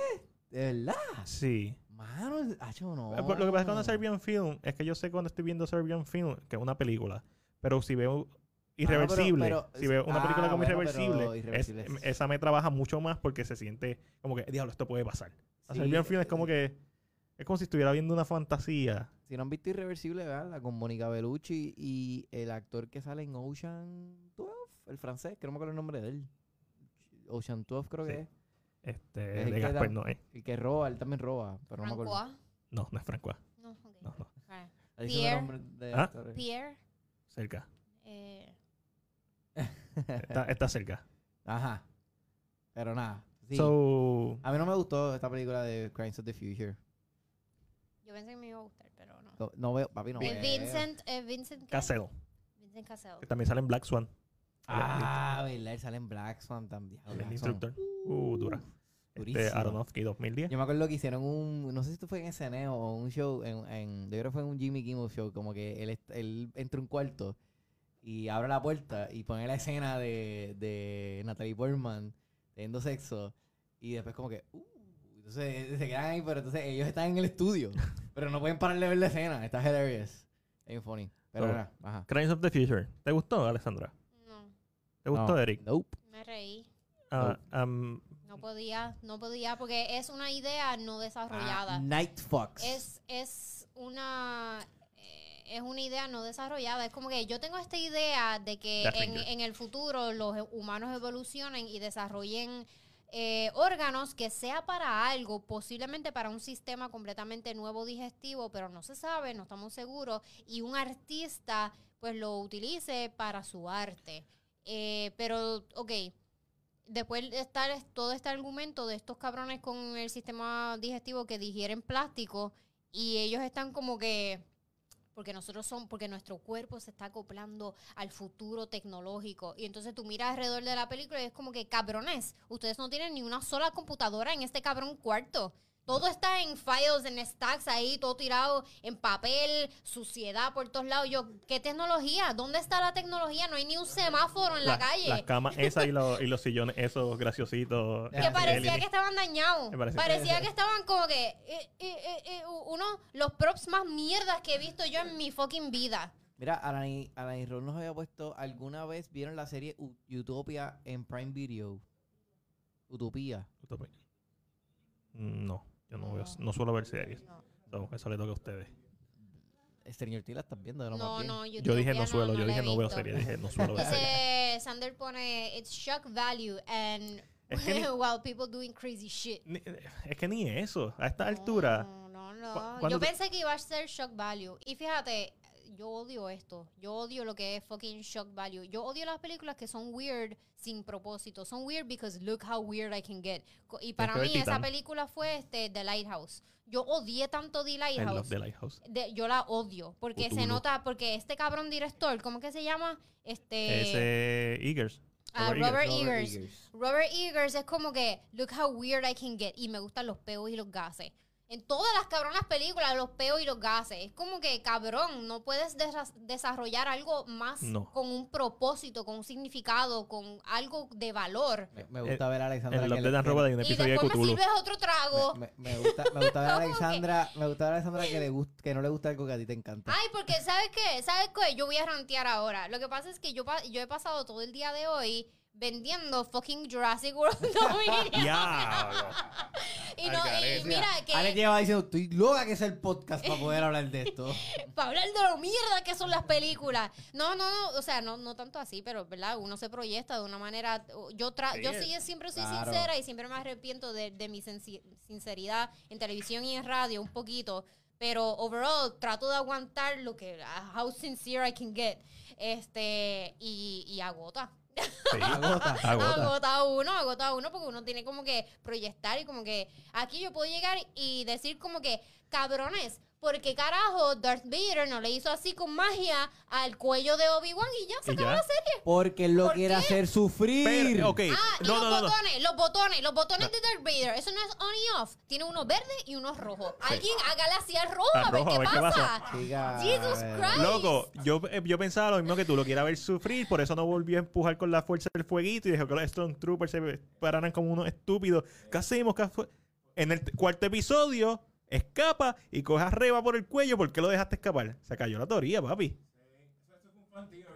[SPEAKER 3] verdad?
[SPEAKER 2] Sí.
[SPEAKER 3] Mano, es- acho, no.
[SPEAKER 2] Eh, pero Lo que pasa
[SPEAKER 3] oh.
[SPEAKER 2] es que cuando Serbian Film es que yo sé cuando estoy viendo Serbian Film que es una película, pero si veo irreversible,
[SPEAKER 3] Ah, pero-
[SPEAKER 2] si veo una
[SPEAKER 3] ah,
[SPEAKER 2] película como
[SPEAKER 3] bueno,
[SPEAKER 2] irreversible,
[SPEAKER 3] pero Irreversible
[SPEAKER 2] es-
[SPEAKER 3] es-
[SPEAKER 2] esa me trabaja mucho más porque se siente como que diablo esto puede pasar. La
[SPEAKER 3] Sí,
[SPEAKER 2] Serbian Film es
[SPEAKER 3] eh,
[SPEAKER 2] como que es como si estuviera viendo una fantasía.
[SPEAKER 3] Si no han visto Irreversible, veanla con Mónica Bellucci y el actor que sale en Ocean 12, el francés, que no me acuerdo el nombre de él. Ocean 12 creo
[SPEAKER 2] Sí.
[SPEAKER 3] que es.
[SPEAKER 2] Este,
[SPEAKER 3] el
[SPEAKER 2] de
[SPEAKER 3] que
[SPEAKER 2] Gaspar
[SPEAKER 3] da-
[SPEAKER 2] no es.
[SPEAKER 3] El que roba, él también roba, pero no me acuerdo.
[SPEAKER 1] Francois.
[SPEAKER 2] No, no es Francois.
[SPEAKER 1] No, ok.
[SPEAKER 2] No, no.
[SPEAKER 1] Ah,
[SPEAKER 3] Ahí se me
[SPEAKER 1] Pierre.
[SPEAKER 3] nombra de
[SPEAKER 2] Ah.
[SPEAKER 3] actores.
[SPEAKER 1] Pierre.
[SPEAKER 3] [LAUGHS]
[SPEAKER 2] Cerca.
[SPEAKER 1] eh,
[SPEAKER 2] Está, está cerca.
[SPEAKER 3] Ajá. Pero nada. sí.
[SPEAKER 2] So,
[SPEAKER 3] A mí no me gustó esta película de Crimes of the Future.
[SPEAKER 1] Yo pensé que me iba a gustar, pero no.
[SPEAKER 3] No, no veo, papi, no
[SPEAKER 1] El
[SPEAKER 3] veo.
[SPEAKER 1] Vincent, eh, Vincent ¿qué?
[SPEAKER 2] Castle,
[SPEAKER 1] Vincent Cassell.
[SPEAKER 2] que también sale en Black Swan.
[SPEAKER 3] Ah, verdad, él sale en Black Swan también.
[SPEAKER 2] El
[SPEAKER 3] Black Swan.
[SPEAKER 2] instructor. Uh, dura. Este,
[SPEAKER 3] durísima.
[SPEAKER 2] Aronofsky 2010.
[SPEAKER 3] [LAUGHS] Yo me acuerdo que hicieron un, no sé si esto fue en SNL o un show, en, en- yo creo que fue en un Jimmy Kimmel show, como que él, est- él entra a un cuarto y abre la puerta y pone la escena de, de Natalie Portman teniendo sexo y después como que, uh, entonces se quedan ahí,
[SPEAKER 2] [LAUGHS]
[SPEAKER 3] pero entonces ellos están en el estudio, pero no pueden parar de ver la escena, está hilarious, es funny. Pero
[SPEAKER 2] So,
[SPEAKER 3] nada, ajá.
[SPEAKER 2] Crimes of the Future. ¿Te gustó, Alessandra?
[SPEAKER 1] No,
[SPEAKER 2] ¿Te gustó,
[SPEAKER 3] No.
[SPEAKER 2] Eric?
[SPEAKER 3] Nope.
[SPEAKER 1] me reí.
[SPEAKER 2] Ah, am,
[SPEAKER 1] No podía, no podía, porque es una idea no desarrollada.
[SPEAKER 3] Ah, Night Fox.
[SPEAKER 1] es, es una eh, es una idea no desarrollada. Es como que yo tengo esta idea de que
[SPEAKER 2] Death
[SPEAKER 1] en,
[SPEAKER 2] Ringer.
[SPEAKER 1] en el futuro los eh, humanos evolucionen y desarrollen eh, órganos que sea para algo, posiblemente para un sistema completamente nuevo digestivo, pero no se sabe, no estamos seguros, y un artista pues lo utilice para su arte. Eh, pero, ok, después de estar es- todo este argumento de estos cabrones con el sistema digestivo que digieren plástico y ellos están como que porque nosotros son porque nuestro cuerpo se está acoplando al futuro tecnológico y entonces tú miras alrededor de la película y es como que cabrones ustedes no tienen ni una sola computadora en este cabrón cuarto todo está en files, en stacks ahí, todo tirado en papel, suciedad por todos lados. Yo, ¿qué tecnología? ¿Dónde está la tecnología? No hay ni un semáforo en la,
[SPEAKER 2] la-
[SPEAKER 1] calle
[SPEAKER 2] Las
[SPEAKER 1] [LAUGHS]
[SPEAKER 2] camas esas y, los- y los sillones esos graciositos.
[SPEAKER 3] Que
[SPEAKER 1] que
[SPEAKER 2] eh,
[SPEAKER 1] parecía
[SPEAKER 2] alien-
[SPEAKER 1] que estaban dañados.
[SPEAKER 2] Me
[SPEAKER 1] Parecía,
[SPEAKER 2] parece-
[SPEAKER 1] que estaban como que eh, eh, eh, eh, u- uno los props más mierdas que he visto yo en mi fucking vida.
[SPEAKER 3] Mira, Alani, Alani Roll nos había puesto, ¿alguna vez vieron la serie U- Utopia en Prime Video? Utopía.
[SPEAKER 2] No, yo no, veo- no suelo ver series. So, eso le toca a ustedes.
[SPEAKER 3] Stranger Things la estás viendo, ¿no?
[SPEAKER 1] No,
[SPEAKER 3] Más bien.
[SPEAKER 1] no,
[SPEAKER 2] Yo dije
[SPEAKER 1] Utopia
[SPEAKER 2] no suelo, yo
[SPEAKER 1] la he
[SPEAKER 2] dije no veo
[SPEAKER 1] visto.
[SPEAKER 2] series, dije no suelo
[SPEAKER 1] [LAUGHS]
[SPEAKER 2] ver series.
[SPEAKER 1] Dice Sander pone it's shock value and
[SPEAKER 2] Es que ni-
[SPEAKER 1] [LAUGHS] while people doing crazy shit.
[SPEAKER 2] Ni- es que ni eso, a esta altura.
[SPEAKER 1] No, no,
[SPEAKER 2] ¿Cu-
[SPEAKER 1] no.
[SPEAKER 2] cuándo
[SPEAKER 1] Yo
[SPEAKER 2] tú-
[SPEAKER 1] pensé que iba a ser shock value. Y fíjate, yo odio esto. Yo odio lo que es fucking shock value. Yo odio las películas que son weird sin propósito. Son weird because look how weird I can get. Co- Y para
[SPEAKER 2] que ver
[SPEAKER 1] mí esa
[SPEAKER 2] Titán.
[SPEAKER 1] película fue este The Lighthouse. Yo odié tanto The
[SPEAKER 2] I love
[SPEAKER 1] Lighthouse.
[SPEAKER 2] the Lighthouse.
[SPEAKER 1] De- yo la odio porque se
[SPEAKER 2] Cthulhu.
[SPEAKER 1] nota porque este cabrón director, ¿cómo que se llama? Este
[SPEAKER 2] Ese Eagers.
[SPEAKER 1] Ah, Robert
[SPEAKER 2] Robert Eggers.
[SPEAKER 3] Robert
[SPEAKER 1] Eggers. Robert Eggers es como que, look how weird I can get. Y me gustan los peos y los gases. En todas las cabronas películas, los peos y los gases. Es como que, cabrón, no puedes desa- desarrollar algo más
[SPEAKER 2] No.
[SPEAKER 1] con un propósito, con un significado, con algo de valor.
[SPEAKER 3] Me, me gusta ver a Alexandra.
[SPEAKER 2] Eh, En
[SPEAKER 3] que
[SPEAKER 2] Love
[SPEAKER 3] le-
[SPEAKER 2] de Dan
[SPEAKER 3] que-
[SPEAKER 2] Robot hay un
[SPEAKER 1] Y
[SPEAKER 2] episodio de
[SPEAKER 1] después me
[SPEAKER 2] Cthulhu.
[SPEAKER 1] sirves otro trago.
[SPEAKER 3] me, me- me gusta,
[SPEAKER 1] [LAUGHS]
[SPEAKER 3] me gusta ver a
[SPEAKER 1] ¿Cómo que?
[SPEAKER 3] Alexandra, me gusta ver a Alexandra que, le gust- que no le gusta algo que a ti te encanta.
[SPEAKER 1] Ay, porque ¿sabes qué? ¿Sabes qué? Yo voy a rantear ahora. Lo que pasa es que yo, pa- yo he pasado todo el día de hoy vendiendo fucking Jurassic World [LAUGHS] Dominion.
[SPEAKER 2] [LAUGHS] Diablo.
[SPEAKER 1] y, no, y
[SPEAKER 2] Algarete.
[SPEAKER 1] mira que...
[SPEAKER 3] Alex lleva diciendo, estoy loca que es el podcast para poder hablar de esto.
[SPEAKER 1] para hablar de lo mierda que son las películas. No, no, no, o sea, no, no tanto así, pero verdad, uno se proyecta de una manera. Yo tra
[SPEAKER 2] Sí,
[SPEAKER 1] yo
[SPEAKER 2] es-
[SPEAKER 1] sí- siempre soy
[SPEAKER 3] claro.
[SPEAKER 1] sincera y siempre me arrepiento de, de mi sinci- sinceridad en televisión y en radio un poquito. Pero overall trato de aguantar lo que ah, how sincere I can get. Este y, y agota.
[SPEAKER 2] Sí.
[SPEAKER 3] Agota.
[SPEAKER 2] Agota.
[SPEAKER 1] Agota a uno, agota a uno, porque uno tiene como que proyectar y como que aquí yo puedo llegar y decir como que, cabrones, porque carajo Darth Vader no le hizo así con magia al cuello de Obi-Wan y ya se
[SPEAKER 2] Y
[SPEAKER 1] acabó
[SPEAKER 2] ya.
[SPEAKER 1] la serie?
[SPEAKER 3] Porque él lo
[SPEAKER 1] ¿Por
[SPEAKER 3] quiere
[SPEAKER 1] qué?
[SPEAKER 3] hacer sufrir.
[SPEAKER 2] Pero, ok.
[SPEAKER 1] Ah, y los
[SPEAKER 2] no, no, no, no.
[SPEAKER 1] botones, los botones, los botones de Darth Vader, eso no es on y off, tiene uno verde y uno rojo. Alguien hágale así al rojo,
[SPEAKER 2] Al
[SPEAKER 1] a ver,
[SPEAKER 2] rojo,
[SPEAKER 1] qué,
[SPEAKER 2] a ver qué
[SPEAKER 1] pasa.
[SPEAKER 3] Chica,
[SPEAKER 1] Jesus
[SPEAKER 3] eh,
[SPEAKER 1] Christ.
[SPEAKER 2] Loco, yo, eh, yo pensaba lo mismo que tú, lo quiera ver sufrir, por eso no volvió a empujar con la fuerza del fueguito y dejó que los Stormtroopers se pararan como unos estúpidos. ¿Qué hacemos? ¿Qué fue? En el t- cuarto episodio, escapa y coge a Reba por el cuello, ¿por qué lo dejaste escapar? Se cayó la teoría, papi.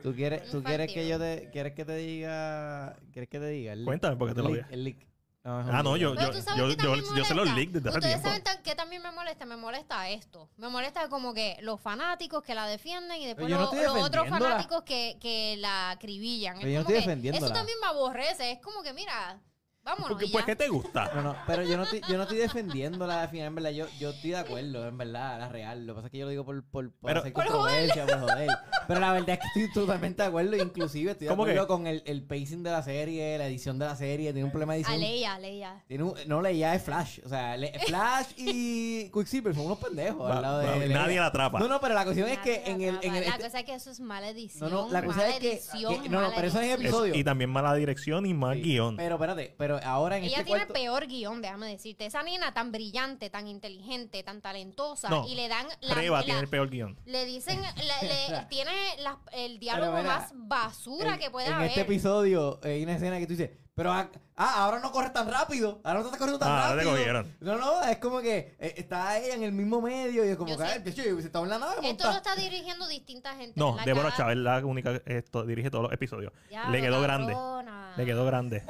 [SPEAKER 3] ¿Tú quieres, tú
[SPEAKER 1] Un
[SPEAKER 3] quieres
[SPEAKER 1] partido.
[SPEAKER 3] que yo te, quieres que te diga, quieres que te diga? El leak?
[SPEAKER 2] Cuéntame porque te lo
[SPEAKER 3] El
[SPEAKER 2] voy
[SPEAKER 3] leak,
[SPEAKER 2] a...
[SPEAKER 3] el leak. No, es un
[SPEAKER 2] Ah, no,
[SPEAKER 3] leak.
[SPEAKER 2] yo, yo,
[SPEAKER 1] Pero tú sabes
[SPEAKER 2] yo,
[SPEAKER 1] que
[SPEAKER 2] yo,
[SPEAKER 1] también
[SPEAKER 2] yo sé los
[SPEAKER 1] molesta.
[SPEAKER 2] leaks desde hace
[SPEAKER 1] Ustedes
[SPEAKER 2] tiempo.
[SPEAKER 1] saben tan- que también me molesta, me molesta esto. Me molesta como que los fanáticos que la defienden y después
[SPEAKER 3] Pero yo no
[SPEAKER 1] los,
[SPEAKER 3] estoy
[SPEAKER 1] los otros
[SPEAKER 3] defendiéndola.
[SPEAKER 1] fanáticos que, que la acribillan.
[SPEAKER 3] Pero yo no
[SPEAKER 1] como
[SPEAKER 3] estoy
[SPEAKER 1] que
[SPEAKER 3] defendiéndola.
[SPEAKER 1] Eso también me aborrece. Es como que, mira, vámonos.
[SPEAKER 2] Porque,
[SPEAKER 1] y
[SPEAKER 2] pues,
[SPEAKER 1] ya.
[SPEAKER 2] ¿qué te gusta?
[SPEAKER 3] No, no, pero yo no estoy, yo no estoy defendiéndola al final, en verdad. Yo, yo estoy de acuerdo, en verdad, la real. Lo que pasa es que yo lo digo por, por, por
[SPEAKER 2] Pero-
[SPEAKER 3] hacer
[SPEAKER 1] Por
[SPEAKER 3] controversia, por joder. Pero la verdad es que estoy totalmente de acuerdo. Inclusive estoy de
[SPEAKER 2] ¿Cómo
[SPEAKER 3] acuerdo
[SPEAKER 2] que?
[SPEAKER 3] con el, el pacing de la serie, la edición de la serie. Tiene un problema de
[SPEAKER 1] A
[SPEAKER 3] edición.
[SPEAKER 1] Ah, Leia, a Leia.
[SPEAKER 3] Tiene un, no, leía es Flash. O sea, le- Flash y Quicksilver son unos pendejos
[SPEAKER 2] Va-
[SPEAKER 3] al lado de...
[SPEAKER 2] va-
[SPEAKER 3] de-
[SPEAKER 2] nadie la atrapa.
[SPEAKER 3] No, no, pero la cuestión es
[SPEAKER 1] Nadie
[SPEAKER 3] que en el... En el
[SPEAKER 1] la
[SPEAKER 3] este-
[SPEAKER 1] cosa es que eso es mala edición.
[SPEAKER 3] no, no, la cosa
[SPEAKER 1] mala
[SPEAKER 3] es que...
[SPEAKER 1] edición,
[SPEAKER 3] que- no, no,
[SPEAKER 1] mala
[SPEAKER 3] pero eso es en
[SPEAKER 1] edición.
[SPEAKER 2] Es-
[SPEAKER 3] episodio.
[SPEAKER 2] y también mala dirección y mal
[SPEAKER 3] Sí,
[SPEAKER 2] guión.
[SPEAKER 3] Pero espérate, pero pero ahora en
[SPEAKER 1] Ella
[SPEAKER 3] este
[SPEAKER 1] tiene
[SPEAKER 3] cuarto-
[SPEAKER 1] el peor guión, déjame decirte. Esa nena tan brillante, tan inteligente, tan talentosa.
[SPEAKER 2] No,
[SPEAKER 1] y le dan la,
[SPEAKER 2] Reba
[SPEAKER 1] la-
[SPEAKER 2] tiene el peor guión.
[SPEAKER 1] le
[SPEAKER 3] [LAUGHS]
[SPEAKER 1] dicen, la- le- tiene las- el diálogo
[SPEAKER 3] mira,
[SPEAKER 1] más basura
[SPEAKER 3] en-
[SPEAKER 1] que pueda
[SPEAKER 3] en
[SPEAKER 1] haber.
[SPEAKER 3] este episodio eh, hay una escena que tú dices, pero ah, ah, ahora no corres tan rápido, ahora no estás corriendo tan
[SPEAKER 2] Ah, ahora te
[SPEAKER 3] rápido.
[SPEAKER 2] cogieron.
[SPEAKER 3] No, no, es como que eh, está ella en el mismo medio y es como
[SPEAKER 1] Yo
[SPEAKER 3] que,
[SPEAKER 1] sé.
[SPEAKER 3] ay, picho, yo hubiese estado en la nave
[SPEAKER 1] Esto lo
[SPEAKER 3] montada.
[SPEAKER 1] está dirigiendo distinta gente.
[SPEAKER 2] No,
[SPEAKER 1] La
[SPEAKER 2] Débora
[SPEAKER 1] cara-
[SPEAKER 2] Chávez es la única que esto- dirige todos los episodios.
[SPEAKER 1] Diablo,
[SPEAKER 2] Le quedó grande.
[SPEAKER 1] cabrona.
[SPEAKER 2] Le quedó [LAUGHS] grande.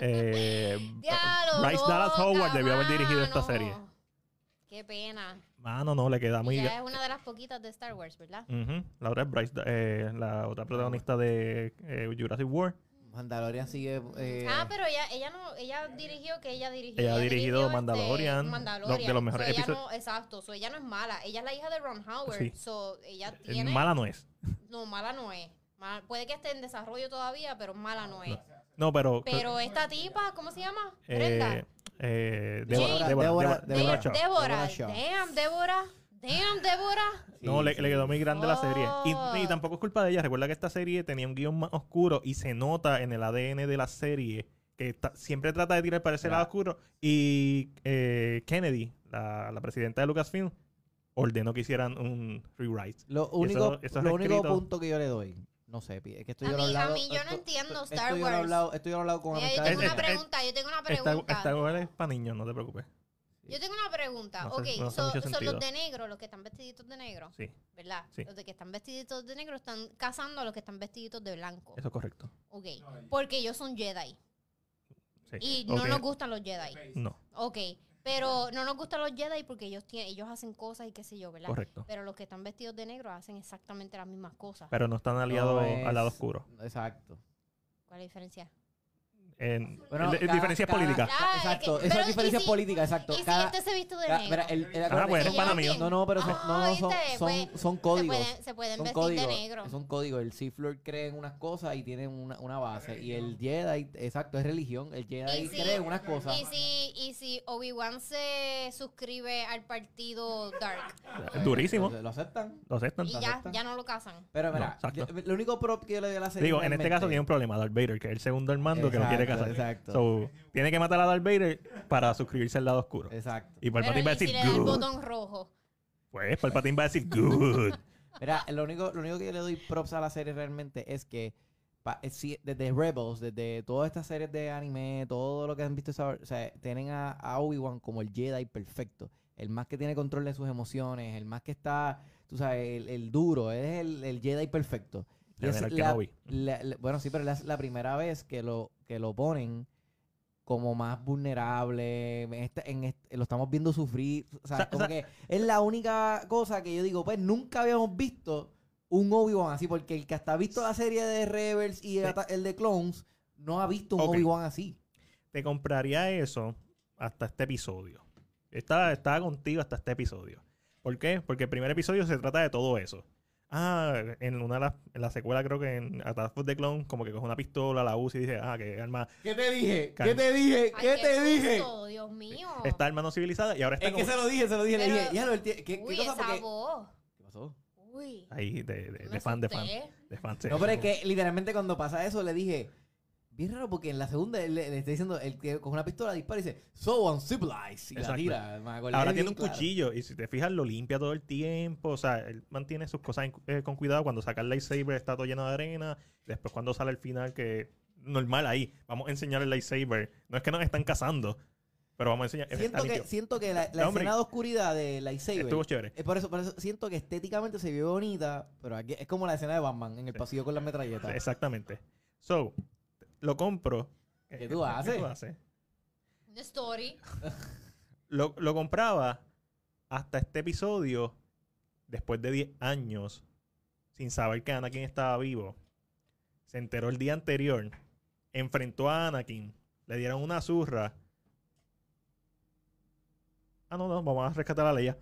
[SPEAKER 2] eh,
[SPEAKER 1] Diablo,
[SPEAKER 2] Bryce Dallas
[SPEAKER 1] loca,
[SPEAKER 2] Howard debió haber dirigido esta
[SPEAKER 1] mano.
[SPEAKER 2] serie.
[SPEAKER 1] Qué pena.
[SPEAKER 2] Mano, no, le queda muy.
[SPEAKER 1] Ella es una de las poquitas de Star Wars, ¿verdad?
[SPEAKER 2] Ujú. La otra es Bryce, Da- eh, la otra protagonista de eh, Jurassic World.
[SPEAKER 3] Mandalorian sigue. eh,
[SPEAKER 1] ah, pero ella, ella no, ella dirigió que ella dirigió.
[SPEAKER 2] Ella ha dirigido
[SPEAKER 1] dirigió, este,
[SPEAKER 2] Mandalorian,
[SPEAKER 1] Mandalorian.
[SPEAKER 2] lo- de los mejores
[SPEAKER 1] So, ella
[SPEAKER 2] episodios.
[SPEAKER 1] no- exacto, so, ella no es mala. Ella es la hija de Ron Howard.
[SPEAKER 2] Sí.
[SPEAKER 1] So, ella
[SPEAKER 2] Eh,
[SPEAKER 1] tiene.
[SPEAKER 2] Mala no es.
[SPEAKER 1] No, mala no es. Mal- puede que esté en desarrollo todavía, pero mala no es.
[SPEAKER 2] No, pero.
[SPEAKER 1] Pero esta tipa, ¿cómo se llama?
[SPEAKER 2] eh,
[SPEAKER 1] Brenda.
[SPEAKER 2] eh, Débora,
[SPEAKER 1] Jane.
[SPEAKER 2] Débora,
[SPEAKER 3] Débora-
[SPEAKER 2] Débora-
[SPEAKER 1] De- Débora.
[SPEAKER 2] Débora Shaw.
[SPEAKER 1] Débora.
[SPEAKER 3] Débora Shaw.
[SPEAKER 1] Damn, Débora. Damn, Débora.
[SPEAKER 3] sí,
[SPEAKER 2] No, le,
[SPEAKER 3] sí.
[SPEAKER 2] le quedó muy grande la serie. Y, y
[SPEAKER 1] Fuck.
[SPEAKER 2] tampoco es culpa de ella. Recuerda que esta serie tenía un guión más oscuro y se nota en el ADN de la serie que está- siempre trata de tirar para ese
[SPEAKER 3] Mira.
[SPEAKER 2] lado oscuro. Y eh, Kennedy, la, la presidenta de Lucasfilm, ordenó que hicieran un rewrite.
[SPEAKER 3] Lo único,
[SPEAKER 2] eso es
[SPEAKER 3] lo único
[SPEAKER 2] escrito.
[SPEAKER 3] punto que yo le doy, no sé, pi- es que estoy
[SPEAKER 1] A mí- a
[SPEAKER 3] hablado.
[SPEAKER 1] mí yo no
[SPEAKER 3] esto-
[SPEAKER 1] entiendo
[SPEAKER 3] esto-
[SPEAKER 1] Star
[SPEAKER 3] esto yo lo he
[SPEAKER 1] Wars.
[SPEAKER 3] hablado- Esto yo lo he hablado con
[SPEAKER 1] Mira, yo
[SPEAKER 3] amistades.
[SPEAKER 1] tengo una
[SPEAKER 2] Es- es-
[SPEAKER 1] pregunta, yo tengo una
[SPEAKER 2] Esta,
[SPEAKER 1] pregunta.
[SPEAKER 2] esta novela es para niños, no te preocupes.
[SPEAKER 1] Yo tengo una pregunta.
[SPEAKER 2] este, No
[SPEAKER 1] ok,
[SPEAKER 2] hace- no hace
[SPEAKER 1] so-
[SPEAKER 2] mucho
[SPEAKER 1] son
[SPEAKER 2] sentido.
[SPEAKER 1] los de negro, los que están vestiditos de negro,
[SPEAKER 2] Sí,
[SPEAKER 1] ¿verdad?
[SPEAKER 2] Sí.
[SPEAKER 1] Los de que están vestiditos de negro están cazando a los que están vestiditos de blanco.
[SPEAKER 2] eso es correcto.
[SPEAKER 1] Ok, porque ellos son Jedi.
[SPEAKER 2] Sí.
[SPEAKER 1] Y no
[SPEAKER 2] Ok,
[SPEAKER 1] nos gustan los Jedi.
[SPEAKER 2] No,
[SPEAKER 1] Ok, pero no nos gustan los Jedi porque ellos, tienen, ellos hacen cosas y qué sé yo, ¿verdad?
[SPEAKER 2] correcto.
[SPEAKER 1] Pero los que están vestidos de negro hacen exactamente las mismas cosas.
[SPEAKER 2] Pero no están aliados al lado oscuro.
[SPEAKER 3] Exacto.
[SPEAKER 1] ¿Cuál es la diferencia?
[SPEAKER 2] En,
[SPEAKER 3] Bueno,
[SPEAKER 2] el- el-
[SPEAKER 3] cada-
[SPEAKER 2] diferencias
[SPEAKER 3] cada-
[SPEAKER 2] políticas.
[SPEAKER 1] Ah, es que-
[SPEAKER 3] Exacto,
[SPEAKER 1] pero
[SPEAKER 3] eso
[SPEAKER 1] ¿y
[SPEAKER 3] es diferencia
[SPEAKER 1] si-
[SPEAKER 3] política, exacto.
[SPEAKER 1] ¿Y si
[SPEAKER 3] Cada-
[SPEAKER 1] este se viste de
[SPEAKER 3] cada-
[SPEAKER 1] negro?
[SPEAKER 3] mira, el- el-
[SPEAKER 2] Ah,
[SPEAKER 3] acuérdate-
[SPEAKER 2] bueno,
[SPEAKER 1] ¿Se llevan
[SPEAKER 2] pana mío.
[SPEAKER 1] bien?
[SPEAKER 3] No, no, pero son, no,
[SPEAKER 1] Ah,
[SPEAKER 3] no, son,
[SPEAKER 1] ¿viste?
[SPEAKER 3] son,
[SPEAKER 1] Pues,
[SPEAKER 3] son
[SPEAKER 1] Se
[SPEAKER 3] códigos.
[SPEAKER 1] pueden, se pueden
[SPEAKER 3] Son
[SPEAKER 1] vestir
[SPEAKER 3] códigos.
[SPEAKER 1] de negro.
[SPEAKER 3] Son códigos. El Sith Lord cree en unas cosas y tiene una, una base. Y el Jedi, exacto, es religión. El Jedi
[SPEAKER 1] Y si-
[SPEAKER 3] cree en unas cosas.
[SPEAKER 1] ¿Y si, y si Obi-Wan se suscribe al partido Dark
[SPEAKER 2] Durísimo.
[SPEAKER 3] Entonces, Lo aceptan.
[SPEAKER 2] Lo aceptan.
[SPEAKER 1] y ya,
[SPEAKER 3] aceptan.
[SPEAKER 1] ya no lo casan.
[SPEAKER 3] Pero mira,
[SPEAKER 2] No, exacto.
[SPEAKER 3] yo- lo único prop que yo le doy a la serie.
[SPEAKER 2] Digo, en este caso tiene
[SPEAKER 3] realmente-
[SPEAKER 2] un problema Darth Vader, que es el segundo hermando que lo quiere
[SPEAKER 3] Exacto,
[SPEAKER 2] casar.
[SPEAKER 3] exacto.
[SPEAKER 2] So, tiene que matar a Darth Vader para suscribirse al lado oscuro.
[SPEAKER 3] Exacto.
[SPEAKER 2] Y Palpatine
[SPEAKER 1] Pero
[SPEAKER 2] va a
[SPEAKER 1] ¿y si
[SPEAKER 2] decir
[SPEAKER 1] le da el
[SPEAKER 2] good.
[SPEAKER 1] botón rojo.
[SPEAKER 2] Pues Palpatine va a decir [LAUGHS] good.
[SPEAKER 3] Mira, lo único, lo único que yo le doy props a la serie realmente es que pa- eh, sí, desde Rebels, desde todas estas series de anime, todo lo que han visto, esa- o sea, tienen a, a Obi-Wan como el Jedi perfecto. El más que tiene control de sus emociones, el más que está, tú sabes, el, el duro, es el, el Jedi perfecto. Y
[SPEAKER 2] Ya,
[SPEAKER 3] es
[SPEAKER 2] mira, el
[SPEAKER 3] la-
[SPEAKER 2] Kenobi.
[SPEAKER 3] la- la- bueno, sí, pero es la primera vez que lo, que lo ponen como más vulnerable. en esta- en este- lo estamos viendo sufrir. O sea,
[SPEAKER 2] O sea,
[SPEAKER 3] como
[SPEAKER 2] o sea-
[SPEAKER 3] que es la única cosa que yo digo, pues nunca habíamos visto un Obi-Wan así, porque el que hasta ha visto la serie de Rebels y ata- el de Clones no ha visto un
[SPEAKER 2] Ok.
[SPEAKER 3] Obi-Wan así.
[SPEAKER 2] Te compraría eso hasta este episodio. Estaba, estaba contigo hasta este episodio. ¿Por qué? Porque el primer episodio se trata de todo eso. Ah, en una de las en la secuela creo que en Attack of the Clone como que coge una pistola, la usa y dice, ah, que arma,
[SPEAKER 3] ¿Qué te dije?
[SPEAKER 2] Calma.
[SPEAKER 3] te dije?
[SPEAKER 1] Ay, susto, Dios mío.
[SPEAKER 2] esta arma no civilizada y ahora está
[SPEAKER 3] Es que
[SPEAKER 2] como-
[SPEAKER 3] se lo dije, se lo dije, le
[SPEAKER 1] Pero-
[SPEAKER 3] dije. Ya lo, él tiene- ¿qué, qué
[SPEAKER 1] Uy,
[SPEAKER 3] cosa?
[SPEAKER 1] esa
[SPEAKER 3] Porque-
[SPEAKER 1] voz.
[SPEAKER 3] ¿Qué pasó?
[SPEAKER 1] Uy.
[SPEAKER 2] ahí de, de-
[SPEAKER 1] me
[SPEAKER 2] de fan, de fan,
[SPEAKER 1] asusté.
[SPEAKER 2] de fan. [LAUGHS] sí.
[SPEAKER 3] No, pero es que literalmente cuando pasa eso le dije, bien raro porque en la segunda él le, le está diciendo, el que con una pistola dispara y dice, so uncivilized. Y la
[SPEAKER 2] Exacto.
[SPEAKER 3] tira. me acordé
[SPEAKER 2] Ahora
[SPEAKER 3] bien
[SPEAKER 2] tiene un
[SPEAKER 3] Pues claro.
[SPEAKER 2] cuchillo y si te fijas lo limpia todo el tiempo. O sea, él mantiene sus cosas en- eh, con cuidado. Cuando saca el lightsaber está todo lleno de arena. Después cuando sale el final que... Normal ahí. Vamos a enseñar el lightsaber. No es que nos están cazando. Pero vamos a enseñar. Está
[SPEAKER 3] Siento que,
[SPEAKER 2] limpio.
[SPEAKER 3] siento que la, la
[SPEAKER 2] No, hombre.
[SPEAKER 3] escena de oscuridad de lightsaber
[SPEAKER 2] Estuvo chévere.
[SPEAKER 3] Es por eso, por eso siento que estéticamente se vio bonita, pero aquí es como la escena de Batman en el
[SPEAKER 2] Sí.
[SPEAKER 3] pasillo con las metralletas.
[SPEAKER 2] Exactamente. So, lo compro. [LAUGHS]
[SPEAKER 3] ¿Qué tú haces?
[SPEAKER 1] Una story.
[SPEAKER 2] Lo, lo compraba hasta este episodio después de 10 años sin saber que Anakin estaba vivo. Se enteró el día anterior. Enfrentó a Anakin. Le dieron una zurra. Ah, no, no, vamos a rescatar a Leia.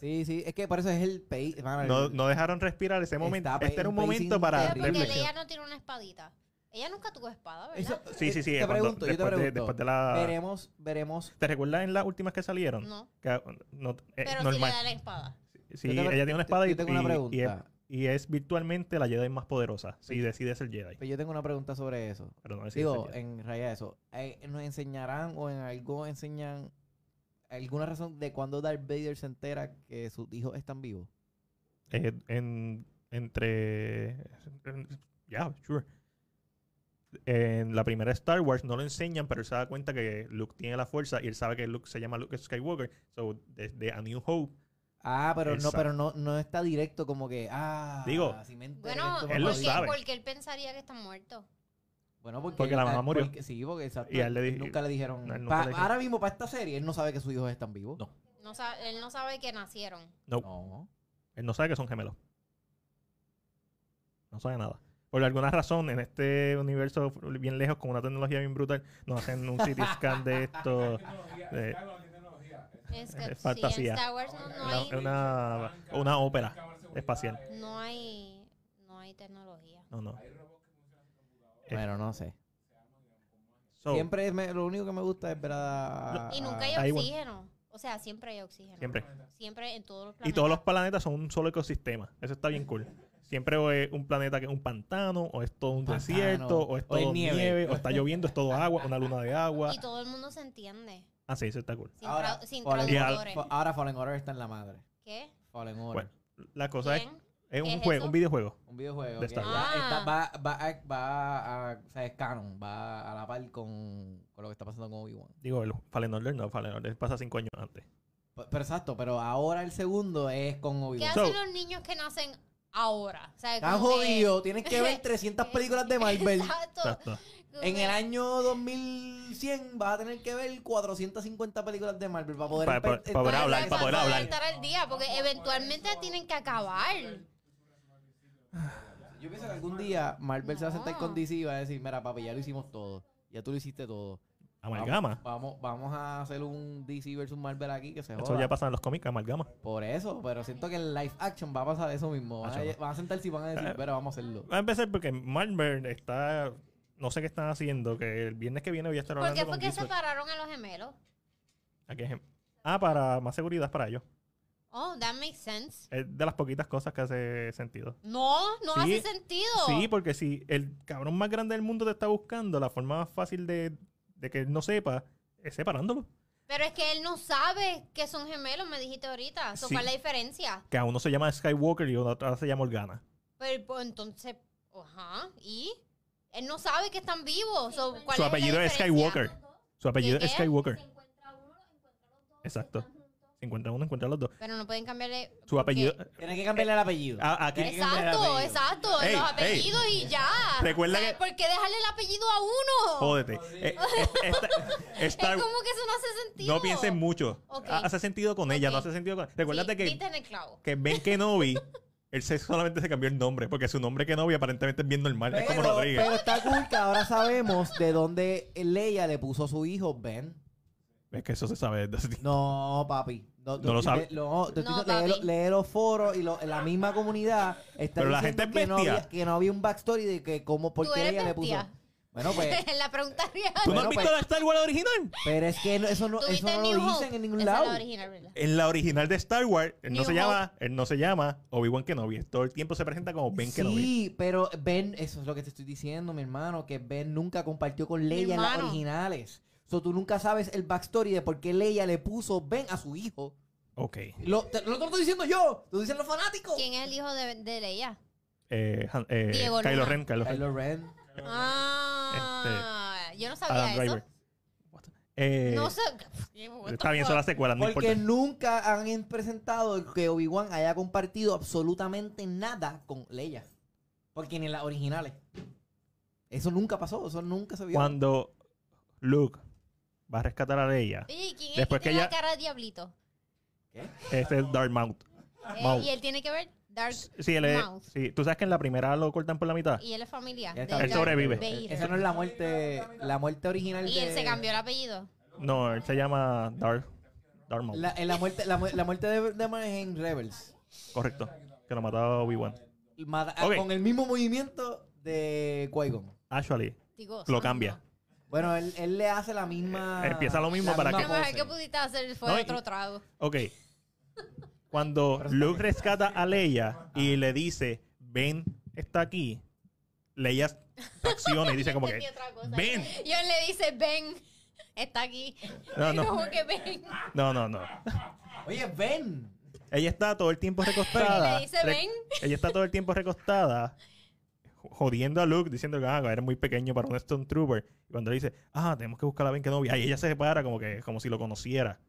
[SPEAKER 3] Sí, sí, es que por eso es el país.
[SPEAKER 2] No, no dejaron respirar ese momento.
[SPEAKER 3] Está
[SPEAKER 2] Este era un
[SPEAKER 3] pacing
[SPEAKER 2] momento para
[SPEAKER 1] Pero porque
[SPEAKER 2] reflexión.
[SPEAKER 1] Leia no tiene una espadita. Ella nunca tuvo espada, ¿verdad?
[SPEAKER 2] Sí, sí, sí.
[SPEAKER 3] eh, Te
[SPEAKER 2] cuando-
[SPEAKER 3] pregunto, yo te
[SPEAKER 2] después, de,
[SPEAKER 3] pregunto.
[SPEAKER 2] después de la...
[SPEAKER 3] Veremos, veremos.
[SPEAKER 2] ¿Te recuerdas en las últimas que salieron?
[SPEAKER 1] No.
[SPEAKER 2] Que, no, eh,
[SPEAKER 1] Pero sí le
[SPEAKER 2] normal.
[SPEAKER 1] da la espada.
[SPEAKER 2] Sí,
[SPEAKER 3] Yo te-
[SPEAKER 2] ella tiene una espada
[SPEAKER 3] yo
[SPEAKER 2] y,
[SPEAKER 3] tengo una
[SPEAKER 2] y- y es
[SPEAKER 3] pregunta.
[SPEAKER 2] Y es virtualmente la Jedi más poderosa, si decides ser Jedi.
[SPEAKER 3] Pero yo tengo una pregunta sobre eso.
[SPEAKER 2] Pero no decides
[SPEAKER 3] Digo,
[SPEAKER 2] ser Jedi.
[SPEAKER 3] en realidad eso. eh, ¿Nos enseñarán o en algo enseñan alguna razón de cuando Darth Vader se entera que sus hijos están vivos?
[SPEAKER 2] Eh, en- entre. ya, sure. En la primera Star Wars no lo enseñan, pero él se da cuenta que Luke tiene la fuerza y él sabe que Luke se llama Luke Skywalker. So, desde A New Hope,
[SPEAKER 3] Ah, pero
[SPEAKER 2] Exacto.
[SPEAKER 3] no, pero no, no está directo como que, ah,
[SPEAKER 2] Digo,
[SPEAKER 3] si me enteré
[SPEAKER 1] Bueno,
[SPEAKER 3] esto,
[SPEAKER 1] porque,
[SPEAKER 2] Él lo
[SPEAKER 3] papá".
[SPEAKER 2] sabe.
[SPEAKER 1] porque él pensaría que está muerto.
[SPEAKER 3] Bueno, porque,
[SPEAKER 2] Porque la
[SPEAKER 3] él-
[SPEAKER 2] mamá
[SPEAKER 3] ah,
[SPEAKER 2] murió.
[SPEAKER 3] porque- sí, porque exacto,
[SPEAKER 2] Y a él le di-
[SPEAKER 3] nunca le dijeron.
[SPEAKER 2] a él nunca
[SPEAKER 3] pa-
[SPEAKER 2] le dijeron.
[SPEAKER 3] Ahora mismo, para esta serie, él no sabe que sus hijos están vivos.
[SPEAKER 2] No.
[SPEAKER 1] No sa- él no sabe que nacieron.
[SPEAKER 2] no,
[SPEAKER 3] No.
[SPEAKER 2] él no sabe que son gemelos. No sabe nada. Por alguna razón, en este universo bien lejos, con una tecnología bien brutal, nos hacen un CT scan de esto. eh,
[SPEAKER 1] Es que
[SPEAKER 2] Es
[SPEAKER 1] sí,
[SPEAKER 2] fantasía.
[SPEAKER 1] en Star Wars no, no
[SPEAKER 2] Una-
[SPEAKER 1] hay,
[SPEAKER 2] una- una ópera espacial.
[SPEAKER 1] no hay no hay tecnología.
[SPEAKER 2] No, no. Eh,
[SPEAKER 3] Bueno, no sé.
[SPEAKER 2] so,
[SPEAKER 3] Siempre me- lo único que me gusta es ver a.
[SPEAKER 1] Y nunca
[SPEAKER 2] Ah, ahí
[SPEAKER 1] hay
[SPEAKER 2] voy.
[SPEAKER 1] oxígeno. O sea, siempre hay oxígeno.
[SPEAKER 2] siempre.
[SPEAKER 1] Siempre en todos los planetas.
[SPEAKER 2] Y todos los planetas son un solo ecosistema. Eso está bien cool. Siempre o es un planeta que es un pantano, o es todo un
[SPEAKER 3] Pantano.
[SPEAKER 2] desierto, o es
[SPEAKER 3] O es
[SPEAKER 2] todo nieve.
[SPEAKER 3] nieve.
[SPEAKER 2] o está lloviendo, es
[SPEAKER 3] [LAUGHS]
[SPEAKER 2] todo agua, una luna de agua.
[SPEAKER 1] Y todo el mundo se entiende.
[SPEAKER 2] Ah, sí, eso está cool.
[SPEAKER 1] Sin,
[SPEAKER 3] Ahora,
[SPEAKER 1] trau- sin
[SPEAKER 3] Fallen-
[SPEAKER 2] Y al-
[SPEAKER 1] traductores.
[SPEAKER 3] Fa- Ahora Fallen Order está en la madre.
[SPEAKER 1] ¿Qué?
[SPEAKER 3] Fallen Order.
[SPEAKER 2] Bueno, La cosa es,
[SPEAKER 1] ¿Quién?
[SPEAKER 2] es un
[SPEAKER 1] ¿Qué es
[SPEAKER 2] juego,
[SPEAKER 1] eso?
[SPEAKER 2] un videojuego.
[SPEAKER 3] Un videojuego.
[SPEAKER 2] De
[SPEAKER 3] que
[SPEAKER 2] Star
[SPEAKER 3] ya
[SPEAKER 1] Wars.
[SPEAKER 3] está-
[SPEAKER 1] Ah.
[SPEAKER 3] va, va, a- va a. O sea, es canon. Va a la par con, con lo que está pasando con Obi-Wan.
[SPEAKER 2] Digo, el Fallen Order no, Fallen Order pasa cinco años antes.
[SPEAKER 3] P- Pero exacto, pero ahora el segundo es con
[SPEAKER 1] ¿Qué
[SPEAKER 3] Obi-Wan.
[SPEAKER 2] So-
[SPEAKER 1] hacen los niños que nacen ahora? O sea,
[SPEAKER 3] Estás
[SPEAKER 1] como que- [LAUGHS]
[SPEAKER 3] jodido. Tienes que ver 300 películas de Marvel.
[SPEAKER 1] Exacto.
[SPEAKER 2] Exacto.
[SPEAKER 1] Como
[SPEAKER 3] En
[SPEAKER 1] que-
[SPEAKER 3] el año 2100 vas a tener que ver 450 películas de Marvel para poder,
[SPEAKER 2] Para- para-
[SPEAKER 3] empe-
[SPEAKER 2] para poder
[SPEAKER 3] estar-
[SPEAKER 2] hablar,
[SPEAKER 1] Para
[SPEAKER 2] para poder hablar.
[SPEAKER 1] estar al día, porque eventualmente tienen que acabar.
[SPEAKER 3] Yo pienso que algún día Marvel se va a sentar
[SPEAKER 1] No.
[SPEAKER 3] con DC y va a decir, mira papi, ya lo hicimos todo. Ya tú lo hiciste todo.
[SPEAKER 2] Amalgama.
[SPEAKER 3] Vamos, vamos a hacer un DC versus Marvel aquí que se joda.
[SPEAKER 2] Eso ya pasa en los cómics, amalgama.
[SPEAKER 3] Por eso, pero siento que en live action va a pasar eso mismo. Van
[SPEAKER 2] Ah,
[SPEAKER 3] a,
[SPEAKER 2] chaval.
[SPEAKER 3] van a sentarse y van a decir,
[SPEAKER 2] Eh.
[SPEAKER 3] pero vamos a [LAUGHS] hacerlo.
[SPEAKER 2] Va a empezar porque Marvel está... No sé qué están haciendo, que el viernes que viene voy a estar
[SPEAKER 1] ¿Por
[SPEAKER 2] hablando
[SPEAKER 1] qué
[SPEAKER 2] con
[SPEAKER 1] fue que
[SPEAKER 2] Gizmo.
[SPEAKER 1] separaron a los gemelos?
[SPEAKER 2] Aquí es- Ah, para más seguridad para ellos.
[SPEAKER 1] Oh, that makes sense.
[SPEAKER 2] Es de las poquitas cosas que hace sentido.
[SPEAKER 1] No, no
[SPEAKER 2] Sí.
[SPEAKER 1] hace sentido.
[SPEAKER 2] Sí, porque si el cabrón más grande del mundo te está buscando, la forma más fácil de, de que él no sepa es separándolo.
[SPEAKER 1] Pero es que él no sabe que son gemelos, me dijiste ahorita. So,
[SPEAKER 2] Sí.
[SPEAKER 1] ¿Cuál es la diferencia?
[SPEAKER 2] Que a uno se llama Skywalker y a otra se llama Organa.
[SPEAKER 1] Pero pues, entonces, ajá, ¿y? Él no sabe que están vivos. So, ¿cuál
[SPEAKER 2] Su
[SPEAKER 1] es la
[SPEAKER 2] apellido es
[SPEAKER 1] diferencia?
[SPEAKER 2] Skywalker. Su apellido
[SPEAKER 1] ¿Qué,
[SPEAKER 2] es
[SPEAKER 1] qué?
[SPEAKER 2] Skywalker. Exacto. Se encuentra uno, encuentra los dos.
[SPEAKER 1] Pero no pueden cambiarle.
[SPEAKER 2] Su apellido.
[SPEAKER 3] Tienes que cambiarle el apellido.
[SPEAKER 2] a- aquí.
[SPEAKER 3] que cambiar el
[SPEAKER 1] Exacto,
[SPEAKER 3] apellido.
[SPEAKER 1] exacto.
[SPEAKER 2] Ey,
[SPEAKER 1] los
[SPEAKER 2] ey.
[SPEAKER 1] apellidos y ya.
[SPEAKER 2] Recuerda
[SPEAKER 1] O sea,
[SPEAKER 2] que-
[SPEAKER 1] ¿Por qué dejarle el apellido a uno?
[SPEAKER 2] Jódete. Eh, eh, esta-
[SPEAKER 1] [LAUGHS]
[SPEAKER 2] Star-
[SPEAKER 1] Es como que eso no hace sentido.
[SPEAKER 2] no pienses mucho.
[SPEAKER 1] Ok.
[SPEAKER 2] Ha- Hace sentido con ella,
[SPEAKER 1] Ok.
[SPEAKER 2] no hace sentido con. Recuérdate
[SPEAKER 1] Sí,
[SPEAKER 2] que,
[SPEAKER 1] diste en el clavo.
[SPEAKER 2] que Ben Kenobi. Él se- solamente se cambió el nombre, porque su nombre Kenobi aparentemente es bien normal. es como
[SPEAKER 3] Pero,
[SPEAKER 2] Rodríguez.
[SPEAKER 3] pero está cool que ahora sabemos de dónde Leia le puso a su hijo Ben.
[SPEAKER 2] es que eso se sabe desde hace tiempo.
[SPEAKER 3] No, papi. No,
[SPEAKER 2] No lo sabe.
[SPEAKER 3] sabes. No, te estoy
[SPEAKER 1] No,
[SPEAKER 3] diciendo, lee,
[SPEAKER 1] papi.
[SPEAKER 3] lo- lee los foros y lo- la misma comunidad está
[SPEAKER 2] Pero la
[SPEAKER 3] diciendo
[SPEAKER 2] gente es
[SPEAKER 3] que, no
[SPEAKER 2] bestia.
[SPEAKER 3] había, que no había un backstory de que cómo, por
[SPEAKER 1] Tú
[SPEAKER 3] qué
[SPEAKER 1] eres
[SPEAKER 3] ella le
[SPEAKER 1] bestia.
[SPEAKER 3] puso. Bueno, pues,
[SPEAKER 1] [LAUGHS] la pregunta real.
[SPEAKER 2] ¿Tú Eh, no
[SPEAKER 3] Bueno,
[SPEAKER 2] has visto
[SPEAKER 3] pues-
[SPEAKER 2] la Star Wars original?
[SPEAKER 3] pero es que no- eso no, eso
[SPEAKER 1] ¿Tuviste
[SPEAKER 3] no
[SPEAKER 1] New
[SPEAKER 3] lo
[SPEAKER 1] Hope?
[SPEAKER 3] dicen en ningún
[SPEAKER 1] Esa es la
[SPEAKER 3] lado.
[SPEAKER 1] original, ¿verdad?
[SPEAKER 2] En la original de Star Wars, él no
[SPEAKER 1] New
[SPEAKER 2] se llama, él no se llama Obi-Wan Kenobi. Todo el tiempo se presenta como Ben Kenobi.
[SPEAKER 3] Sí, pero Ben, eso es lo que te estoy diciendo, mi hermano, que Ben nunca compartió con Leia en las
[SPEAKER 1] hermano.
[SPEAKER 3] originales. So, tú nunca sabes el backstory de por qué Leia le puso Ben a su hijo.
[SPEAKER 2] Ok.
[SPEAKER 3] Lo, te- lo, te lo estoy diciendo yo, te lo dicen los fanáticos.
[SPEAKER 1] ¿Quién es el hijo de, de Leia?
[SPEAKER 2] Eh, Han- eh,
[SPEAKER 1] Diego
[SPEAKER 2] Kylo
[SPEAKER 1] Luna.
[SPEAKER 2] Ren, Kylo Ren.
[SPEAKER 3] Kylo Ren.
[SPEAKER 1] Ah, yo no sabía
[SPEAKER 2] Este, Adam
[SPEAKER 1] eso.
[SPEAKER 2] Driver. Eh,
[SPEAKER 1] No sé. what the
[SPEAKER 2] Está bien,
[SPEAKER 1] fuck?
[SPEAKER 2] son las secuelas, no
[SPEAKER 3] Porque
[SPEAKER 2] importa.
[SPEAKER 3] nunca han en- presentado que Obi-Wan haya compartido absolutamente nada con Leia. Porque ni en las originales. Eso nunca pasó, eso nunca se vio.
[SPEAKER 2] Cuando Luke va a rescatar a Leia,
[SPEAKER 1] Oye, ¿y ¿quién es
[SPEAKER 2] Después
[SPEAKER 1] que
[SPEAKER 2] que
[SPEAKER 1] tiene
[SPEAKER 2] ella-
[SPEAKER 1] la cara de diablito?
[SPEAKER 2] ese este es Darth Maul.
[SPEAKER 1] Eh,
[SPEAKER 2] Maul.
[SPEAKER 1] y él tiene que ver Dark
[SPEAKER 2] Sí, él es-
[SPEAKER 1] Maul.
[SPEAKER 2] sí, tú sabes que en la primera lo cortan por la mitad.
[SPEAKER 1] y él es familia.
[SPEAKER 3] Ya
[SPEAKER 1] de
[SPEAKER 3] está.
[SPEAKER 2] Él
[SPEAKER 1] Darth
[SPEAKER 2] sobrevive.
[SPEAKER 1] Vader.
[SPEAKER 3] Esa no es la muerte, la muerte original
[SPEAKER 1] Y él
[SPEAKER 3] de-
[SPEAKER 1] se cambió el apellido.
[SPEAKER 2] No, él se llama Darth, Darth Maul.
[SPEAKER 3] La, en la muerte, la, mu- la muerte de, de Mar- en Rebels.
[SPEAKER 2] Correcto. Que lo mataba Obi-Wan.
[SPEAKER 3] Ma- ah,
[SPEAKER 2] Ok.
[SPEAKER 3] Con el mismo movimiento de Qui-Gon.
[SPEAKER 2] Actually,
[SPEAKER 1] Digo,
[SPEAKER 2] lo
[SPEAKER 1] santo.
[SPEAKER 2] cambia.
[SPEAKER 3] Bueno, él, él le hace la misma.
[SPEAKER 2] Eh, empieza lo mismo
[SPEAKER 3] la
[SPEAKER 2] para
[SPEAKER 1] Lo
[SPEAKER 3] misma
[SPEAKER 2] que-
[SPEAKER 1] mejor
[SPEAKER 3] pose.
[SPEAKER 1] que pudiste hacer fue
[SPEAKER 2] No, y-
[SPEAKER 1] otro trago.
[SPEAKER 2] Ok. Cuando
[SPEAKER 3] Pero está
[SPEAKER 2] Luke rescata a Leia y le dice, Ben está aquí, le ella acciona y dice
[SPEAKER 1] [LAUGHS]
[SPEAKER 2] como que,
[SPEAKER 1] Entendí otra cosa.
[SPEAKER 2] Ben,
[SPEAKER 1] John le dice, ven, está aquí.
[SPEAKER 2] no, no,
[SPEAKER 1] Como que ven.
[SPEAKER 2] no, no, no.
[SPEAKER 3] Oye, Ben.
[SPEAKER 2] Ella está todo el tiempo recostada.
[SPEAKER 1] Y [LAUGHS] le dice,
[SPEAKER 2] re-
[SPEAKER 1] "Ven".
[SPEAKER 2] Ella está todo el tiempo recostada, jo- jodiendo a Luke, diciendo que ah, eres muy pequeño para un Stone Trooper. Y cuando le dice, ah, tenemos que buscar a Ben que novia, y ella se separa como que como si lo conociera.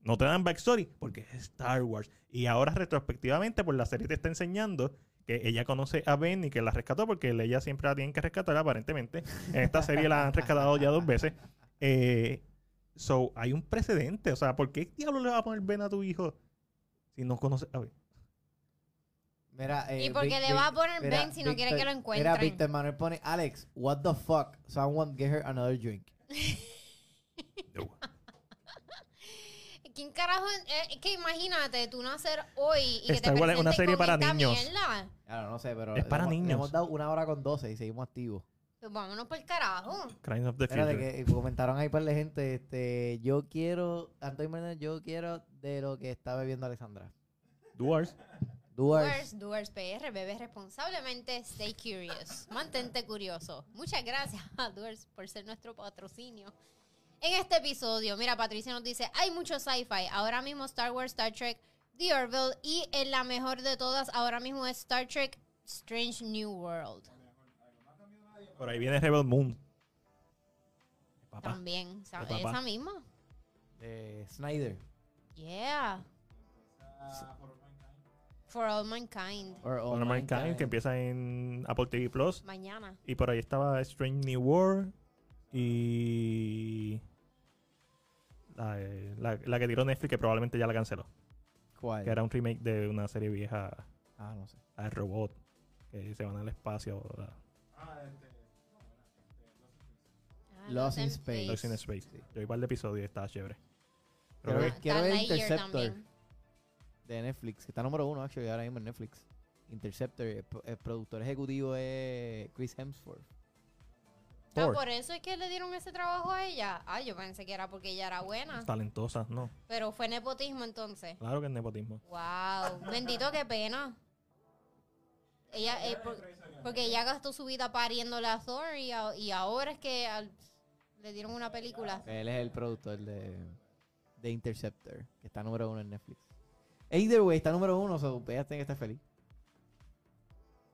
[SPEAKER 2] No te dan backstory porque es Star Wars. Y ahora, retrospectivamente, por la serie te está enseñando que ella conoce a Ben y que la rescató porque ella siempre la tienen que rescatar, aparentemente. En esta serie la han rescatado ya dos veces. Eh, so, hay un precedente. O sea, ¿por qué diablo le va a poner Ben a tu hijo si no conoce a Ben?
[SPEAKER 3] Mira, eh,
[SPEAKER 1] Y porque
[SPEAKER 3] Vic-
[SPEAKER 1] le
[SPEAKER 3] Vic-
[SPEAKER 1] va a poner
[SPEAKER 3] mira,
[SPEAKER 1] Ben si no quiere
[SPEAKER 3] Víctor-
[SPEAKER 1] que lo
[SPEAKER 3] Mira,
[SPEAKER 1] encuentren.
[SPEAKER 3] Víctor Manuel pone, Alex, what the fuck? Someone get her another drink.
[SPEAKER 1] ¿Quién carajo? eh, Es que imagínate, tú nacer hoy y que te
[SPEAKER 2] Star Wars es una
[SPEAKER 1] presenten
[SPEAKER 2] serie
[SPEAKER 1] con
[SPEAKER 2] para
[SPEAKER 1] esta
[SPEAKER 2] niños.
[SPEAKER 1] mierda.
[SPEAKER 3] Claro, no sé, pero...
[SPEAKER 2] Es
[SPEAKER 3] le
[SPEAKER 2] para
[SPEAKER 3] hemos- le
[SPEAKER 2] niños.
[SPEAKER 3] hemos dado una hora con doce y seguimos activos.
[SPEAKER 1] Pues vámonos por el carajo.
[SPEAKER 2] Crimes of the
[SPEAKER 3] Espérate,
[SPEAKER 2] Future.
[SPEAKER 3] que eh, comentaron ahí para la gente, este, yo quiero, Antonio Martínez, yo quiero de lo que está bebiendo Alexandra.
[SPEAKER 2] Dwarves.
[SPEAKER 3] Duars.
[SPEAKER 1] Doers, Doers PR, bebes responsablemente, stay curious. Mantente curioso. Muchas gracias a Doers por ser nuestro patrocinio. En este episodio, mira, Patricia nos dice, hay mucho sci-fi. Ahora mismo Star Wars, Star Trek, The Orville y en la mejor de todas, ahora mismo es Star Trek Strange New World.
[SPEAKER 2] Por ahí viene Rebel Moon.
[SPEAKER 1] También, esa,
[SPEAKER 2] De papá.
[SPEAKER 1] esa misma.
[SPEAKER 3] Eh, Snyder.
[SPEAKER 1] Yeah. For All Mankind.
[SPEAKER 3] Or All
[SPEAKER 2] Honor Mankind,
[SPEAKER 3] Mankind.
[SPEAKER 2] que empieza en Apple TV Plus.
[SPEAKER 1] Mañana.
[SPEAKER 2] Y por ahí estaba Strange New World. Y. La, eh, la- la que tiró Netflix, que probablemente ya la canceló.
[SPEAKER 3] ¿Cuál?
[SPEAKER 2] Que era un remake de una serie vieja,
[SPEAKER 3] Ah, no sé.
[SPEAKER 2] la de Robot. Que se van al espacio. la-
[SPEAKER 1] Ah,
[SPEAKER 3] Lost in
[SPEAKER 1] en
[SPEAKER 3] Space.
[SPEAKER 2] Lost in Space.
[SPEAKER 3] Sí.
[SPEAKER 2] Yo vi par de episodios y estaba chévere.
[SPEAKER 3] Quiero
[SPEAKER 2] Creo que-
[SPEAKER 3] ver,
[SPEAKER 1] Ah,
[SPEAKER 3] quiero ver
[SPEAKER 1] Starlight Year
[SPEAKER 3] Interceptor
[SPEAKER 1] también.
[SPEAKER 3] de Netflix, que está número uno, actually, ahora mismo en Netflix. Interceptor, el, pro- el productor ejecutivo es Chris Hemsworth.
[SPEAKER 1] Ah,
[SPEAKER 2] Thor.
[SPEAKER 1] por eso es que le dieron ese trabajo a ella. Ah, yo pensé que era porque ella era buena.
[SPEAKER 2] Talentosas, no.
[SPEAKER 1] Pero fue nepotismo entonces.
[SPEAKER 2] Claro que es nepotismo.
[SPEAKER 1] Wow. Bendito, qué pena. Ella, eh, por- porque ella gastó su vida pariéndole a Thor y, a- y ahora es que al- le dieron una película.
[SPEAKER 3] Él es el productor de, de Interceptor, que está número uno en Netflix. Either way, está número uno, o sea, ustedes tienen que estar feliz.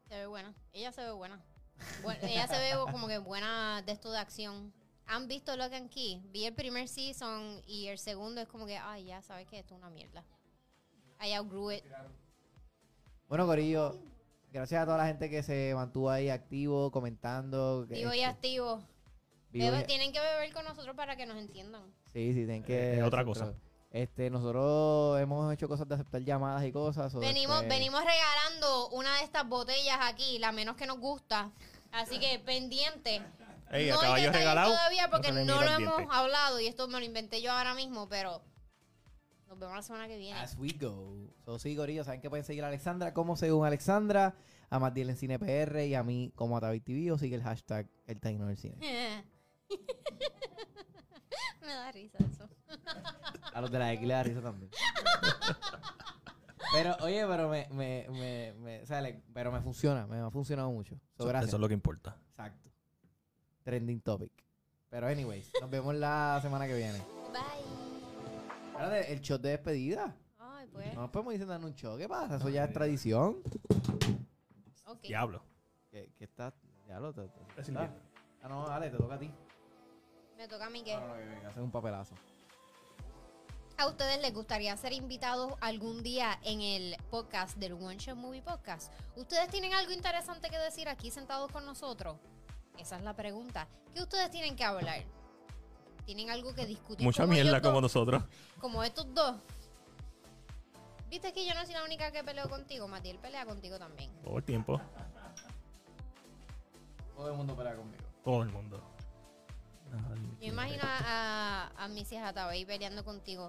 [SPEAKER 1] Se ve buena. Ella se ve buena. Bueno, ella se ve como que buena de esto de acción. ¿Han visto Logan Key? Vi el primer season y el segundo es como que, ay, ya sabes que esto es una mierda. I outgrew it.
[SPEAKER 3] Bueno, Corillo, gracias a toda la gente que se mantuvo ahí activo, comentando. que-
[SPEAKER 1] Vivo y activo.
[SPEAKER 3] vivo e-
[SPEAKER 1] Bebe-
[SPEAKER 3] y-
[SPEAKER 1] tienen que beber con nosotros para que nos entiendan.
[SPEAKER 3] Sí, sí, tienen que.
[SPEAKER 2] Eh, es otra cosa.
[SPEAKER 3] Este, nosotros hemos hecho cosas de aceptar llamadas y cosas. o
[SPEAKER 1] venimos,
[SPEAKER 3] este,
[SPEAKER 1] venimos regalando una de estas botellas aquí, la menos que nos gusta. Así que pendiente.
[SPEAKER 2] Ey,
[SPEAKER 1] no
[SPEAKER 2] a
[SPEAKER 1] hay
[SPEAKER 2] caballo
[SPEAKER 1] detalles
[SPEAKER 2] regalado.
[SPEAKER 1] todavía porque
[SPEAKER 2] se le
[SPEAKER 1] no,
[SPEAKER 2] mira
[SPEAKER 1] lo
[SPEAKER 2] el
[SPEAKER 1] hemos
[SPEAKER 2] diente.
[SPEAKER 1] hablado y esto me lo inventé yo ahora mismo, pero nos vemos la semana que viene.
[SPEAKER 3] As we go. So, sí, Corillo, saben que pueden seguir a Alexandra como según Alexandra, a Matiel en Cine PR y a mí como a David TV o sigue el hashtag El Taino del Cine.
[SPEAKER 1] [LAUGHS] me da risa eso.
[SPEAKER 3] A los de la X le da risa también. pero, oye, pero me, me, me, me- o sea, le- pero me funciona, me ha funcionado mucho. So,
[SPEAKER 2] Eso-
[SPEAKER 3] gracias.
[SPEAKER 2] eso es lo que importa.
[SPEAKER 3] Exacto. Trending topic. Pero, anyways, nos vemos la semana que viene.
[SPEAKER 1] Bye.
[SPEAKER 3] Espérate, el shot de despedida.
[SPEAKER 1] Ay, pues.
[SPEAKER 3] No nos podemos ir dando un shot. ¿Qué pasa? Eso ya es tradición.
[SPEAKER 1] Ok.
[SPEAKER 2] Diablo.
[SPEAKER 3] Que, que está. Ya lo está.
[SPEAKER 2] Es el bien.
[SPEAKER 3] Ah, no, dale, te toca a ti.
[SPEAKER 1] Me toca a mí que.
[SPEAKER 3] No, no, no, que venga, hacer un papelazo.
[SPEAKER 1] ¿A ustedes les gustaría ser invitados algún día en el podcast del One Shot Movie Podcast? ¿Ustedes tienen algo interesante que decir aquí sentados con nosotros? Esa es la pregunta. ¿Qué ustedes tienen que hablar? ¿Tienen algo que discutir?
[SPEAKER 2] Mucha
[SPEAKER 1] como
[SPEAKER 2] mierda
[SPEAKER 1] ellos dos?
[SPEAKER 2] como nosotros.
[SPEAKER 1] Como estos dos. Viste que yo no soy la única que peleo contigo, Matiel pelea contigo también.
[SPEAKER 2] Todo el tiempo.
[SPEAKER 3] Todo el mundo para conmigo.
[SPEAKER 2] Todo el mundo.
[SPEAKER 1] Yo imagino a, a, a Missy Hathaway peleando contigo.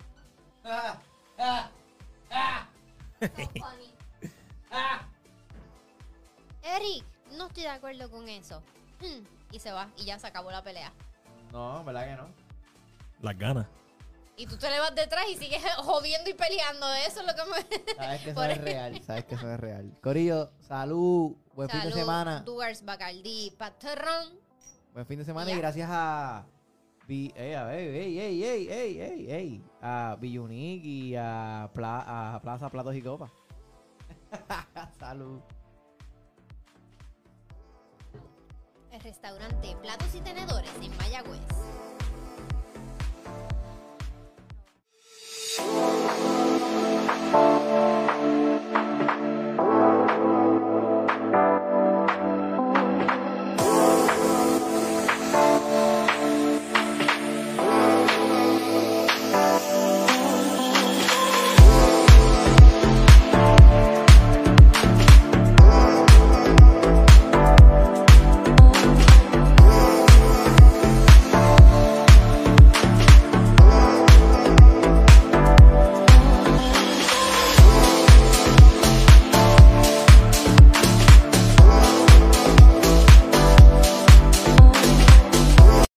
[SPEAKER 1] Eric, no estoy de acuerdo con eso. Hmm, Y se va, y ya se acabó la pelea.
[SPEAKER 3] No, ¿verdad que no?
[SPEAKER 2] Las ganas.
[SPEAKER 1] Y Y tú te le vas detrás y sigues [LAUGHS] jodiendo y peleando. Eso es lo que me. [LAUGHS]
[SPEAKER 3] Sabes que eso
[SPEAKER 1] Por
[SPEAKER 3] es real, sabes que eso es real. Corillo, salud, buen fin
[SPEAKER 1] Salud,
[SPEAKER 3] de semana.
[SPEAKER 1] Duars, Bacardi, Patrón.
[SPEAKER 3] Buen fin de semana y
[SPEAKER 1] Ya.
[SPEAKER 3] gracias a. Bi- Ey, a ver, ey, ey, ey, ey, ey, ey. A Biyunik y a, Pla- a Plaza Platos y Copas. [LAUGHS] Salud.
[SPEAKER 1] El restaurante Platos y Tenedores en Mayagüez.